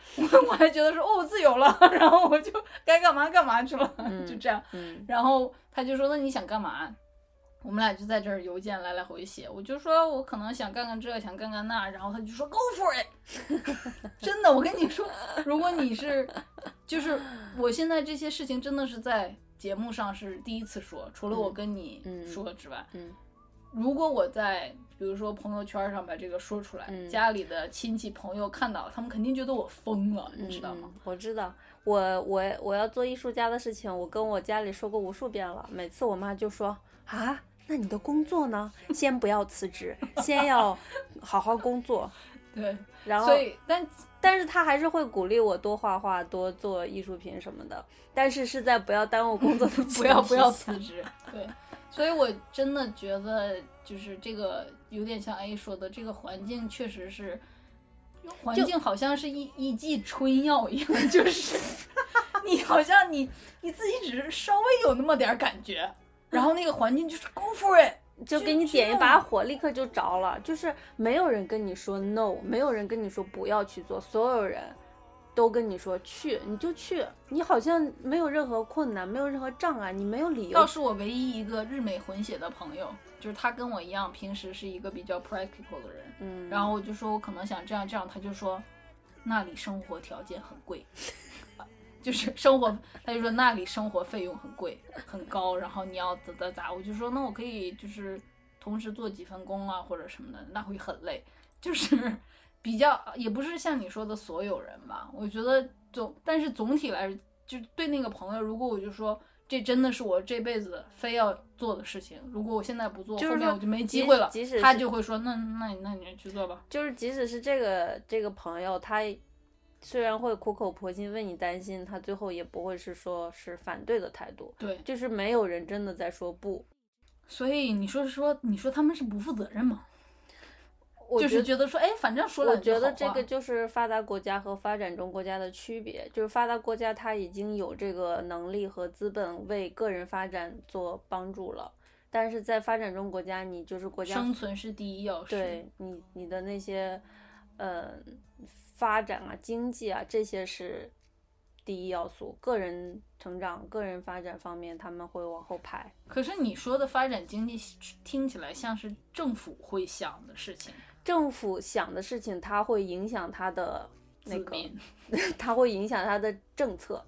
S3: 我 还觉得说哦我自由了， 然后我就该干嘛干嘛去了，
S4: 嗯
S3: 就这样。
S4: 嗯
S3: 然后他就说：“那你想干嘛？”我们俩就在这儿邮件来来回写，我就说我可能想干干这，想干干那，然后他就说 “Go for it”，真 的，我跟你说，如果你是，就是我现在这些事情真的是在节目上是第一次说，除了我跟你
S4: 嗯
S3: 说之外，
S4: 嗯
S3: 如果我在比如说朋友圈上把这个说出来，
S4: 嗯
S3: 家里的亲戚朋友看到，他们肯定觉得我疯了，你
S4: 嗯，
S3: 知道吗？
S4: 嗯？我知道，我我我要做艺术家的事情，我跟我家里说过无数遍了，每次我妈就说啊。那你的工作呢？先不要辞职，先要好好工作。
S3: 对，
S4: 然后
S3: 所以但
S4: 但是他还是会鼓励我多画画、多做艺术品什么的，但是是在不要耽误工作的前提下
S3: 不要不要辞职。对，所以我真的觉得就是这个有点像 A 说的，这个环境确实是，环境好像是一一剂春药一样， 就是你好像你你自己只是稍微有那么点儿感觉，然后那个环境就是哎 go for it。
S4: 就给你点一
S3: 啊
S4: 把火，立刻就着了。就是没有人跟你说 no，没有人跟你说不要去做，所有人都跟你说去，你就去。你好像没有任何困难，没有任何障碍，你没有理由
S3: 倒。是我唯一一个日美混血的朋友，就是他跟我一样，平时是一个比较 practical 的人，
S4: 嗯，
S3: 然后我就说我可能想这样这样，他就说那里生活条件很贵， 就是生活，他就说那里生活费用很贵很高，然后你要咋咋咋，我就说那我可以就是同时做几份工啊或者什么的，那会很累。就是 比较，也不是像你说的所有人吧。我觉得总，但是总体来说，就对那个朋友，如果我就说这真的是我这辈子非要做的事情，如果我现在不做，
S4: 就是
S3: 后面
S4: 说
S3: 我就没
S4: 即
S3: 机会了。
S4: 即使
S3: 他
S4: 是
S3: 就会说，那那你那你去做吧。
S4: 就是即使是这个这个朋友，他虽然会苦口婆心为你担心，他最后也不会是说是反对的态度，
S3: 对，
S4: 就是没有人真的在说不。
S3: 所以你说说，你说他们是不负责任吗？
S4: 我
S3: 就
S4: 觉
S3: 是
S4: 得
S3: 觉得说，哎，反正说了
S4: 我
S3: 两句
S4: 觉得
S3: 好
S4: 这
S3: 话
S4: 个就是发达国家和发展中国家的区别，就是发达国家它已经有这个能力和资本为个人发展做帮助了，但是在发展中国家，你就是国家
S3: 生存是第一要事。
S4: 对你你的那些，呃，发展啊、经济啊这些是第一要素，个人成长、个人发展方面他们会往后排。
S3: 可是你说的发展经济听起来像是政府会想的事情，
S4: 政府想的事情，它会影响它的那
S3: 子
S4: 个，
S3: 民
S4: 它会影响它的政策，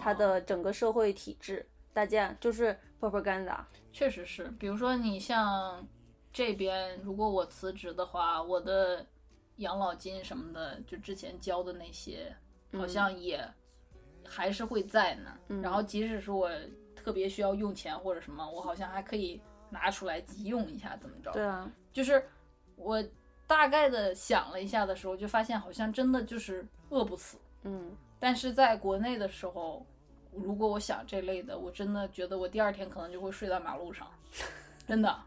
S4: 它
S3: 哦
S4: 的整个社会体制。大家就是 propaganda，
S3: 确实是，比如说你像这边，如果我辞职的话，我的养老金什么的，就之前交的那些，好
S4: 嗯
S3: 像也还是会在那儿。
S4: 嗯
S3: 然后即使是我特别需要用钱或者什么，我好像还可以拿出来急用一下，怎么着？
S4: 对啊，
S3: 就是我大概的想了一下的时候，就发现好像真的就是饿不死。
S4: 嗯，
S3: 但是在国内的时候，如果我想这类的，我真的觉得我第二天可能就会睡在马 路上，真的，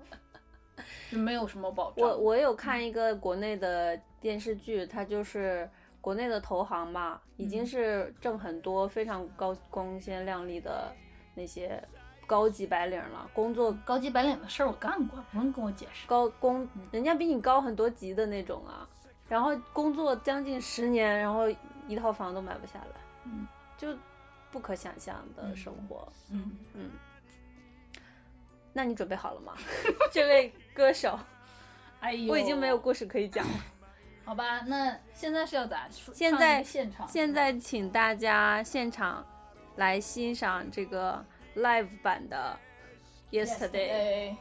S3: 就没有什么保障。
S4: 我我有看一个国内的电视剧，它就是国内的投行嘛，已经
S3: 嗯
S4: 是挣很多非常高光鲜亮丽的那些高级白领了，工作
S3: 高级白领的事儿我干过，不用跟我解释。
S4: 高工，人家比你高很多级的那种啊，然后工作将近十年，然后一套房都买不下来，
S3: 嗯，
S4: 就不可想象的生活。
S3: 嗯，
S4: 那你准备好了 吗？这位歌手，
S3: 哎呦，
S4: 我已经没有故事可以讲了。
S3: 好吧，那现在是要咋？说
S4: 现
S3: 唱
S4: 在
S3: 一个现场
S4: 现在请大家现场来欣赏这个 live 版的 Yesterday，
S3: Yesterday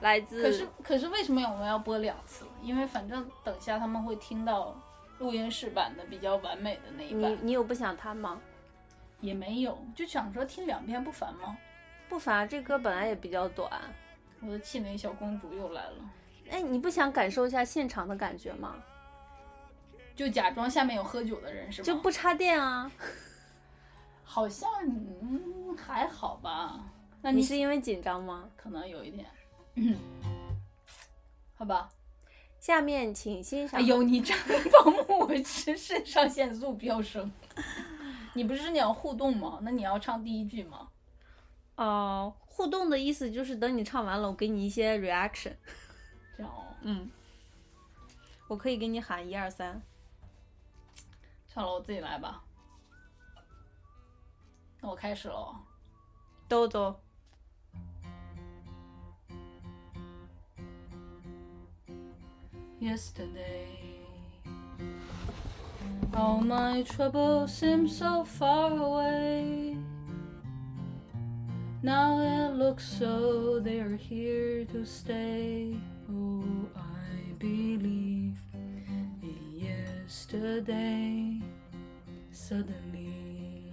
S4: 来
S3: 哎可是
S4: 自
S3: 可是为什么我们要播两次？因为反正等一下他们会听到录音室版的比较完美的那一
S4: 你
S3: 版，，
S4: 你有不想他吗？
S3: 也没有，就想说听两遍不烦吗？
S4: 不烦，这歌本来也比较短。
S3: 我的气馁小公主又来了，
S4: 哎，你不想感受一下现场的感觉吗？
S3: 就假装下面有喝酒的人是吗？
S4: 就不插电啊！
S3: 好像嗯还好吧？那
S4: 你
S3: 你
S4: 是因为紧张吗？
S3: 可能有一点， 好吧？
S4: 下面请欣赏。
S3: 哎呦，你这个保姆，我是肾上腺素飙升。你不是你要互动吗？那你要唱第一句吗？
S4: 哦，互动的意思就是等你唱完了，我给你一些 reaction。
S3: 这样哦，
S4: 嗯，我可以给你喊一二三。
S3: 算了，我自己来吧。那我开始了哦。
S4: 豆豆，
S3: yesterday. All my troubles seem so far away. Now it looks so they're here to stay. Oh, I believe in yesterday. Suddenly,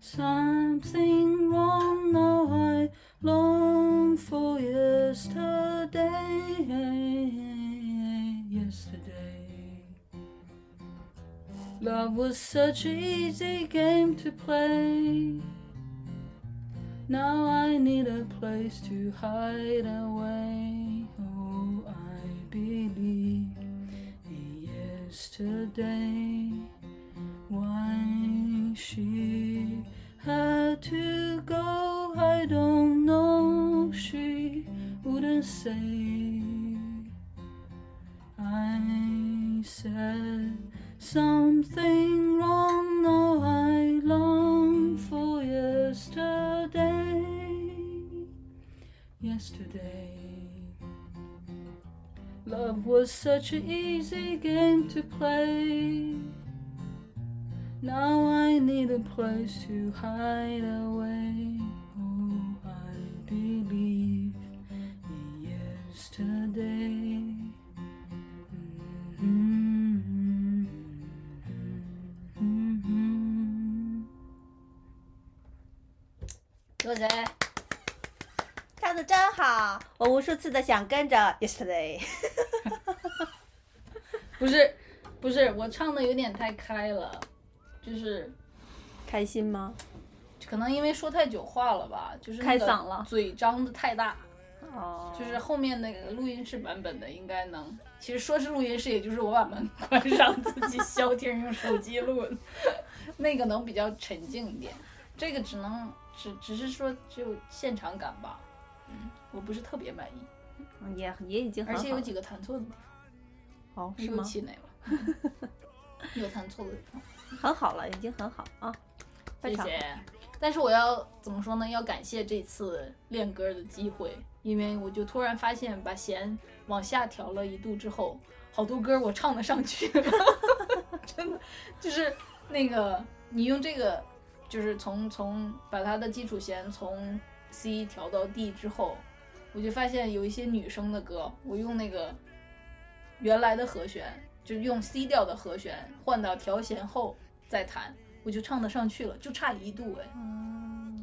S3: something wrong, now I long for yesterday. Yesterday, love was such an easy game to play. Now I need a place to hide away. Oh, I believe in yesterday. Why she had to go, I don't know. She wouldn't
S5: something wrong. No, I long for yesterday. Yesterday. Love was such an easy game to play. Now I need a place to hide away. Oh, I believe in yesterday. Mm-hmm.
S3: 多谢。
S2: 唱的真好，我无数次的想跟着 yesterday。
S3: 不是，不是，我唱的有点太开了，就是
S2: 开心吗？
S3: 可能因为说太久话了吧，就是那
S2: 开
S3: 个
S2: 嗓了
S3: 嘴张的太大。
S2: 哦，
S3: 就是后面那个录音室版本的应该能。其实说是录音室，也就是我把门 关上，自己消停用手机录的， 那个能比较沉静一点。这个只能只只是说只有现场感吧，嗯，我不是特别满意，
S2: 嗯也也已经很
S3: 而
S2: 好
S3: 且有几个弹错的地方，
S2: 哦是
S3: 又
S2: 吗？
S3: 气馁了， 有弹错的地方，
S2: 很好了，已经很好啊，非
S3: 谢
S2: 常好。
S3: 谢。 但是我要怎么说呢？要感谢这次练歌的机会，因为我就突然发现，把弦往下调了一度之后，好多歌我唱得上去了，真的就是那个你用这个，就是从从把它的基础弦从 C 调到 D 之后，我就发现有一些女生的歌，我用那个原来的和弦，就是用 C 调的和弦换到调弦后再弹，我就唱得上去了，就差一度哎，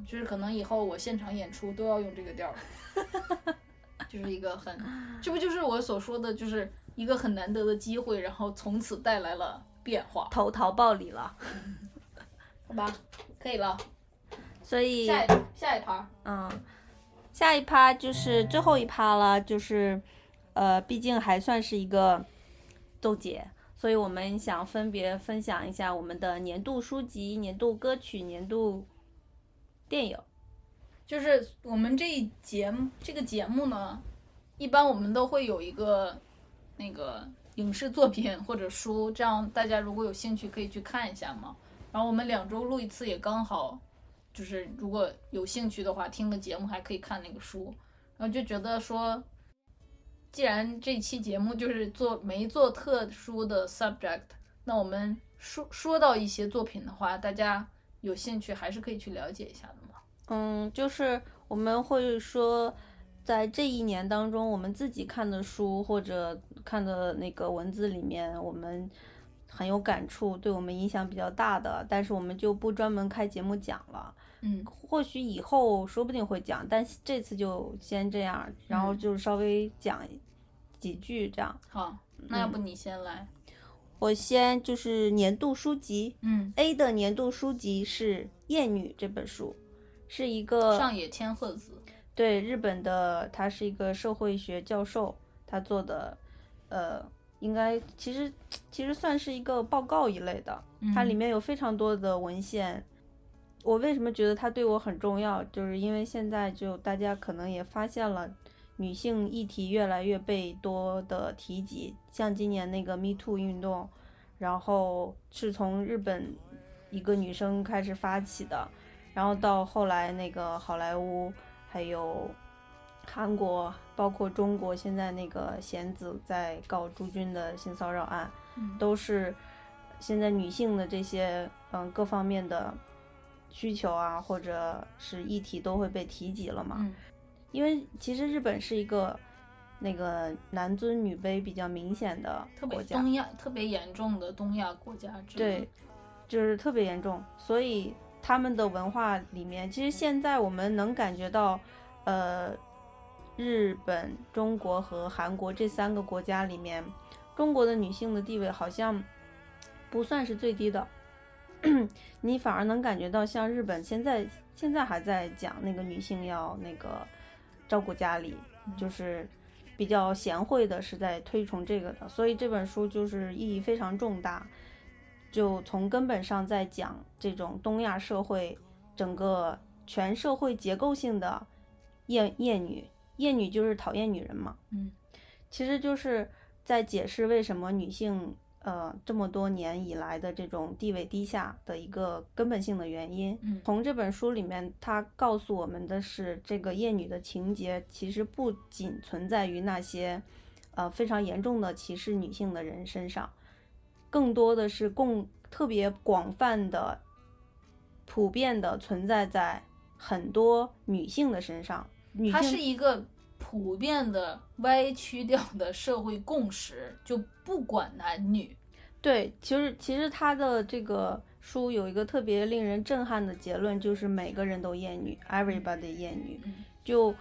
S3: 就是可能以后我现场演出都要用这个调儿， 就是一个很，这不就是我所说的，就是一个很难得的机会，然后从此带来了变化，
S2: 投桃报李了，
S3: 好吧，可以了，
S2: 所以
S3: 下一下一盘。
S2: 嗯，下一趴就是最后一趴了，就是呃，毕竟还算是一个总结，所以我们想分别分享一下我们的年度书籍、年度歌曲、年度电影。
S3: 就是我们这一节目这个节目呢，一般我们都会有一个那个影视作品或者书，这样大家如果有兴趣可以去看一下嘛。然后我们两周录一次也刚好，就是如果有兴趣的话，听了节目还可以看那个书。然后就觉得说，既然这期节目就是做没做特殊的 subject，那我们说说到一些作品的话，大家有兴趣还是可以去了解一下的嘛。
S2: 嗯，就是我们会说，在这一年当中，我们自己看的书或者看的那个文字里面，我们很有感触，对我们影响比较大的，但是我们就不专门开节目讲了。
S3: 嗯，
S2: 或许以后说不定会讲，但这次就先这样，然后
S3: 嗯
S2: 就稍微讲几句这样。
S3: 好，那要不你先来？
S2: 我先就是年度书籍
S3: 嗯，
S2: A 的年度书籍是《厌女》这本书，是一个
S3: 上野千鹤子。
S2: 对日本的，他是一个社会学教授，他做的，呃，应该其实其实算是一个报告一类的，
S3: 嗯
S2: 它里面有非常多的文献。我为什么觉得它对我很重要，就是因为现在就大家可能也发现了，女性议题越来越被多的提及，像今年那个 Me Too 运动，然后是从日本一个女生开始发起的，然后到后来那个好莱坞，还有韩国，包括中国，现在那个贤子在告朱军的性骚扰案，
S3: 嗯
S2: 都是现在女性的这些嗯各方面的需求啊，或者是议题都会被提及了嘛。
S3: 嗯
S2: 因为其实日本是一个那个男尊女卑比较明显的
S3: 特别
S2: 国家，
S3: 东亚特别严重的东亚国家之一
S2: 对，，就是特别严重。所以他们的文化里面，其实现在我们能感觉到，呃，日本、中国和韩国这三个国家里面，中国的女性的地位好像不算是最低的。 你反而能感觉到，像日本现在现在还在讲那个女性要那个照顾家里，
S3: 嗯
S2: 就是比较贤惠的，是在推崇这个的。所以这本书就是意义非常重大，就从根本上在讲这种东亚社会整个全社会结构性的厌厌女，厌女就是讨厌女人嘛，
S3: 嗯，
S2: 其实就是在解释为什么女性呃这么多年以来的这种地位低下的一个根本性的原因。
S3: 嗯
S2: 从这本书里面，它告诉我们的是，这个厌女的情节其实不仅存在于那些呃非常严重的歧视女性的人身上，更多的是共特别广泛的、普遍的存在在很多女性的身上。女
S3: 它
S2: 性
S3: 是一个普遍的歪曲掉的社会共识，就不管男女。
S2: 对，其实其实他的这个书有一个特别令人震撼的结论，就是每个人都厌女，everybody 厌女
S3: 嗯，
S2: 就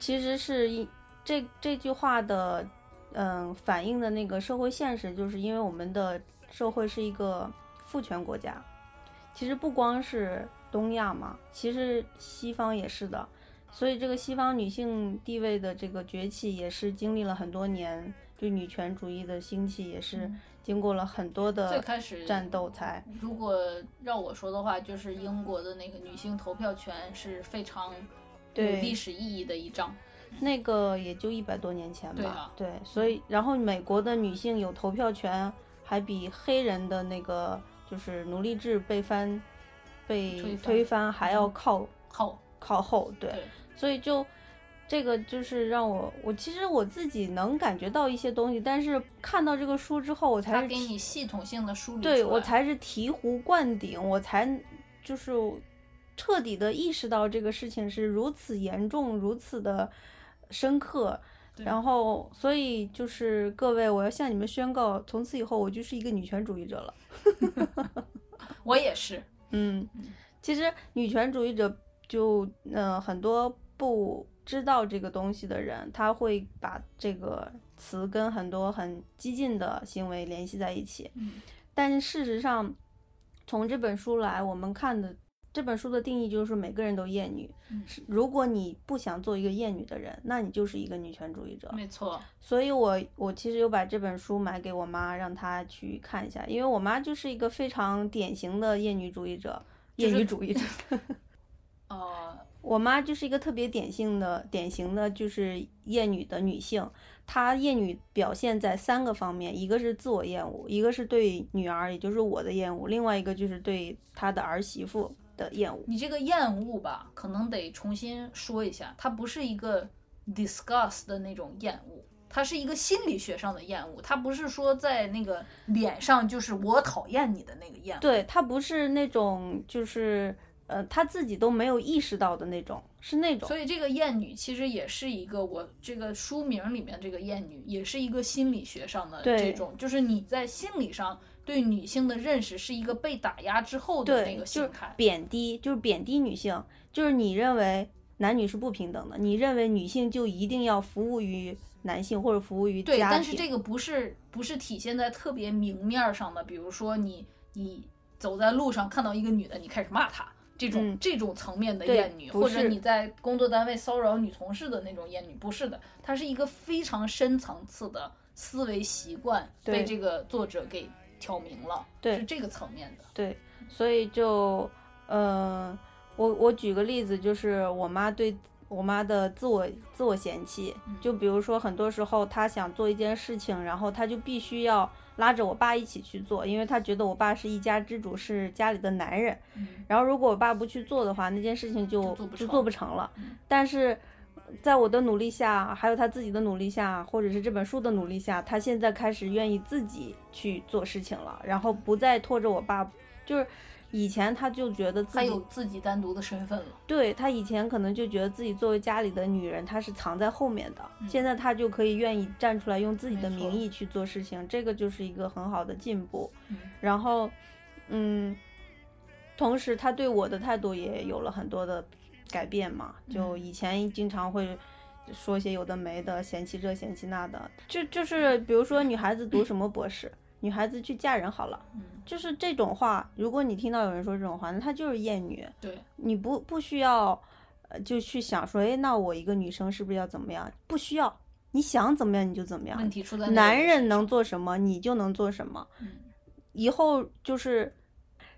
S2: 其实是一这这句话的，嗯，反映的那个社会现实，就是因为我们的社会是一个父权国家，其实不光是东亚嘛，其实西方也是的，所以这个西方女性地位的这个崛起，也是经历了很多年，就女权主义的兴起，也是
S3: 嗯
S2: 经过了很多
S3: 最
S2: 的
S3: 开始
S2: 战斗才。
S3: 如果让我说的话，就是英国的那个女性投票权是非常有
S2: 对
S3: 历史意义的一章。
S2: 那个也就一百多年前吧。
S3: 对啊
S2: 对所以然后美国的女性有投票权，还比黑人的那个就是奴隶制被翻、被
S3: 推翻
S2: 推翻还要靠
S3: 好，
S2: 靠后。对，
S3: 对
S2: 所以就。这个就是让我，我其实我自己能感觉到一些东西，但是看到这个书之后，我才
S3: 它
S2: 是
S3: 给你系统性的梳理出来。
S2: 对我才是醍醐灌顶，我才就是彻底的意识到这个事情是如此严重，如此的深刻。
S3: 对
S2: 然后，所以就是各位，我要向你们宣告，从此以后我就是一个女权主义者了。
S3: 我也是，
S2: 嗯，其实女权主义者就嗯、呃很多不知道这个东西的人，他会把这个词跟很多很激进的行为联系在一起。
S3: 嗯
S2: 但是事实上，从这本书来，我们看的这本书的定义就是每个人都厌女。
S3: 嗯
S2: 是如果你不想做一个厌女的人，那你就是一个女权主义者。
S3: 没错，
S2: 所以我我其实有把这本书买给我妈，让她去看一下，因为我妈就是一个非常典型的厌女主义者，
S3: 就
S2: 厌
S3: 是
S2: 女主义者。
S3: 呃，
S2: 我妈就是一个特别典型的、典型的就是厌女的女性。她厌女表现在三个方面，一个是自我厌恶，一个是对女儿，也就是我的厌恶，另外一个就是对她的儿媳妇的厌恶。
S3: 你这个厌恶吧，可能得重新说一下，它不是一个 disgust 的那种厌恶，它是一个心理学上的厌恶，它不是说在那个脸上就是我讨厌你的那个厌恶。
S2: 对，她不是那种就是呃她自己都没有意识到的那种，是那种
S3: 所以这个厌女其实也是一个我这个书名里面这个厌女，也是一个心理学上的
S2: 对
S3: 这种，就是你在心理上对女性的认识是一个被打压之后的那
S2: 对，
S3: 个
S2: 就是
S3: 心态。
S2: 贬低，就是贬低女性，就是你认为男女是不平等的，你认为女性就一定要服务于男性或者服务于家
S3: 对，
S2: 庭。
S3: 但是这个不是不是体现在特别明面儿上的，比如说你你走在路上看到一个女的，你开始骂她。这种、
S2: 嗯
S3: 这种层面的
S2: 对
S3: 厌女，
S2: 不
S3: 或者
S2: 是
S3: 你在工作单位骚扰女同事的那种厌女，不是的，它是一个非常深层次的思维习惯
S2: 对
S3: 被这个作者给挑明了，
S2: 对
S3: 是这个层面的。
S2: 对，所以就，呃，我我举个例子，就是我妈对我妈的自我自我嫌弃，
S3: 嗯
S2: 就比如说很多时候她想做一件事情，然后她就必须要拉着我爸一起去做，因为她觉得我爸是一家之主，是家里的男人。
S3: 嗯，
S2: 然后如果我爸不去做的话，那件事情就
S3: 就做不成
S2: 做不成了
S3: 嗯。
S2: 但是在我的努力下，还有他自己的努力下，或者是这本书的努力下，他现在开始愿意自己去做事情了，然后不再拖着我爸。就是以前他就觉得自
S3: 她
S2: 己
S3: 有自己单独的身份了，
S2: 对她以前可能就觉得自己作为家里的女人，她是藏在后面的，
S3: 嗯
S2: 现在她就可以愿意站出来，用自己的
S3: 没错
S2: 名义去做事情，这个就是一个很好的进步。
S3: 嗯
S2: 然后，嗯，同时她对我的态度也有了很多的改变嘛，就
S3: 嗯
S2: 以前经常会。说一些有的没的，嫌弃这嫌弃那的，就就是比如说女孩子读什么博士，女孩子去嫁人好了，
S3: 嗯，
S2: 就是这种话，如果你听到有人说这种话，那她就是厌女，
S3: 对，
S2: 你不不需要，呃，就去想说，哎，那我一个女生是不是要怎么样？不需要，你想怎么样你就怎么
S3: 问
S2: 样。
S3: 题出在那个
S2: 男
S3: 身
S2: 人能
S3: 上，
S2: 做什么，你就能做什么。
S3: 嗯，
S2: 以后就是，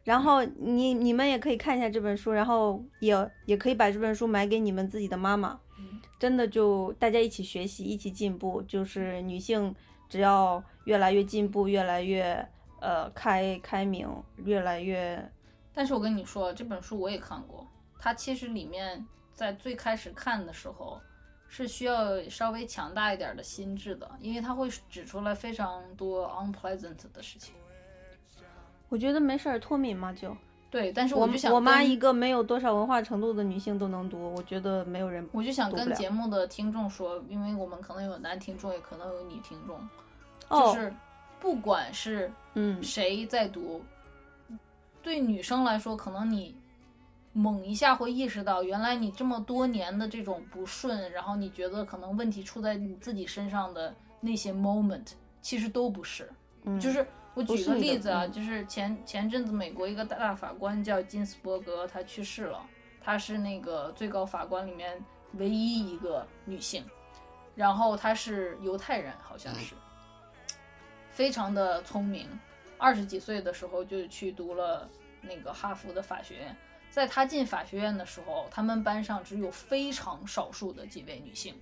S2: 然后你你们也可以看一下这本书，然后也也可以把这本书买给你们自己的妈妈
S3: 嗯。
S2: 真的就大家一起学习，一起进步，就是女性
S4: 只要越来越进步，越来越呃开开明，越来越
S3: 但是我跟你说，这本书我也看过，它其实里面在最开始看的时候是需要稍微强大一点的心智的，因为它会指出来非常多 unpleasant 的事情。
S4: 我觉得没事儿脱敏嘛就。
S3: 对，但是
S4: 我
S3: 就想
S4: 我妈
S3: 跟
S4: 一个没有多少文化程度的女性都能读，我觉得没有人
S3: 我就想
S4: 读不
S3: 跟
S4: 了
S3: 节目的听众说，因为我们可能有男听众，也可能有女听众，
S4: 哦
S3: 就是不管是
S4: 嗯
S3: 谁在读，对女生来说，可能你猛一下会意识到，原来你这么多年的这种不顺，然后你觉得可能问题出在你自己身上的那些 moment，其实都不是。
S4: 嗯
S3: 就是我
S4: 不
S3: 举
S4: 是
S3: 个
S4: 你的
S3: 例子啊，
S4: 嗯
S3: 就是前前阵子美国一个大法官叫金斯伯格，他去世了，她是那个最高法官里面唯一一个女性，然后她是犹太人，好像是，非常的聪明，二十几岁的时候就去读了那个哈佛的法学院。在她进法学院的时候，他们班上只有非常少数的几位女性。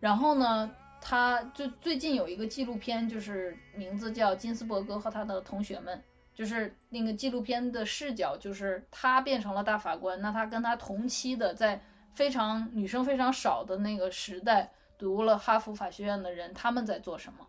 S3: 然后呢，她就最近有一个纪录片，就是名字叫《金斯伯格和他的同学们》，就是那个纪录片的视角，就是她变成了大法官，那她跟她同期的在非常女生非常少的那个时代读了哈佛法学院的人，他们在做什么？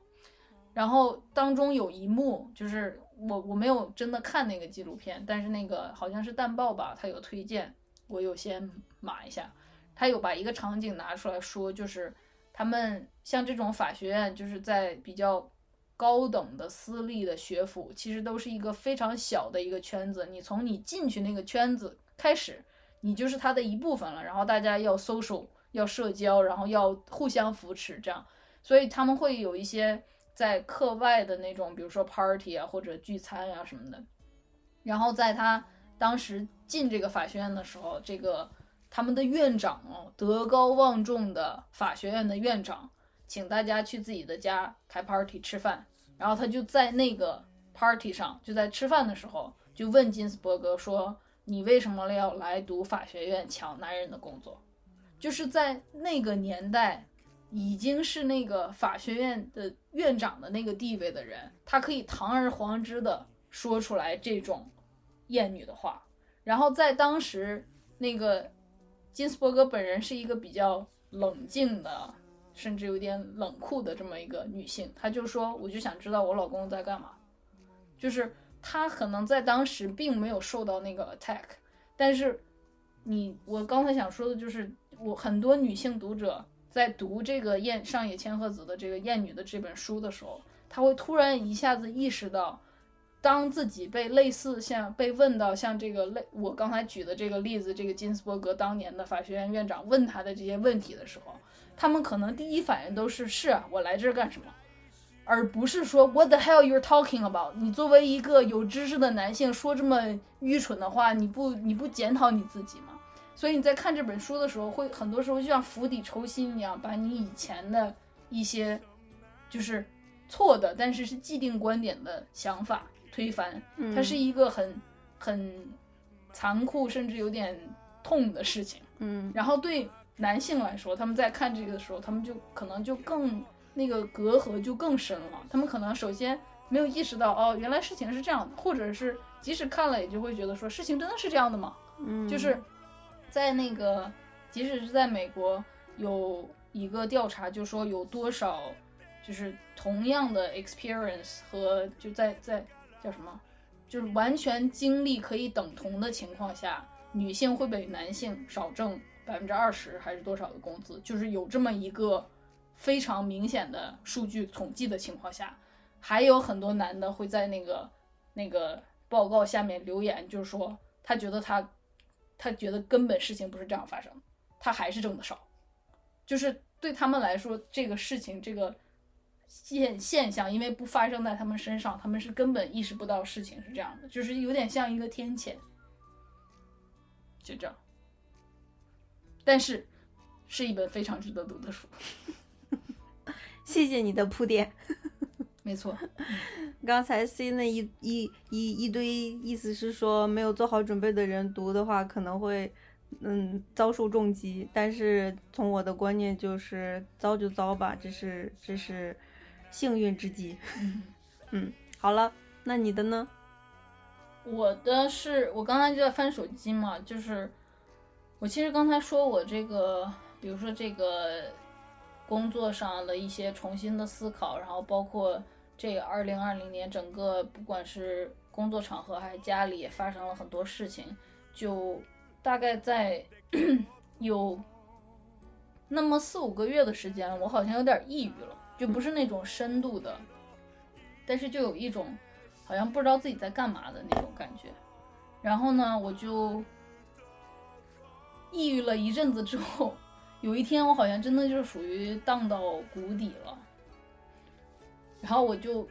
S3: 然后当中有一幕，就是我我没有真的看那个纪录片，但是那个好像是淡报吧，他有推荐，我有先码一下。他有把一个场景拿出来说，就是他们像这种法学院，就是在比较高等的私立的学府，其实都是一个非常小的一个圈子。你从你进去那个圈子开始，你就是它的一部分了。然后大家要 social，要社交，然后要互相扶持，这样。所以他们会有一些在课外的那种，比如说 party 啊，或者聚餐啊什么的。然后在他当时进这个法学院的时候，这个他们的院长哦，德高望重的法学院的院长，请大家去自己的家开 party 吃饭。然后他就在那个 party 上，就在吃饭的时候，就问金斯伯格说：“你为什么要来读法学院抢男人的工作？”就是在那个年代，已经是那个法学院的院长的那个地位的人，他可以堂而皇之的说出来这种厌女的话。然后在当时，那个金斯伯格本人是一个比较冷静的，甚至有点冷酷的这么一个女性，她就说：“我就想知道我老公在干嘛。”就是她可能在当时并没有受到那个 attack，但是你我刚才想说的就是，我很多女性读者在读这个燕上野千鹤子的这个《厌女》的这本书的时候，她会突然一下子意识到，当自己被类似像被问到像这个类我刚才举的这个例子，这个金斯伯格当年的法学院院长问他的这些问题的时候，他们可能第一反应都是是啊，我来这儿干什么？而不是说 What the hell you're talking about？你作为一个有知识的男性说这么愚蠢的话，你不你不检讨你自己吗？所以你在看这本书的时候，会很多时候就像釜底抽薪一样，把你以前的一些就是错的，但是是既定观点的想法推翻。它是一个很很残酷，甚至有点痛的事情。
S4: 嗯
S3: 然后对男性来说，他们在看这个的时候，他们就可能就更那个隔阂就更深了。他们可能首先没有意识到哦，原来事情是这样的，或者是即使看了也就会觉得说事情真的是这样的吗？
S4: 嗯
S3: 就是在那个，即使是在美国，有一个调查就说有多少就是同样的 experience 和就在在叫什么，就是完全经历可以等同的情况下，女性会比男性少挣百分之二十还是多少的工资，就是有这么一个非常明显的数据统计的情况下，还有很多男的会在那个那个报告下面留言，就是说他觉得他他觉得根本事情不是这样发生的，他还是挣得少，就是对他们来说这个事情这个现现象，因为不发生在他们身上，他们是根本意识不到事情是这样的，就是有点像一个天谴，就这样。但是是一本非常值得读的书，
S4: 谢谢你的铺垫。
S3: 没错。
S4: 刚才 C 那一一一一堆意思是说，没有做好准备的人读的话，可能会嗯遭受重击。但是从我的观念就是，遭就遭吧，这是这是幸运之极。
S3: 嗯
S4: 嗯，好了，那你的呢？
S3: 我的是我刚才就在翻手机嘛，就是我其实刚才说我这个，比如说这个工作上的一些重新的思考，然后包括这个二零二零年整个不管是工作场合还是家里也发生了很多事情，就大概在 有那么四五个月的时间，我好像有点抑郁了，就不是那种深度的，但是就有一种好像不知道自己在干嘛的那种感觉。然后呢，我就抑郁了一阵子之后，有一天我好像真的就是属于荡到谷底了。然后我就，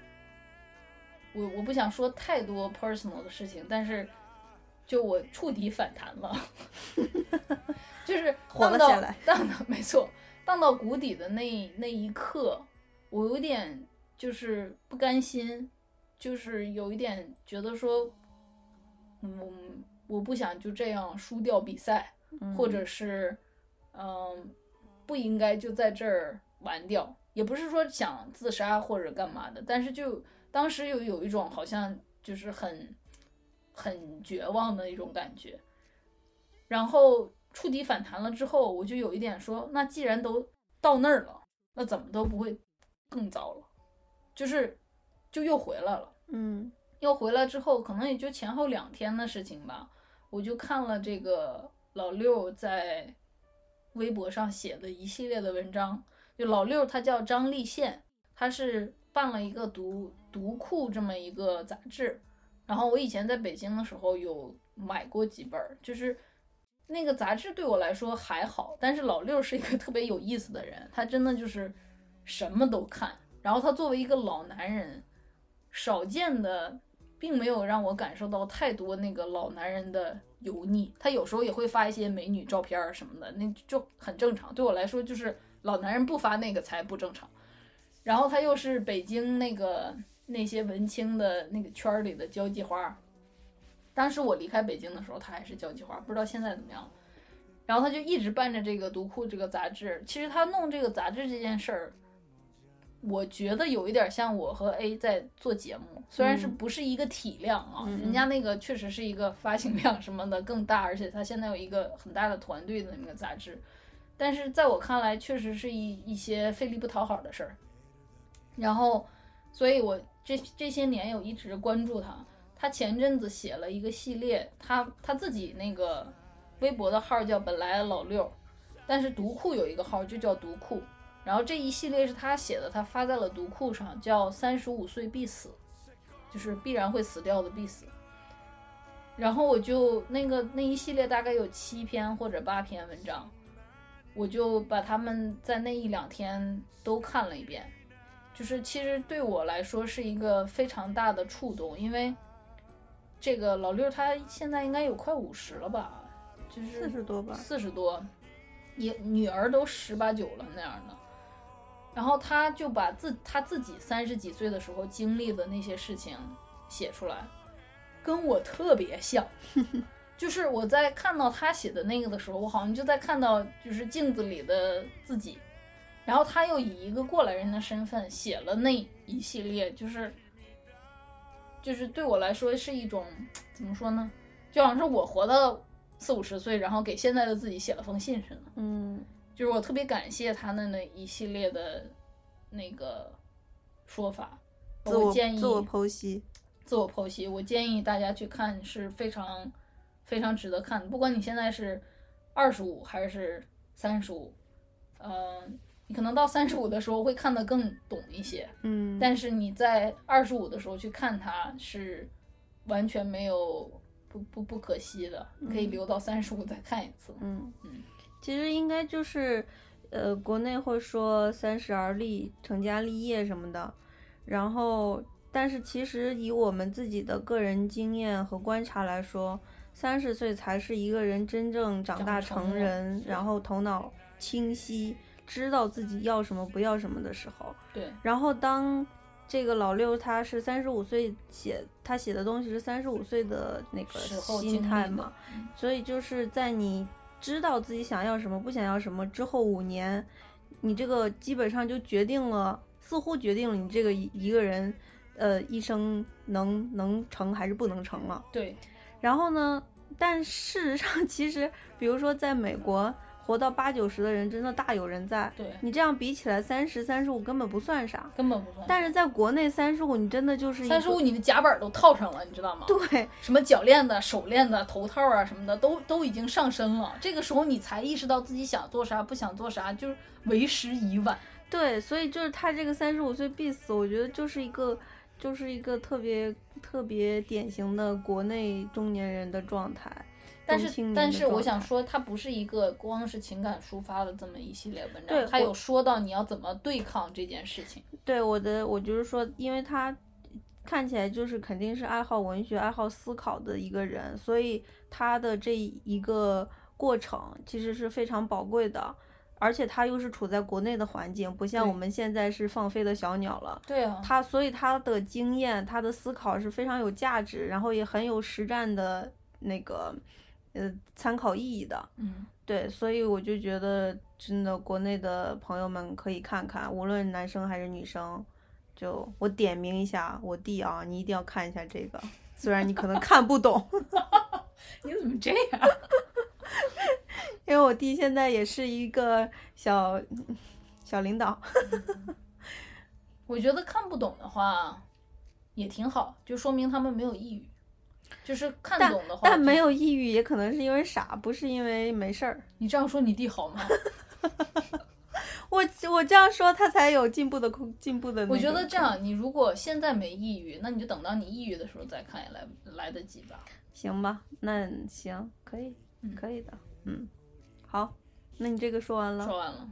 S3: 我我不想说太多 personal 的事情，但是就我触底反弹 了，就是
S4: 活了
S3: 荡到
S4: 下来，
S3: 荡到没错，荡到谷底的那那一刻，我有点就是不甘心，就是有一点觉得说，嗯，我不想就这样输掉比赛，或者是，嗯，不应该就在这儿完掉。也不是说想自杀或者干嘛的，但是就当时有有一种好像就是很很绝望的一种感觉。然后触底反弹了之后，我就有一点说，那既然都到那儿了，那怎么都不会更糟了，就是就又回来了。
S4: 嗯
S3: 又回来之后，可能也就前后两天的事情吧，我就看了这个老六在微博上写的一系列的文章。就老六他叫张立宪，他是办了一个读读库这么一个杂志，然后我以前在北京的时候有买过几本儿，就是那个杂志对我来说还好，但是老六是一个 特别有意思的人，他真的就是什么都看。然后他作为一个老男人，少见的，并没有让我感受到太多那个老男人的油腻。他有时候也会发一些美女照片儿什么的，那就很正常。对我来说，就是老男人不发那个才不正常。然后他又是北京那个那些文青的那个圈儿里的交际花儿。当时我离开北京的时候，他还是交际花儿，不知道现在怎么样。然后他就一直办着这个读库这个杂志。其实他弄这个杂志这件事儿，我觉得有一点像我和 A 在做节目，虽然是不是一个体量啊，人家那个确实是一个发行量什么的更大，而且他现在有一个很大的团队的那个杂志，但是在我看来，确实是一一些费力不讨好的事儿。然后，所以我这这些年有一直关注他。他前阵子写了一个系列，他他自己那个微博的号叫本来老六，但是读库有一个号就叫读库，然后这一系列是他写的，他发在了读库上，叫“三十五岁必死”，就是必然会死掉的必死。然后我就那个那一系列大概有七篇或者八篇文章，我就把他们在那一两天都看了一遍，就是其实对我来说是一个非常大的触动，因为这个老六他现在应该有快五十了吧，就是
S4: 四十多吧。
S3: 四十多，也女儿都十八九了那样的。然后他就把自他自己三十几岁的时候经历的那些事情写出来，跟我特别像。就是我在看到他写的那个的时候，我好像就在看到就是镜子里的自己。然后他又以一个过来人的身份写了那一系列，就是就是对我来说是一种怎么说呢？就好像是我活到四五十岁，然后给现在的自己写了封信似的。
S4: 嗯
S3: 就是我特别感谢他的那一系列的那个说法。
S4: 自我
S3: 建议
S4: 自我剖析，
S3: 自我剖析，我建议大家去看是非常非常值得看的。不管你现在是二十五还是三十五，呃，你可能到三十五的时候会看得更懂一些，
S4: 嗯，
S3: 但是你在二十五的时候去看它是完全没有不不不可惜的，你可以留到三十五再看一次。
S4: 嗯
S3: 嗯，
S4: 其实应该就是，呃，国内会说三十而立、成家立业什么的，然后，但是其实以我们自己的个人经验和观察来说，三十岁才是一个人真正长
S3: 长
S4: 大
S3: 成
S4: 成
S3: 人
S4: 人，然后头脑清晰，知道自己要什么不要什么的时候。
S3: 对，
S4: 然后当这个老六他是三十五岁写他写的东西是三十五岁的那个
S3: 时候
S4: 心
S3: 经历
S4: 态
S3: 的
S4: 嘛
S3: 嗯，
S4: 所以就是在你知道自己想要什么不想要什么之后五年，你这个基本上就决定了。
S2: 似乎决定了你这个一一个人，呃，一生能能成还是不能成了。
S3: 对，
S2: 然后呢，但事实上，其实比如说在美国，活到八九十的人真的大有人在。
S3: 对
S2: 你这样比起来，三十、三十五根本不算啥。
S3: 根本不算。
S2: 但是在国内，三十五你真的就是一个
S3: 三十五，你的夹板都套上了，你知道 吗？
S2: 对
S3: 什么脚链子、手链子、头套啊什么的，都都已经上身了。这个时候你才意识到自己想做啥，不想做啥，就是为时已晚。
S2: 对，所以就是他这个三十五岁必死，我觉得就是一个就是一个特别特别典型的国内中年人的状态。
S3: 但
S2: 中青
S3: 是，
S2: 年
S3: 但
S2: 的
S3: 是我
S2: 状
S3: 想
S2: 态，
S3: 说，它不是一个光是情感抒发的这么一系列文章，
S2: 对
S3: 它
S2: 我
S3: 有说到你要怎么对抗这件事情。
S2: 对我的我就是说，因为他看起来就是肯定是爱好文学、爱好思考的一个人，所以他的这一个过程其实是非常宝贵的。而且他又是处在国内的环境，不像
S3: 对
S2: 我们现在是放飞的小鸟了，
S3: 对啊，
S2: 他所以他的经验、他的思考是非常有价值，然后也很有实战的那个呃参考意义的。
S3: 嗯，
S2: 对，所以我就觉得真的国内的朋友们可以看看，无论男生还是女生，就我点名一下我弟啊，你一定要看一下这个，虽然你可能看不懂，
S3: 你怎么这样？
S2: 因为我弟现在也是一个小小领导。
S3: 我觉得看不懂的话也挺好，就说明他们没有抑郁。就是看
S2: 但
S3: 懂的话，
S2: 但没
S3: 有
S2: 有抑郁，也可能是因为傻，不是因为没事儿。
S3: 你这样说你弟好吗？
S2: 我我这样说，他才有进步的空进步的、那
S3: 我觉
S2: 个
S3: 得这样，你如果现在没抑郁，那你就等到你抑郁的时候再看，也来来得及吧。
S2: 行吧，那行，可以
S3: 嗯，
S2: 可以的，嗯，好，那你这个说完了，
S3: 说完了，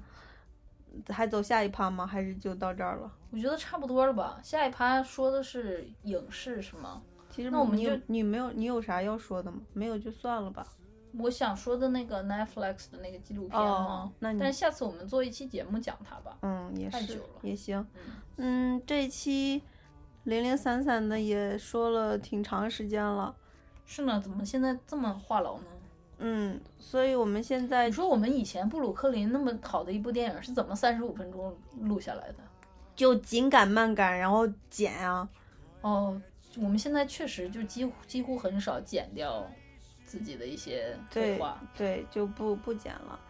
S2: 还走下一趴吗？还是就到这儿了？
S3: 我觉得差不多了吧。下一趴说的是影视是吗？
S2: 其实
S3: 那我们
S2: 你
S3: 就
S2: 有你没有你有啥要说的吗？没有就算了吧。
S3: 我想说的那个 Netflix 的那个纪录片
S2: 哦
S3: 吗？，
S2: 那你
S3: 但是下次我们做一期节目讲它吧。
S2: 嗯也
S3: 太
S2: 是
S3: 久了
S2: 也行，
S3: 嗯，
S2: 嗯，这一期零零散散的也说了挺长时间了，
S3: 是呢，怎么现在这么话痨呢？
S2: 嗯，所以我们现在
S3: 你说我们以前布鲁克林那么好的一部电影是怎么三十五分钟录下来的？
S2: 就紧赶慢赶，然后剪啊，
S3: 哦，我们现在确实就几乎几乎很少剪掉自己的一些对
S2: 对
S3: 话。
S2: 对，就不不剪了，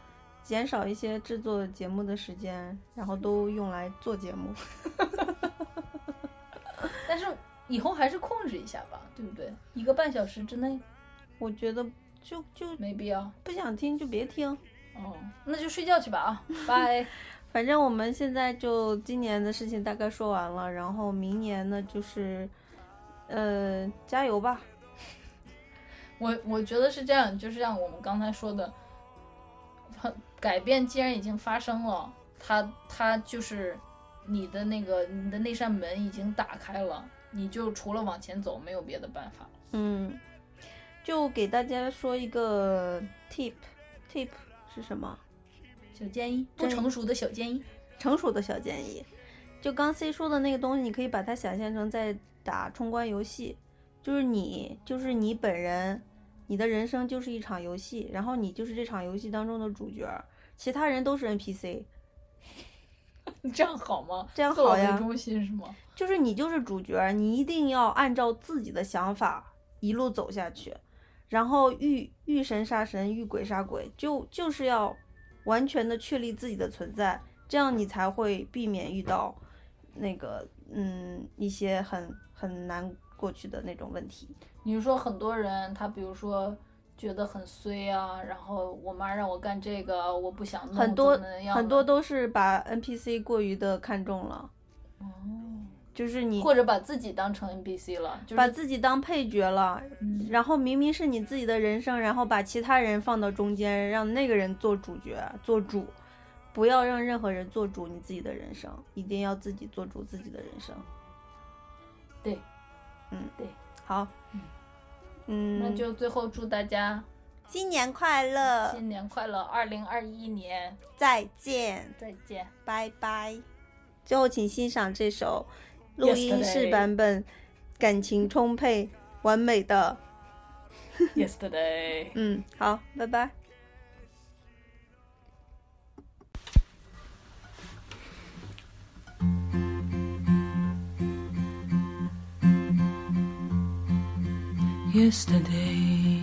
S2: 减少一些制作节目的时间，然后都用来做节目。
S3: 但是以后还是控制一下吧，对不对？一个半小时之内
S2: 我觉得就就
S3: 没必要。
S2: 不想听就别听，
S3: 哦，那就睡觉去吧 啊，拜。
S2: 反正我们现在就今年的事情大概说完了，然后明年呢就是，呃，加油吧，
S3: 我我觉得是这样，就是像我们刚才说的，很改变既然已经发生了，它它就是你的那个你的那扇门已经打开了，你就除了往前走没有别的办法。
S2: 嗯，就给大家说一个 tip，tip 是什么？
S3: 小建议，不
S2: 对
S3: 成熟的小建议，
S2: 成熟的小建议。就刚 C 说的那个东西，你可以把它想象成在打冲关游戏，就是你，就是你本人，你的人生就是一场游戏，然后你就是这场游戏当中的主角，其他人都是 NPC，
S3: 你这样好吗？
S2: 这样
S3: 自我
S2: 好呀
S3: 为中心是吗？
S2: 就是你就是主角，你一定要按照自己的想法一路走下去，然后遇遇神杀神，遇鬼杀鬼，就就是要完全的确立自己的存在，这样你才会避免遇到那个嗯一些很很难过去的那种问题。
S3: 你是说很多人他比如说觉得很衰啊，然后我妈让我干这个，我不想弄，
S2: 很多
S3: 怎么样
S2: 很多
S3: 的
S2: 都是把 NPC 过于的看重了，
S3: 哦，
S2: 就是你
S3: 或者把自己当成 NPC 了，就是
S2: 把自己当配角了，
S3: 嗯
S2: 然后明明是你自己的人生，然后把其他人放到中间，让那个人做主角、做主，不要让任何人做主你自己的人生，一定要自己做主自己的人生。
S3: 对，
S2: 嗯，
S3: 对，
S2: 好，嗯，
S3: 那就最后祝大家
S6: 新年快乐，
S3: 新年快乐，二零二一年
S6: 再见，
S3: 再见。
S6: 拜拜。
S2: 最后请欣赏这首录音室
S3: Yesterday
S2: 版本，感情充沛、完美的，
S3: Yesterday。
S2: 嗯，好，拜拜。
S7: 我
S5: yesterday.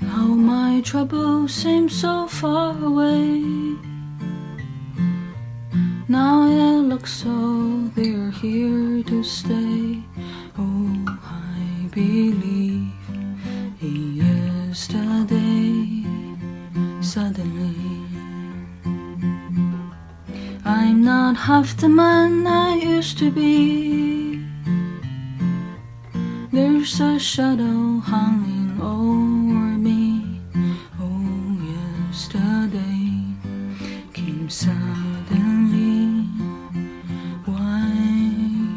S5: Now my trouble seems so far away. Now it looks so they're here to stay. Oh, I believe in yesterday. Suddenly, I'm not half the man I used to be. There's a shadow hanging over me. Oh, yesterday came suddenly. Why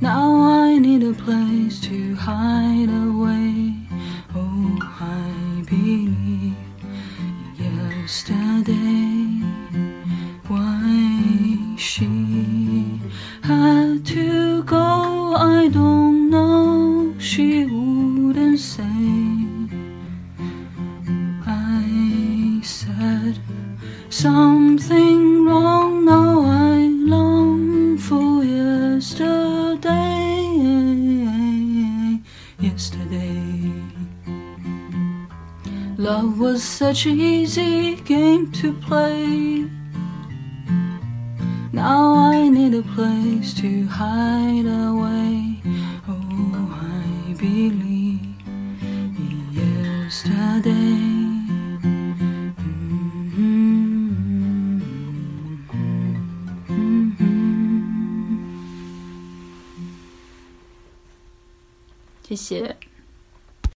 S5: Now I need a place to hide away. Oh, I believe yesterday why she had to go. I don't know, she wouldn't say. I said something wrong. Now I long for yesterday. Yesterday. Love was such an easy game to play. Now I need a place to hide away. Oh, I believe in yesterday. Mm-hmm. Mm-hmm.
S4: 谢谢。